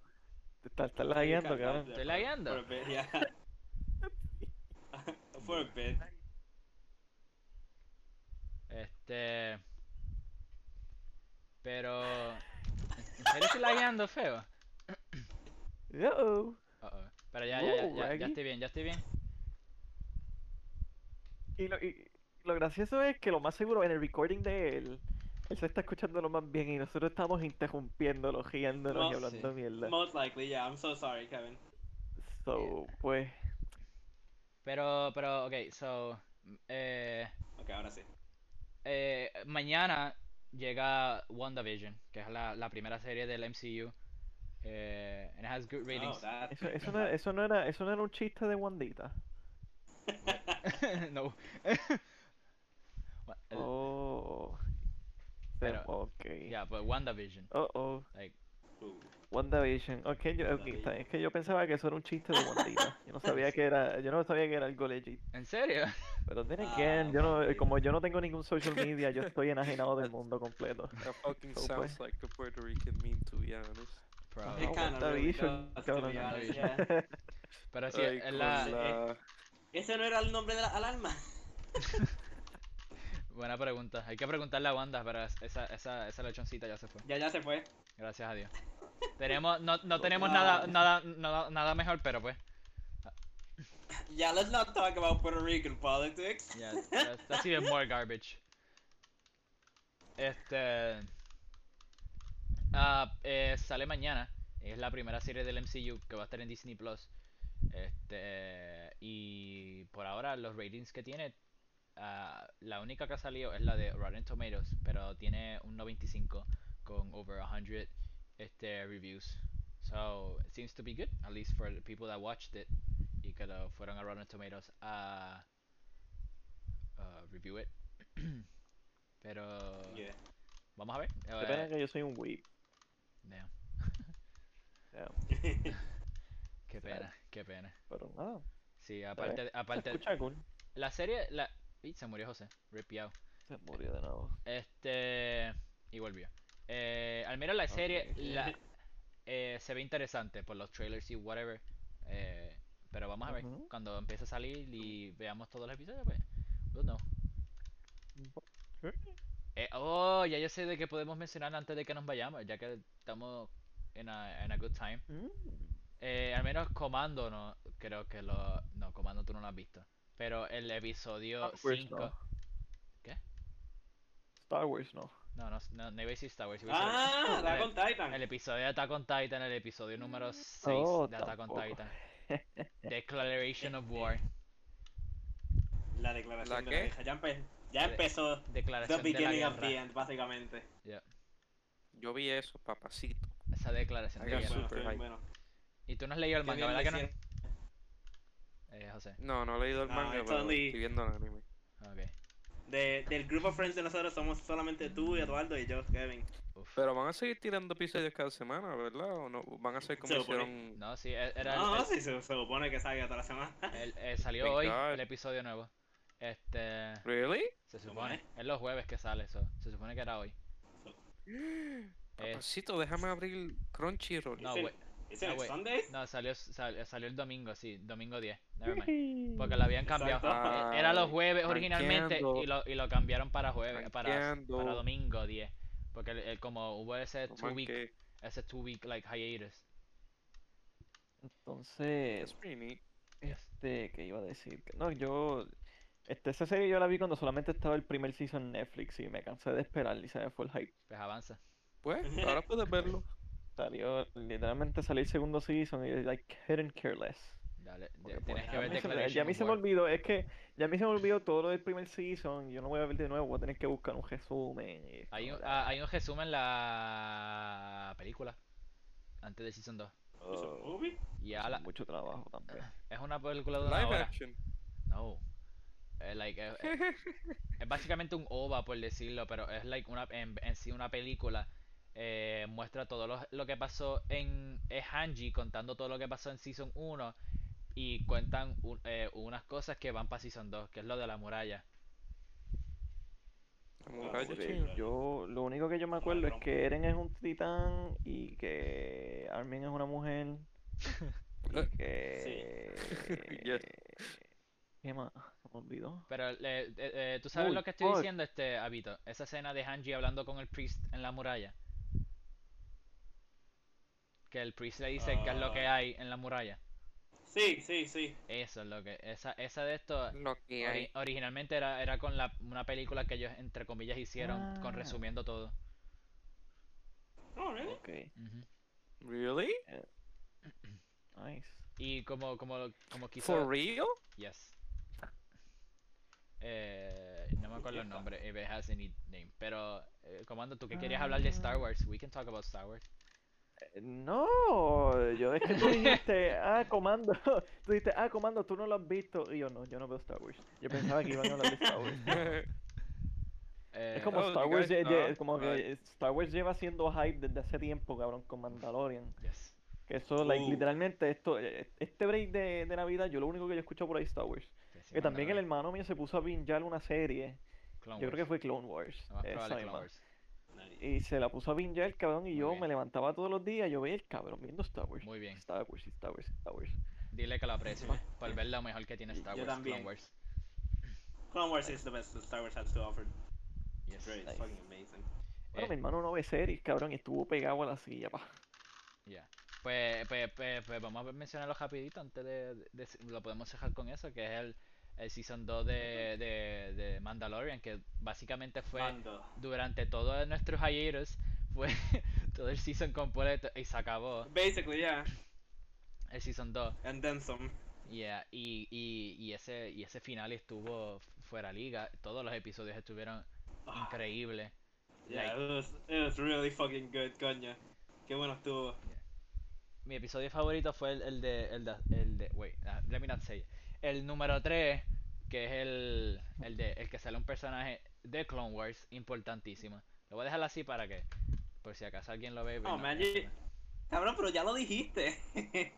[SPEAKER 4] Te estás está lagueando, cabrón.
[SPEAKER 2] Estoy lagueando.
[SPEAKER 1] For a bit, yeah. [LAUGHS] For a bit.
[SPEAKER 2] Este. Pero. ¿En serio estoy lagueando feo?
[SPEAKER 4] Uh-oh.
[SPEAKER 2] Uh-oh. Pero ya, ya, ya,
[SPEAKER 4] Wow,
[SPEAKER 2] ya, ya
[SPEAKER 4] laggy.
[SPEAKER 2] estoy bien, ya estoy bien.
[SPEAKER 4] Y lo, y- y lo gracioso es que lo más seguro en el recording de él, él se está escuchando lo más bien y nosotros estamos interrumpiéndolo, riéndonos
[SPEAKER 1] Well,
[SPEAKER 4] y
[SPEAKER 1] sí.
[SPEAKER 4] hablando mierda.
[SPEAKER 1] Most likely, yeah. I'm so sorry, Kevin.
[SPEAKER 4] So, pues.
[SPEAKER 2] Pero, pero, ok, so. Eh,
[SPEAKER 1] Ok, ahora sí.
[SPEAKER 2] eh, mañana llega WandaVision, que es la, la primera serie del MCU. Eh, and it has good
[SPEAKER 1] Oh,
[SPEAKER 2] ratings.
[SPEAKER 4] [LAUGHS]
[SPEAKER 1] that-
[SPEAKER 4] Eso, eso, no, eso, no era, eso no era un chiste de Wandita.
[SPEAKER 2] [LAUGHS] no. Wa- el-
[SPEAKER 4] Oh.
[SPEAKER 2] Pero-
[SPEAKER 4] ok.
[SPEAKER 2] Yeah, but WandaVision.
[SPEAKER 4] Oh, oh.
[SPEAKER 2] Like,
[SPEAKER 1] Ooh.
[SPEAKER 4] WandaVision. Ok, yo, ok, está bien. es que yo pensaba que eso era un chiste de Wandita. Yo no sabía que era, yo no sabía que era algo legit.
[SPEAKER 2] ¿en serio?
[SPEAKER 4] Pero then
[SPEAKER 1] Ah,
[SPEAKER 4] again, yo no,
[SPEAKER 1] Wandita.
[SPEAKER 4] como yo no tengo ningún social media, yo estoy enajenado del mundo completo.
[SPEAKER 3] That fucking
[SPEAKER 4] So, pues.
[SPEAKER 3] sounds like a Puerto Rican meme, to be honest.
[SPEAKER 2] Probably.
[SPEAKER 1] It
[SPEAKER 4] Ah,
[SPEAKER 1] kinda really
[SPEAKER 4] WandaVision,
[SPEAKER 1] does, to be
[SPEAKER 4] cabrón.
[SPEAKER 1] honest, yeah.
[SPEAKER 4] Eso
[SPEAKER 2] Pero sí,
[SPEAKER 3] Ay,
[SPEAKER 2] es
[SPEAKER 3] con
[SPEAKER 2] la. eh,
[SPEAKER 3] la-
[SPEAKER 1] Ese no era el nombre de la alarma.
[SPEAKER 2] Buena pregunta. Hay que preguntarle a Wanda, pero es- esa, esa, esa lechoncita ya se fue.
[SPEAKER 1] [LAUGHS] Ya, ya se fue.
[SPEAKER 2] Gracias a Dios. Tenemos, no, no
[SPEAKER 4] Wow.
[SPEAKER 2] tenemos nada, nada, nada, nada mejor, pero pues.
[SPEAKER 1] Yeah, let's not talk about Puerto Rican politics.
[SPEAKER 2] Yeah, that's, that's even more garbage. Este. ah, eh, sale mañana. Es la primera serie del MCU que va a estar en Disney Plus. Este. Y por ahora, los ratings que tiene. ah, la única que ha salido es la de Rotten Tomatoes, pero tiene un 95 con over 100 este, reviews. So, it seems to be good, at least for the people that watched it y que lo fueron a Rotten Tomatoes a uh, review it. [CLEARS THROAT] Pero
[SPEAKER 1] Yeah.
[SPEAKER 2] vamos a ver. eh,
[SPEAKER 4] pena que yo soy un weep.
[SPEAKER 2] damn,
[SPEAKER 4] ya,
[SPEAKER 2] qué pena, qué pena.
[SPEAKER 4] Pero nada,
[SPEAKER 2] Sí,
[SPEAKER 4] bien.
[SPEAKER 2] aparte, de-
[SPEAKER 4] se
[SPEAKER 2] aparte,
[SPEAKER 4] escucha cool.
[SPEAKER 2] la serie, la, y se murió José, rip out.
[SPEAKER 4] Se murió de nuevo.
[SPEAKER 2] Este. Y volvió. Eh, al menos la serie la- eh, se ve interesante por los trailers y whatever. eh, Pero vamos a ver,
[SPEAKER 4] Ujú.
[SPEAKER 2] cuando empiece a salir y veamos todos los episodios, pues, we'll know. Eh, oh, ya yo sé de que podemos mencionar antes de que nos vayamos, ya que estamos en a, en a good time.
[SPEAKER 4] Mm.
[SPEAKER 2] Eh, al menos Comando no, creo que lo... No, Comando tú no lo has visto. Pero el episodio
[SPEAKER 4] Ah, Star Wars
[SPEAKER 2] 5...
[SPEAKER 4] no.
[SPEAKER 2] Oh, ¿Qué?
[SPEAKER 4] Star Wars no.
[SPEAKER 2] No, no, no, no iba a decir Star Wars, iba a decir-
[SPEAKER 1] [LAUGHS] Ah,
[SPEAKER 2] el-
[SPEAKER 1] Attack on Titan.
[SPEAKER 2] El episodio de Attack on Titan, el episodio número 6
[SPEAKER 4] Oh,
[SPEAKER 2] de Attack on
[SPEAKER 4] tampoco. [LAUGHS]
[SPEAKER 2] Titan. Declaration of War.
[SPEAKER 1] La declaración
[SPEAKER 3] ¿La
[SPEAKER 1] de
[SPEAKER 3] qué?
[SPEAKER 1] la guerra. Ya, empe- ya
[SPEAKER 2] De-
[SPEAKER 1] empezó The
[SPEAKER 2] Declaración de la
[SPEAKER 1] Beginning of
[SPEAKER 2] guerra.
[SPEAKER 1] the End, básicamente.
[SPEAKER 2] Yeah,
[SPEAKER 3] Yo vi eso, papacito.
[SPEAKER 2] Esa declaración de
[SPEAKER 3] Acá
[SPEAKER 2] guerra.
[SPEAKER 3] super
[SPEAKER 1] Bueno, sí,
[SPEAKER 3] hype.
[SPEAKER 1] bueno.
[SPEAKER 2] Y tú no has leído el
[SPEAKER 1] Qué
[SPEAKER 2] manga,
[SPEAKER 1] bien lo
[SPEAKER 2] ¿verdad que no?
[SPEAKER 1] hicieron.
[SPEAKER 2] Eh, José.
[SPEAKER 3] No, no he leído el
[SPEAKER 1] Ah,
[SPEAKER 3] manga,
[SPEAKER 1] it's
[SPEAKER 3] pero
[SPEAKER 1] only-
[SPEAKER 3] estoy viendo el anime.
[SPEAKER 2] Ok.
[SPEAKER 1] De- del grupo Friends de nosotros somos solamente
[SPEAKER 2] Mm.
[SPEAKER 1] tú, Eduardo y yo, Kevin.
[SPEAKER 2] Uf.
[SPEAKER 3] Pero van a seguir tirando episodios cada semana, ¿verdad? ¿O no? ¿Van a ser como
[SPEAKER 1] Se supone.
[SPEAKER 3] hicieron...?
[SPEAKER 2] No, sí, e- era el-
[SPEAKER 1] No,
[SPEAKER 2] el-
[SPEAKER 1] sí, se, se supone que salga toda la semana.
[SPEAKER 2] el- eh, salió
[SPEAKER 3] Thank
[SPEAKER 2] hoy
[SPEAKER 3] God.
[SPEAKER 2] el episodio nuevo. Este,
[SPEAKER 3] ¿Really?
[SPEAKER 2] se
[SPEAKER 1] ¿Cómo
[SPEAKER 2] supone,
[SPEAKER 1] es? Ah,
[SPEAKER 2] es los jueves que sale eso. Se supone que era hoy. [GASPS]
[SPEAKER 1] pues
[SPEAKER 2] Es-
[SPEAKER 3] Papacito, déjame abrir Crunchyroll.
[SPEAKER 2] No,
[SPEAKER 1] Is it-
[SPEAKER 2] wait.
[SPEAKER 1] [LAUGHS] is it
[SPEAKER 2] No, ah, wait.
[SPEAKER 1] Sunday?
[SPEAKER 2] no, salió, sal- salió el domingo, sí, domingo 10. Nevermind. Porque lo habían cambiado.
[SPEAKER 1] Exacto.
[SPEAKER 2] Eh, Era los jueves
[SPEAKER 3] Ay,
[SPEAKER 2] originalmente
[SPEAKER 3] entiendo.
[SPEAKER 2] y lo, y lo cambiaron para jueves, para,
[SPEAKER 3] Entiendo.
[SPEAKER 2] para domingo 10. Porque el- el- como hubo ese two
[SPEAKER 3] Toman
[SPEAKER 2] week,
[SPEAKER 3] que-
[SPEAKER 2] ese two week like hiatus.
[SPEAKER 4] Entonces,
[SPEAKER 3] It's pretty neat.
[SPEAKER 4] Este, ¿qué iba a decir? Que- No, yo. Este, esa serie yo la vi cuando solamente estaba el primer season en Netflix y me cansé de esperar y se me fue el hype.
[SPEAKER 2] Pues avanza.
[SPEAKER 3] Pues, ahora puedes verlo.
[SPEAKER 4] Salió, literalmente salió el segundo season y I couldn't care less.
[SPEAKER 2] Dale, de-
[SPEAKER 4] Porque,
[SPEAKER 2] tienes
[SPEAKER 4] pues,
[SPEAKER 2] que
[SPEAKER 4] a
[SPEAKER 2] ver
[SPEAKER 4] mí se me-
[SPEAKER 2] Declaration
[SPEAKER 4] ya a mí
[SPEAKER 2] of
[SPEAKER 4] se me
[SPEAKER 2] War.
[SPEAKER 4] olvidó, es que ya a mí se me olvidó todo lo del primer season, yo no voy a ver de nuevo, voy a tener que buscar un resumen. y es
[SPEAKER 2] Hay
[SPEAKER 4] como,
[SPEAKER 2] un,
[SPEAKER 4] ah,
[SPEAKER 2] ah, hay un resumen en la película. Antes de Season 2.
[SPEAKER 1] Is it
[SPEAKER 4] oh,
[SPEAKER 1] movie?
[SPEAKER 2] Y
[SPEAKER 4] eso es
[SPEAKER 2] ala-
[SPEAKER 4] mucho trabajo también.
[SPEAKER 2] es una película de una
[SPEAKER 3] Live
[SPEAKER 2] hora.
[SPEAKER 3] action.
[SPEAKER 2] No. Eh, like, eh, eh, es básicamente un OVA, por decirlo, pero es like una, en, en sí una película. Eh, muestra todo lo, lo que pasó en es Hanji, contando todo lo que pasó en Season 1 y cuentan un- eh, unas cosas que van para Season 2, que es lo de la muralla.
[SPEAKER 3] Como
[SPEAKER 1] Ah,
[SPEAKER 3] rayo,
[SPEAKER 1] ok.
[SPEAKER 3] chico.
[SPEAKER 1] sí.
[SPEAKER 4] Yo, lo único que yo me acuerdo es que Eren es un titán y que Armin es una
[SPEAKER 3] [LAUGHS]
[SPEAKER 4] mujer.
[SPEAKER 3] Eh,
[SPEAKER 4] Y que...
[SPEAKER 3] [LAUGHS] Yes.
[SPEAKER 4] ¿Qué más? Se me olvidó.
[SPEAKER 2] Pero le- eh, eh, tú sabes
[SPEAKER 4] Uy,
[SPEAKER 2] lo que estoy
[SPEAKER 4] fuck.
[SPEAKER 2] diciendo, este Habito. Esa escena de Hanji hablando con el priest en la muralla. Que el priest le dice qué es lo que
[SPEAKER 1] Ah.
[SPEAKER 2] hay en la muralla.
[SPEAKER 1] Sí, sí, sí.
[SPEAKER 2] Eso es lo que. Esa, esa de esto.
[SPEAKER 3] Lo que
[SPEAKER 2] Ori-
[SPEAKER 3] hay.
[SPEAKER 2] originalmente era, era con la, una película que ellos, entre comillas, hicieron con
[SPEAKER 4] Ah.
[SPEAKER 2] resumiendo todo.
[SPEAKER 1] Oh, really?
[SPEAKER 4] Ok,
[SPEAKER 2] Ujú.
[SPEAKER 3] ¿Really?
[SPEAKER 4] nice.
[SPEAKER 2] Y como, como, como quiso.
[SPEAKER 3] ¿For
[SPEAKER 2] [LAUGHS]
[SPEAKER 3] real? [LAUGHS]
[SPEAKER 2] Yes. Eh, no me acuerdo el nombre, if it has any name. Pero, eh, Comando, tú que querías hablar de Star
[SPEAKER 4] Ah.
[SPEAKER 2] Wars, we can talk about Star
[SPEAKER 4] [LAUGHS]
[SPEAKER 2] Wars.
[SPEAKER 4] Eh, No, yo es que tú dijiste, ah, comando, [LAUGHS] tú dijiste, ah, comando, tú no lo has visto. Y yo no, yo no veo Star Wars. Yo pensaba que iban a hablar de Star
[SPEAKER 3] [LAUGHS]
[SPEAKER 4] Wars.
[SPEAKER 2] Eh,
[SPEAKER 4] Es [LAUGHS] como
[SPEAKER 3] Oh,
[SPEAKER 4] Star
[SPEAKER 3] you
[SPEAKER 4] Wars,
[SPEAKER 3] guys
[SPEAKER 4] lle- lle-
[SPEAKER 3] are-
[SPEAKER 4] como que
[SPEAKER 3] right.
[SPEAKER 4] Star Wars lleva siendo hype desde hace tiempo, cabrón, con Mandalorian.
[SPEAKER 2] oh, yes.
[SPEAKER 4] Que eso, like,
[SPEAKER 1] Uh.
[SPEAKER 4] literalmente, esto, eh, este break de, de Navidad, yo lo único que yo escucho por ahí es Star Wars.
[SPEAKER 2] Que sí,
[SPEAKER 4] Que también el
[SPEAKER 2] Mandalorian.
[SPEAKER 4] hermano mío se puso a bingear una serie.
[SPEAKER 2] Clone
[SPEAKER 4] Yo creo que
[SPEAKER 2] Wars.
[SPEAKER 4] fue Clone Wars.
[SPEAKER 2] Lo más
[SPEAKER 4] esa
[SPEAKER 2] probable es Clone
[SPEAKER 4] misma.
[SPEAKER 2] Wars.
[SPEAKER 1] Nice.
[SPEAKER 4] Y se la puso a bingear, cabrón, y
[SPEAKER 2] Muy
[SPEAKER 4] yo
[SPEAKER 2] bien.
[SPEAKER 4] me levantaba todos los días, yo veía el cabrón viendo Star Wars.
[SPEAKER 2] Muy bien.
[SPEAKER 4] Star Wars, Star Wars, Star Wars.
[SPEAKER 2] Dile que lo
[SPEAKER 4] [LAUGHS]
[SPEAKER 2] aprecio por ver lo mejor que tiene
[SPEAKER 4] Yo
[SPEAKER 2] Star Wars, Clone
[SPEAKER 1] también.
[SPEAKER 2] Wars.
[SPEAKER 1] Clone Wars is the best that Star Wars has to offer.
[SPEAKER 2] Yes.
[SPEAKER 1] It's great, it's
[SPEAKER 4] Nice.
[SPEAKER 1] fucking amazing.
[SPEAKER 4] Bueno,
[SPEAKER 2] Eh,
[SPEAKER 4] mi hermano no ve series, cabrón, y estuvo pegado a la silla, pa.
[SPEAKER 2] Ya. Pues, pues, pues, pues vamos a mencionarlo rapidito antes de, de- de- Lo podemos dejar con eso, que es el, el Season 2 de, de, de Mandalorian, que básicamente fue
[SPEAKER 1] Mando.
[SPEAKER 2] durante todos nuestros hiatus, fue [LAUGHS] todo el Season completo y se acabó
[SPEAKER 1] Basically, yeah.
[SPEAKER 2] el Season 2.
[SPEAKER 1] And then some.
[SPEAKER 2] Yeah, y, y, y ese, y ese final estuvo fuera liga, todos los episodios estuvieron
[SPEAKER 1] Ah,
[SPEAKER 2] increíbles.
[SPEAKER 1] yeah,
[SPEAKER 2] Like-
[SPEAKER 1] it was, it was really fucking good, coño. Qué bueno estuvo.
[SPEAKER 2] Mi episodio favorito fue el, el de, el de, el de, wait, ah, let me not say it. El número 3, que es el, el de, el que sale un personaje de Clone Wars, importantísimo. Lo voy a dejar así para que, por si acaso alguien lo ve. pues
[SPEAKER 1] Oh,
[SPEAKER 2] no-
[SPEAKER 1] man, you- Cabrón, pero ya lo [LAUGHS] dijiste.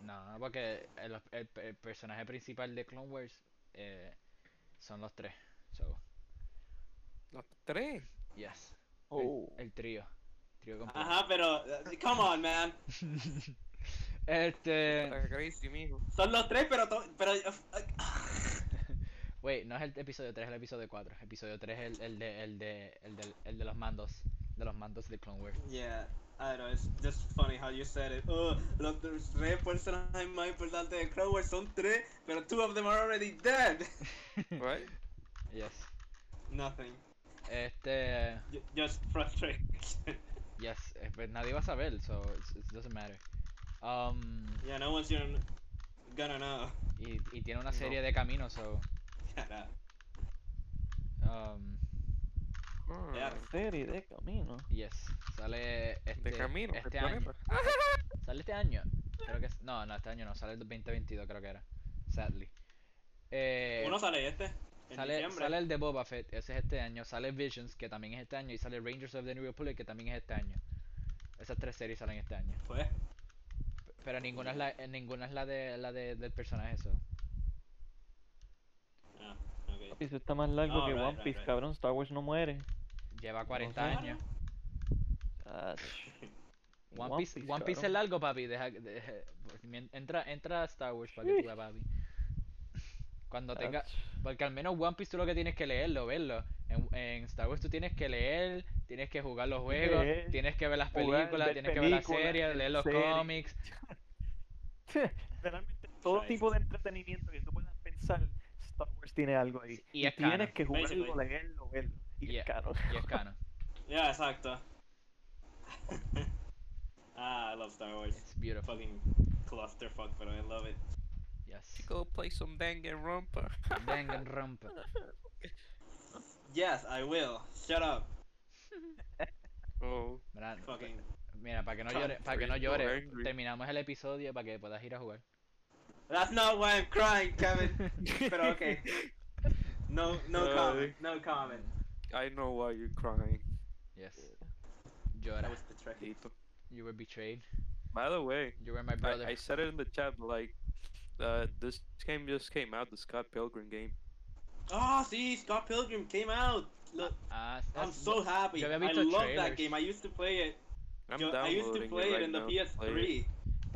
[SPEAKER 2] No, no, porque el, el- el personaje principal de Clone Wars eh, son los tres. So,
[SPEAKER 3] Los tres.
[SPEAKER 2] yes. El,
[SPEAKER 4] Oh.
[SPEAKER 2] el trío. Trío completo.
[SPEAKER 1] Ajá, pero. Come on, man.
[SPEAKER 2] [LAUGHS] Este.
[SPEAKER 3] Está crazy, mijo.
[SPEAKER 1] Son los tres, pero. to- pero uh,
[SPEAKER 2] Wait, no es el episodio 3, es el episodio 4. Episodio 3 es el, el, de, el, de, el, de, el de los mandos. De los mandos de Clone Wars.
[SPEAKER 1] yeah, I don't know, it's just funny how you said it. Oh, los tres personajes más importantes de Clone Wars son tres, pero two of them are already dead. [LAUGHS]
[SPEAKER 3] Right?
[SPEAKER 2] Yes.
[SPEAKER 1] Nothing.
[SPEAKER 2] Este.
[SPEAKER 1] Ju- Just frustration.
[SPEAKER 2] Yes. eh, pues nadie va a saber, so it's- it doesn't matter. Um,
[SPEAKER 1] yeah, no one's gonna gonna know.
[SPEAKER 2] y, y tiene una
[SPEAKER 3] No.
[SPEAKER 2] serie de caminos, so.
[SPEAKER 1] Shut up.
[SPEAKER 2] Um,
[SPEAKER 3] Ah,
[SPEAKER 1] Yeah.
[SPEAKER 4] Oh, Serie de camino.
[SPEAKER 2] yes. Sale este,
[SPEAKER 3] De camino, del
[SPEAKER 2] este año.
[SPEAKER 3] planeta.
[SPEAKER 2] ¿Sale este año? Creo que es- No, no, este año no, sale el 2022 creo que era. Sadly. Eh,
[SPEAKER 1] Uno sale este. En
[SPEAKER 2] sale,
[SPEAKER 1] diciembre.
[SPEAKER 2] sale el de Boba Fett, ese es este año. Sale Visions, que también es este año. Y sale Rangers of the New Republic, que también es este año. Esas tres series salen este año.
[SPEAKER 1] Pues,
[SPEAKER 2] Pero ninguna es la, eh, ninguna es la, de, la de, del personaje, eso.
[SPEAKER 1] ah, okay.
[SPEAKER 4] Papi, Eso está más largo
[SPEAKER 1] Ah,
[SPEAKER 4] que
[SPEAKER 1] right,
[SPEAKER 4] One
[SPEAKER 1] right,
[SPEAKER 4] Piece,
[SPEAKER 1] right.
[SPEAKER 4] cabrón. Star Wars
[SPEAKER 2] [LAUGHS]
[SPEAKER 4] no muere.
[SPEAKER 2] Lleva 40
[SPEAKER 1] Claro.
[SPEAKER 2] años.
[SPEAKER 4] Ach.
[SPEAKER 2] One Piece, One Piece es
[SPEAKER 4] cabrón.
[SPEAKER 2] largo, papi. Deja, de- mien- entra, entra a Star Wars para que tú
[SPEAKER 4] Sí.
[SPEAKER 2] veas, papi. Cuando tenga,
[SPEAKER 4] Ach.
[SPEAKER 2] Porque al menos One Piece tú lo que tienes que leerlo, verlo. En, en Star Wars tú tienes que leer, tienes que jugar los
[SPEAKER 4] Tienes que
[SPEAKER 2] juegos,
[SPEAKER 4] leer,
[SPEAKER 2] tienes que ver las
[SPEAKER 4] jugar,
[SPEAKER 2] películas,
[SPEAKER 4] ver
[SPEAKER 2] tienes que ver las
[SPEAKER 4] películas,
[SPEAKER 2] series, leer los
[SPEAKER 4] series.
[SPEAKER 2] cómics.
[SPEAKER 4] [LAUGHS] Realmente todo
[SPEAKER 1] Right.
[SPEAKER 4] tipo de entretenimiento que tú puedas pensar, Star Wars tiene algo ahí.
[SPEAKER 2] Y es
[SPEAKER 4] tienes
[SPEAKER 2] canon,
[SPEAKER 4] que jugarlo,
[SPEAKER 1] basically.
[SPEAKER 4] leerlo, verlo. Y
[SPEAKER 2] Yeah.
[SPEAKER 4] es caro.
[SPEAKER 2] Y es canon.
[SPEAKER 1] Yeah, exacto. [LAUGHS] ah, I love Star Wars.
[SPEAKER 2] It's beautiful.
[SPEAKER 1] Fucking clusterfuck, but I love it.
[SPEAKER 2] Yes.
[SPEAKER 3] Go play some Danganronpa.
[SPEAKER 2] Danganronpa.
[SPEAKER 1] Yes, I will. Shut up.
[SPEAKER 3] [LAUGHS] Oh.
[SPEAKER 2] Mira, pa-
[SPEAKER 1] Fucking.
[SPEAKER 2] mira, para que no
[SPEAKER 3] I'm
[SPEAKER 2] llores, para que no
[SPEAKER 3] pretty
[SPEAKER 2] llores,
[SPEAKER 3] angry.
[SPEAKER 2] terminamos el episodio para que puedas ir a jugar.
[SPEAKER 1] That's not why I'm crying, Kevin. but okay. No, no [LAUGHS]
[SPEAKER 3] Ay.
[SPEAKER 1] comment. No comment.
[SPEAKER 3] I know why you're crying,
[SPEAKER 2] Yes.
[SPEAKER 1] That
[SPEAKER 2] Llora.
[SPEAKER 1] was betrayed.
[SPEAKER 3] Tito.
[SPEAKER 2] You were betrayed.
[SPEAKER 3] By the way,
[SPEAKER 2] You were my brother.
[SPEAKER 3] I, I said it in the chat, but, like, uh, this game just came out, the Scott Pilgrim game.
[SPEAKER 1] Oh, see, Scott Pilgrim came out. Look,
[SPEAKER 2] Ah, ah,
[SPEAKER 1] I'm so happy.
[SPEAKER 2] yo
[SPEAKER 1] I
[SPEAKER 2] había
[SPEAKER 1] love
[SPEAKER 2] visto
[SPEAKER 1] that
[SPEAKER 2] trailers.
[SPEAKER 1] game. I used to play it.
[SPEAKER 3] I'm
[SPEAKER 1] Yo- I used
[SPEAKER 3] downloading
[SPEAKER 1] to play it
[SPEAKER 3] right
[SPEAKER 1] in the
[SPEAKER 3] now to play it.
[SPEAKER 1] PS3. It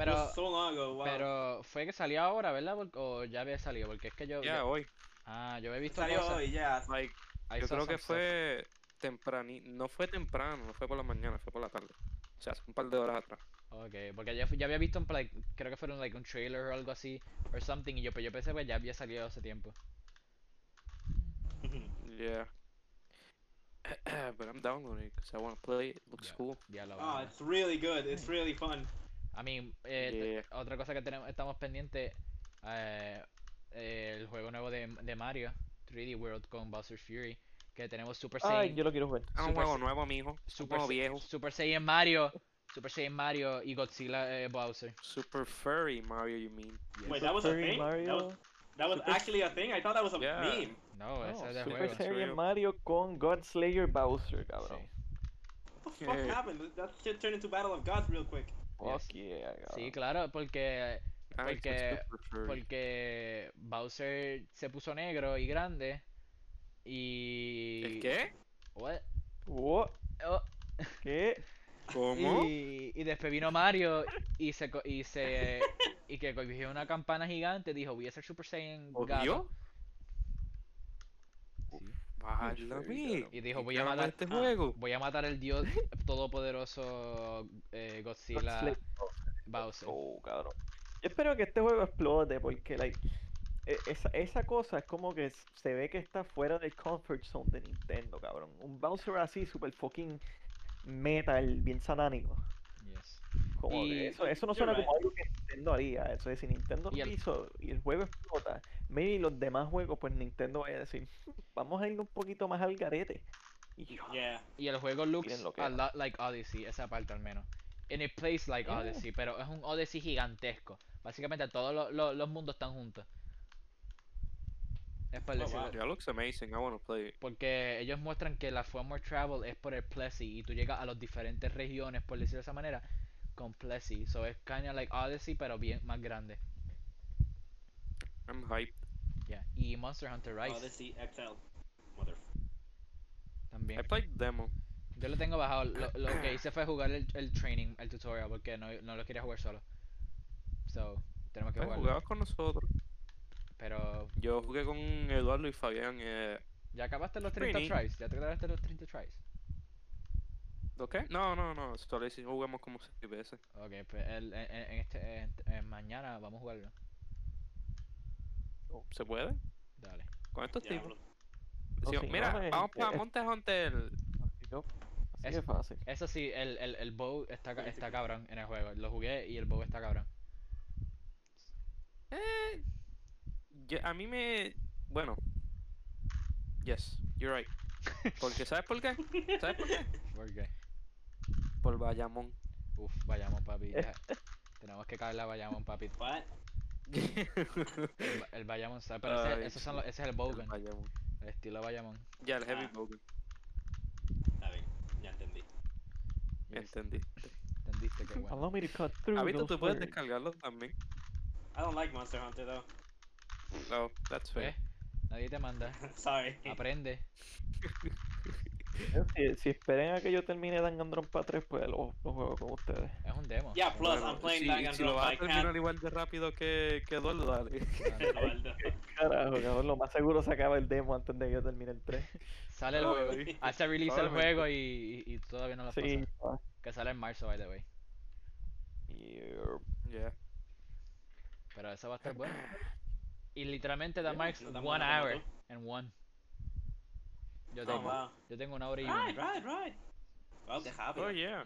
[SPEAKER 2] Pero,
[SPEAKER 1] was so long ago. Wow.
[SPEAKER 2] pero fue que salió ahora, ¿verdad? Porque- O ya había salido, porque es que yo,
[SPEAKER 3] Yeah,
[SPEAKER 2] yo-
[SPEAKER 3] hoy.
[SPEAKER 2] ah, yo he visto
[SPEAKER 1] Salió
[SPEAKER 2] cosas.
[SPEAKER 1] hoy,
[SPEAKER 2] [LAUGHS]
[SPEAKER 1] yeah.
[SPEAKER 3] Like,
[SPEAKER 2] I
[SPEAKER 3] yo
[SPEAKER 2] saw
[SPEAKER 3] creo que
[SPEAKER 2] some stuff.
[SPEAKER 3] fue temprano, no fue temprano, no fue por la mañana, fue por la tarde. O sea, hace un par de horas atrás.
[SPEAKER 2] Okay, porque ya, fu- ya había visto un, like, creo que fueron like un trailer o algo así, or something, y yo, pero yo pensé que ya había salido hace tiempo.
[SPEAKER 3] Yeah. [CLEARS THROAT] but I'm downloading it because I want to play it. Looks
[SPEAKER 2] Yeah.
[SPEAKER 3] cool.
[SPEAKER 2] Ya lo
[SPEAKER 1] Oh,
[SPEAKER 2] van a-
[SPEAKER 1] it's really good. It's really fun.
[SPEAKER 2] I mean, eh, te-
[SPEAKER 3] Yeah.
[SPEAKER 2] otra cosa que tenemos, estamos pendientes, eh, eh, el juego nuevo de, de Mario, 3D World con Bowser Fury, que tenemos Super
[SPEAKER 4] Ay,
[SPEAKER 2] Saiyan,
[SPEAKER 4] yo lo quiero jugar.
[SPEAKER 3] Es un
[SPEAKER 2] Super
[SPEAKER 3] juego
[SPEAKER 2] Sa-
[SPEAKER 3] nuevo, mijo. Es un
[SPEAKER 2] Super,
[SPEAKER 3] juego
[SPEAKER 2] Sa-
[SPEAKER 3] viejo.
[SPEAKER 2] Super Saiyan Mario, Super Saiyan Mario y Godzilla eh, Bowser.
[SPEAKER 3] Super furry Mario, you mean?
[SPEAKER 2] Yes.
[SPEAKER 1] Wait, that was a
[SPEAKER 4] Furry
[SPEAKER 1] thing? That
[SPEAKER 4] Mario.
[SPEAKER 1] was- That was
[SPEAKER 4] Super-
[SPEAKER 1] actually a thing? I thought that was a
[SPEAKER 3] Yeah.
[SPEAKER 1] meme.
[SPEAKER 2] No, ese
[SPEAKER 4] No,
[SPEAKER 2] es el
[SPEAKER 4] Oh, Super
[SPEAKER 2] juego.
[SPEAKER 4] Saiyan
[SPEAKER 3] Creo.
[SPEAKER 4] Mario con God Slayer Bowser,
[SPEAKER 2] Sí.
[SPEAKER 4] cabrón.
[SPEAKER 1] What
[SPEAKER 3] [LAUGHS]
[SPEAKER 1] the fuck
[SPEAKER 3] Yeah.
[SPEAKER 1] happened? That- That shit turned into Battle of Gods real quick.
[SPEAKER 4] Fuck yeah,
[SPEAKER 2] Sí,
[SPEAKER 4] cabrón.
[SPEAKER 2] claro, porque
[SPEAKER 3] Ay,
[SPEAKER 2] Porque-
[SPEAKER 3] fue super furry.
[SPEAKER 2] Porque Bowser se puso negro y grande. Y.
[SPEAKER 3] ¿El qué?
[SPEAKER 2] What?
[SPEAKER 4] Wo-
[SPEAKER 2] Oh,
[SPEAKER 4] ¿Qué?
[SPEAKER 3] ¿Cómo?
[SPEAKER 2] y, y después vino Mario y se co- y se y que cogió una campana gigante dijo voy a ser Super Saiyan gato".
[SPEAKER 3] ¿Odio?
[SPEAKER 2] Sí.
[SPEAKER 3] Válame.
[SPEAKER 2] Y dijo,
[SPEAKER 3] ¿Y
[SPEAKER 2] voy a
[SPEAKER 3] qué
[SPEAKER 2] matar-
[SPEAKER 3] este
[SPEAKER 1] Ah.
[SPEAKER 3] juego.
[SPEAKER 2] voy a matar al dios todopoderoso eh, Godzilla
[SPEAKER 4] Slayer.
[SPEAKER 2] Bowser
[SPEAKER 4] Oh, cabrón. Yo espero que este juego explote porque, like, e- esa, esa cosa es como que s- se ve que está fuera del comfort zone de Nintendo, cabrón. Un Bowser así, super fucking metal, bien satánico.
[SPEAKER 2] Yes.
[SPEAKER 4] Como que
[SPEAKER 2] Y-
[SPEAKER 4] eso, eso no
[SPEAKER 1] You're
[SPEAKER 4] suena como algo que Nintendo haría. Eso es, si Nintendo
[SPEAKER 2] Y
[SPEAKER 4] lo
[SPEAKER 2] el-
[SPEAKER 4] hizo y el juego explota, maybe los demás juegos, pues Nintendo vaya a decir, "Hmm, vamos a ir un poquito más al garete. Y yo,
[SPEAKER 1] Yeah.
[SPEAKER 2] y el juego looks
[SPEAKER 4] Miren lo que
[SPEAKER 2] a
[SPEAKER 4] era.
[SPEAKER 2] lot like Odyssey esa parte al menos and it plays like
[SPEAKER 4] Yeah.
[SPEAKER 2] Odyssey pero es un Odyssey gigantesco básicamente todos lo- lo- los mundos están juntos es por
[SPEAKER 1] Oh,
[SPEAKER 2] decirlo-
[SPEAKER 1] wow.
[SPEAKER 3] Yeah, looks amazing. I want to play it.
[SPEAKER 2] Porque ellos muestran que la Form More Travel es por el Plessy y tú llegas a las diferentes regiones, por decirlo de esa manera, con Plessy. So es kinda like Odyssey, pero bien más grande.
[SPEAKER 3] I'm hyped.
[SPEAKER 2] Yeah. Y Monster Hunter
[SPEAKER 1] Oh,
[SPEAKER 2] Rise
[SPEAKER 1] Odyssey XL. Mother.
[SPEAKER 2] también.
[SPEAKER 3] I played demo.
[SPEAKER 2] Yo lo tengo bajado. Lo, lo que hice fue jugar el, el training, el tutorial, porque no, no lo quería jugar solo. So, tenemos que
[SPEAKER 3] Pues,
[SPEAKER 2] jugarlo.
[SPEAKER 3] jugabas con nosotros.
[SPEAKER 2] Pero,
[SPEAKER 3] Yo jugué con Eduardo y Fabián. Eh,
[SPEAKER 2] ¿ya acabaste los 30
[SPEAKER 3] Pretty.
[SPEAKER 2] tries? ¿Ya te acabaste los 30 tries?
[SPEAKER 3] ¿Lo qué? No, no, no. Solo sí jugamos como seis veces.
[SPEAKER 2] Ok, pues el- en, en- en este, en- en mañana vamos a jugarlo.
[SPEAKER 3] ¿Se puede?
[SPEAKER 2] Dale.
[SPEAKER 3] Con estos tipos.
[SPEAKER 1] Diablo.
[SPEAKER 3] Decimos,
[SPEAKER 4] si no,
[SPEAKER 3] mira,
[SPEAKER 4] eh,
[SPEAKER 3] vamos
[SPEAKER 4] eh, eh.
[SPEAKER 3] para Monte Hunter.
[SPEAKER 4] Yo- Así
[SPEAKER 2] Es-
[SPEAKER 4] es fácil.
[SPEAKER 2] Eso sí, el, el, el bow está, ca-
[SPEAKER 1] Sí, sí,
[SPEAKER 2] está
[SPEAKER 1] sí.
[SPEAKER 2] cabrón en el juego. Lo jugué y el bow está cabrón.
[SPEAKER 3] Eh, yo- a mí me. Bueno. Yes, you're right. Porque, ¿sabes [LAUGHS] por qué?
[SPEAKER 1] [LAUGHS]
[SPEAKER 3] ¿Sabes por qué?
[SPEAKER 2] [LAUGHS] ¿Por qué?
[SPEAKER 3] Por Bayamón. [LAUGHS]
[SPEAKER 2] Uf, Bayamón,
[SPEAKER 3] Eh.
[SPEAKER 2] papi. ya. Tenemos que caerle a Bayamón, papi.
[SPEAKER 1] ¿Cuál?
[SPEAKER 2] El, ba- el Bayamón, ¿sabes? Pero ese,
[SPEAKER 3] Ay,
[SPEAKER 2] esos son los- ese es el
[SPEAKER 3] El
[SPEAKER 2] Bogan,
[SPEAKER 3] Bayamón.
[SPEAKER 2] el estilo Bayamón.
[SPEAKER 3] Ya, el Heavy
[SPEAKER 1] Ah.
[SPEAKER 3] Bogan.
[SPEAKER 1] Está bien, ya entendí.
[SPEAKER 2] Yes,
[SPEAKER 3] Entendí.
[SPEAKER 2] Entendiste que bueno.
[SPEAKER 3] [LAUGHS]
[SPEAKER 4] Allow me to cut through
[SPEAKER 3] Ah, viste,
[SPEAKER 4] those
[SPEAKER 3] tú puedes
[SPEAKER 4] words.
[SPEAKER 3] descargarlo también.
[SPEAKER 1] I don't like Monster Hunter though. [LAUGHS]
[SPEAKER 3] No, that's fair.
[SPEAKER 1] Eh,
[SPEAKER 2] ¿Ves? Nadie te manda.
[SPEAKER 3] [LAUGHS]
[SPEAKER 1] Sorry. [LAUGHS]
[SPEAKER 2] Aprende.
[SPEAKER 4] Si, si esperen a que yo termine Danganronpa 3, pues lo, lo juego con ustedes.
[SPEAKER 2] Es un demo.
[SPEAKER 1] Yeah,
[SPEAKER 2] so-
[SPEAKER 1] plus I'm playing
[SPEAKER 3] si, si
[SPEAKER 1] Danganronpa.
[SPEAKER 3] lo vas
[SPEAKER 1] I
[SPEAKER 3] a terminar
[SPEAKER 1] can't
[SPEAKER 3] igual de rápido que, que Eduardo, dale. [LAUGHS]
[SPEAKER 2] dale.
[SPEAKER 1] uh,
[SPEAKER 4] Carajo, cabrón, lo más seguro se acaba el demo antes de que yo termine el 3.
[SPEAKER 2] Sale el juego.
[SPEAKER 3] Ay.
[SPEAKER 2] Hace release el
[SPEAKER 3] Probablemente.
[SPEAKER 2] juego y, y, y todavía
[SPEAKER 3] Ah,
[SPEAKER 2] no lo has
[SPEAKER 4] Sí.
[SPEAKER 2] pasado. Que sale en marzo, by the way.
[SPEAKER 4] Ah. yeah.
[SPEAKER 3] Yeah.
[SPEAKER 2] Pero eso va a estar bueno. Y literalmente that
[SPEAKER 1] Yeah,
[SPEAKER 2] marks
[SPEAKER 1] no tan
[SPEAKER 2] one
[SPEAKER 1] bueno como
[SPEAKER 2] hour
[SPEAKER 1] tú.
[SPEAKER 2] and one. Yo
[SPEAKER 1] Oh
[SPEAKER 2] tengo,
[SPEAKER 1] wow.
[SPEAKER 2] yo tengo una hora y
[SPEAKER 1] Right,
[SPEAKER 2] una.
[SPEAKER 1] right, right. Wow, qué rápido.
[SPEAKER 3] Oh, yeah.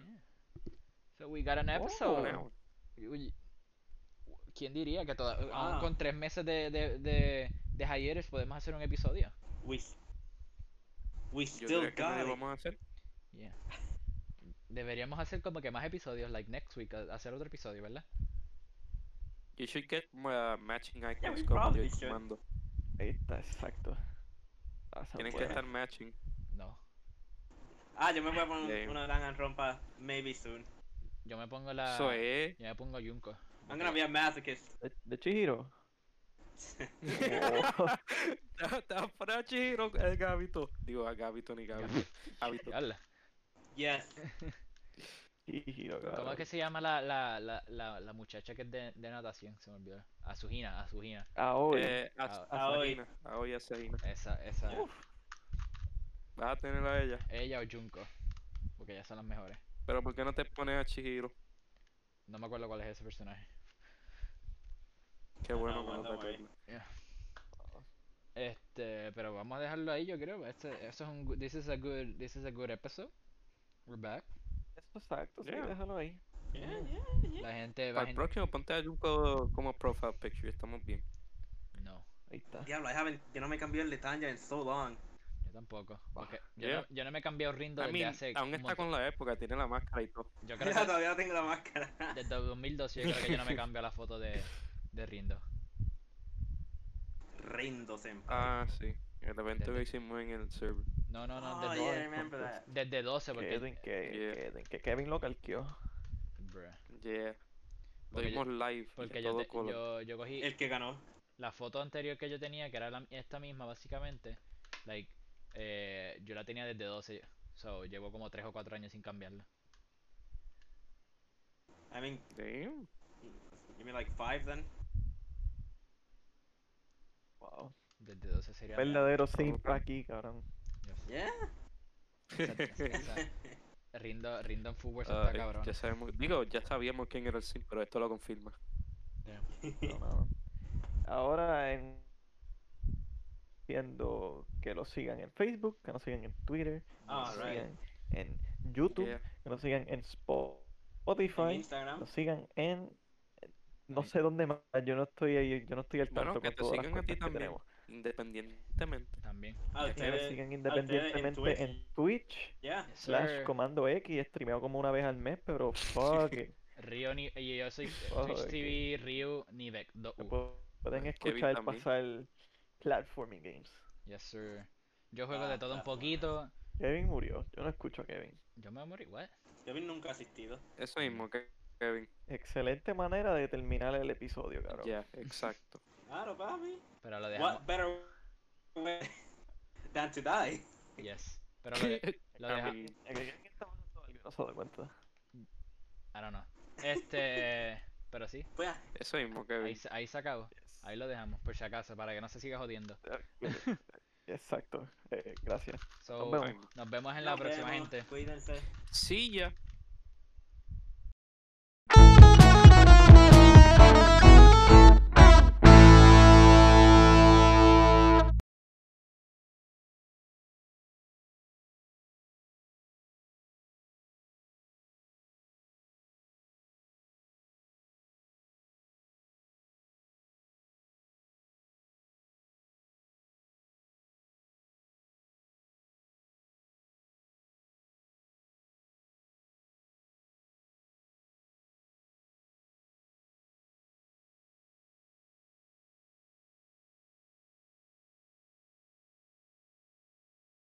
[SPEAKER 2] So we got an
[SPEAKER 4] Oh.
[SPEAKER 2] episode.
[SPEAKER 3] Now.
[SPEAKER 2] Uy, ¿Quién diría que toda, aún
[SPEAKER 1] Ah.
[SPEAKER 2] con tres meses de, de, de, de hiatus podemos hacer un episodio?
[SPEAKER 1] We, we
[SPEAKER 3] Yo
[SPEAKER 1] Oh, still
[SPEAKER 3] creo que
[SPEAKER 1] got
[SPEAKER 3] nadie
[SPEAKER 1] it.
[SPEAKER 3] lo vamos a hacer.
[SPEAKER 2] Yeah. Deberíamos hacer como que más episodios, like next week, a- hacer otro episodio, ¿verdad?
[SPEAKER 3] You should get uh, matching icons
[SPEAKER 1] we
[SPEAKER 3] como yo
[SPEAKER 1] probably
[SPEAKER 3] y
[SPEAKER 1] should.
[SPEAKER 3] Comando.
[SPEAKER 4] Ahí está, exacto. Ah, esa
[SPEAKER 3] Tienen que
[SPEAKER 4] buena.
[SPEAKER 3] estar matching.
[SPEAKER 2] No.
[SPEAKER 1] Ah, yo me voy a poner
[SPEAKER 3] Game.
[SPEAKER 1] una Danganronpa maybe soon.
[SPEAKER 2] Yo me pongo la.
[SPEAKER 3] Eso es. [LAUGHS]
[SPEAKER 2] Yo me pongo Junko.
[SPEAKER 1] I'm
[SPEAKER 2] porque-
[SPEAKER 1] gonna be a masochist.
[SPEAKER 4] De,
[SPEAKER 3] [LAUGHS]
[SPEAKER 4] de Chihiro. Oh,
[SPEAKER 3] Estaba para Chihiro, el eh, Gabito. Digo, a Gabito ni Gabito. Gabito. Eh,
[SPEAKER 2] Yala.
[SPEAKER 1] yes.
[SPEAKER 4] Chihiro,
[SPEAKER 2] ¿Cómo es
[SPEAKER 4] cabrón.
[SPEAKER 2] que se llama la, la, la, la, la muchacha que es de, de natación? Se me olvidó. Azuhina, Azuhina.
[SPEAKER 4] Ahora.
[SPEAKER 3] Eh, a,
[SPEAKER 2] Ah,
[SPEAKER 3] a
[SPEAKER 1] ah, hoy.
[SPEAKER 3] Sarina. A hoy a Sarina.
[SPEAKER 2] Esa, esa.
[SPEAKER 3] Vas a tener a ella.
[SPEAKER 2] Ella o Junko. Porque ellas son las mejores.
[SPEAKER 3] Pero ¿por qué no te pones a Chihiro?
[SPEAKER 2] No me acuerdo cuál es ese personaje.
[SPEAKER 3] Qué bueno
[SPEAKER 1] Ah, no,
[SPEAKER 3] que no te
[SPEAKER 1] no way.
[SPEAKER 3] acuerdas.
[SPEAKER 2] Este, pero vamos a dejarlo ahí, yo creo. Este, esto es un, good- this is a good, this is a good episode. We're back.
[SPEAKER 4] Eso exacto, sí,
[SPEAKER 3] Yeah.
[SPEAKER 4] déjalo ahí.
[SPEAKER 1] Yeah, yeah, yeah.
[SPEAKER 2] La gente va
[SPEAKER 3] Para el próximo, ponte a Yuko como profile picture. Estamos bien.
[SPEAKER 2] No,
[SPEAKER 4] Ahí está.
[SPEAKER 1] Diablo, I haven't, yo no me cambió el de Tanja in so long.
[SPEAKER 2] yo tampoco. Porque yo,
[SPEAKER 3] Yeah.
[SPEAKER 2] no, yo no me he cambiado rindo
[SPEAKER 3] A
[SPEAKER 2] desde
[SPEAKER 3] mí,
[SPEAKER 2] hace
[SPEAKER 3] aún
[SPEAKER 2] un
[SPEAKER 3] está con la época, tiene la máscara y todo.
[SPEAKER 2] montón. Yo creo
[SPEAKER 1] [LAUGHS] Ya
[SPEAKER 2] que
[SPEAKER 1] todavía tengo la máscara.
[SPEAKER 2] [LAUGHS]
[SPEAKER 1] [LAUGHS]
[SPEAKER 2] desde 2012 yo creo que yo no
[SPEAKER 3] [LAUGHS]
[SPEAKER 2] me cambio la foto de, de rindo.
[SPEAKER 1] Rindo senpai.
[SPEAKER 3] Ah, sí. El evento que hicimos en el server.
[SPEAKER 2] No, no, no,
[SPEAKER 1] oh,
[SPEAKER 2] desde,
[SPEAKER 1] yeah, I remember that.
[SPEAKER 2] desde 12 porque...
[SPEAKER 4] Queden, que,
[SPEAKER 3] Yeah.
[SPEAKER 4] queden, que Kevin lo calqueó.
[SPEAKER 2] Bruh.
[SPEAKER 3] Yeah. Lo
[SPEAKER 2] Porque yo-
[SPEAKER 3] vimos live.
[SPEAKER 2] Porque
[SPEAKER 3] Porque
[SPEAKER 2] yo,
[SPEAKER 3] todo
[SPEAKER 2] te-
[SPEAKER 3] color.
[SPEAKER 2] yo, yo cogí
[SPEAKER 1] El que ganó.
[SPEAKER 2] la foto anterior que yo tenía, que era la- esta misma básicamente, like, eh, yo la tenía desde 12, so llevo como 3 o 4 años sin cambiarla.
[SPEAKER 1] I mean,
[SPEAKER 3] Damn.
[SPEAKER 1] give me like five then.
[SPEAKER 4] Wow.
[SPEAKER 2] Desde 12 sería... la-
[SPEAKER 4] Verdadero
[SPEAKER 3] Cabrón.
[SPEAKER 4] simp aquí, cabrón.
[SPEAKER 2] Yo sé,
[SPEAKER 1] Yeah.
[SPEAKER 2] exacto,
[SPEAKER 1] [LAUGHS]
[SPEAKER 2] esa- Rindo, Rindo en fútbol pues eso
[SPEAKER 3] Ah,
[SPEAKER 2] está cabrón.
[SPEAKER 3] ya sabemos, digo, ya sabíamos quién era el sim, pero esto lo confirma.
[SPEAKER 4] [LAUGHS] No, no. Ahora en... viendo que lo sigan en Facebook, que nos sigan en Twitter, que
[SPEAKER 1] Ah,
[SPEAKER 4] nos
[SPEAKER 1] right.
[SPEAKER 4] sigan en YouTube,
[SPEAKER 3] Yeah.
[SPEAKER 4] que nos sigan en Spo-
[SPEAKER 1] En
[SPEAKER 4] Spotify, que
[SPEAKER 1] Instagram.
[SPEAKER 4] nos sigan en eh, no
[SPEAKER 2] Ahí.
[SPEAKER 4] sé dónde más, yo no estoy ahí, yo no estoy al
[SPEAKER 3] Bueno,
[SPEAKER 4] tanto
[SPEAKER 3] que
[SPEAKER 4] con
[SPEAKER 3] te
[SPEAKER 4] todas las
[SPEAKER 3] sigan a ti
[SPEAKER 4] cuentas que
[SPEAKER 3] también.
[SPEAKER 4] tenemos.
[SPEAKER 3] Independientemente.
[SPEAKER 2] También.
[SPEAKER 1] A
[SPEAKER 3] Ya
[SPEAKER 4] Que nos
[SPEAKER 1] Ah, ustedes.
[SPEAKER 4] sigan
[SPEAKER 1] ustedes en Twitch.
[SPEAKER 4] independientemente en Twitch,
[SPEAKER 1] Yeah.
[SPEAKER 2] Yes,
[SPEAKER 4] slash
[SPEAKER 2] sir.
[SPEAKER 4] comando X, streameo como una vez al mes,
[SPEAKER 3] [LAUGHS]
[SPEAKER 4] pero fuck it.
[SPEAKER 2] Río Ni- y yo soy
[SPEAKER 4] Oh,
[SPEAKER 2] Twitch
[SPEAKER 4] ok.
[SPEAKER 2] TV Ryu Nivek 2U.
[SPEAKER 4] Pu- Pueden
[SPEAKER 3] Uh, Kevin
[SPEAKER 4] escuchar
[SPEAKER 3] también.
[SPEAKER 4] pasar Platforming Games.
[SPEAKER 2] Yes, sir. Yo juego de
[SPEAKER 1] Ah,
[SPEAKER 2] todo un
[SPEAKER 1] that's nice.
[SPEAKER 2] poquito.
[SPEAKER 4] Kevin murió. Yo no escucho a Kevin.
[SPEAKER 2] Yo me morí, what?
[SPEAKER 1] Kevin nunca ha asistido.
[SPEAKER 3] Eso
[SPEAKER 2] Mm.
[SPEAKER 3] mismo, Ke- Kevin.
[SPEAKER 4] Excelente manera de terminar el episodio,
[SPEAKER 3] Ya,
[SPEAKER 4] cabrón.
[SPEAKER 3] exacto.
[SPEAKER 1] Claro, papi.
[SPEAKER 2] Pero lo dejamos.
[SPEAKER 1] What better way [LAUGHS] than to die?
[SPEAKER 2] Yes. Pero lo, [LAUGHS] de- lo deja-
[SPEAKER 3] Kevin,
[SPEAKER 4] Eh, que- que- que estamos haciendo algo y No se da cuenta.
[SPEAKER 2] I don't know. Este. Pero sí,
[SPEAKER 1] Pues, ah,
[SPEAKER 3] Eso mismo, Kevin.
[SPEAKER 2] ahí, se- ahí se acabó. Ahí lo dejamos, por si acaso, para que no se siga jodiendo.
[SPEAKER 4] [LAUGHS] Exacto. Eh, gracias.
[SPEAKER 2] So,
[SPEAKER 4] vemos.
[SPEAKER 3] Ahí mismo.
[SPEAKER 2] nos vemos en la
[SPEAKER 1] nos
[SPEAKER 2] próxima,
[SPEAKER 1] vemos,
[SPEAKER 2] gente.
[SPEAKER 1] Cuídense.
[SPEAKER 3] Sí, ya.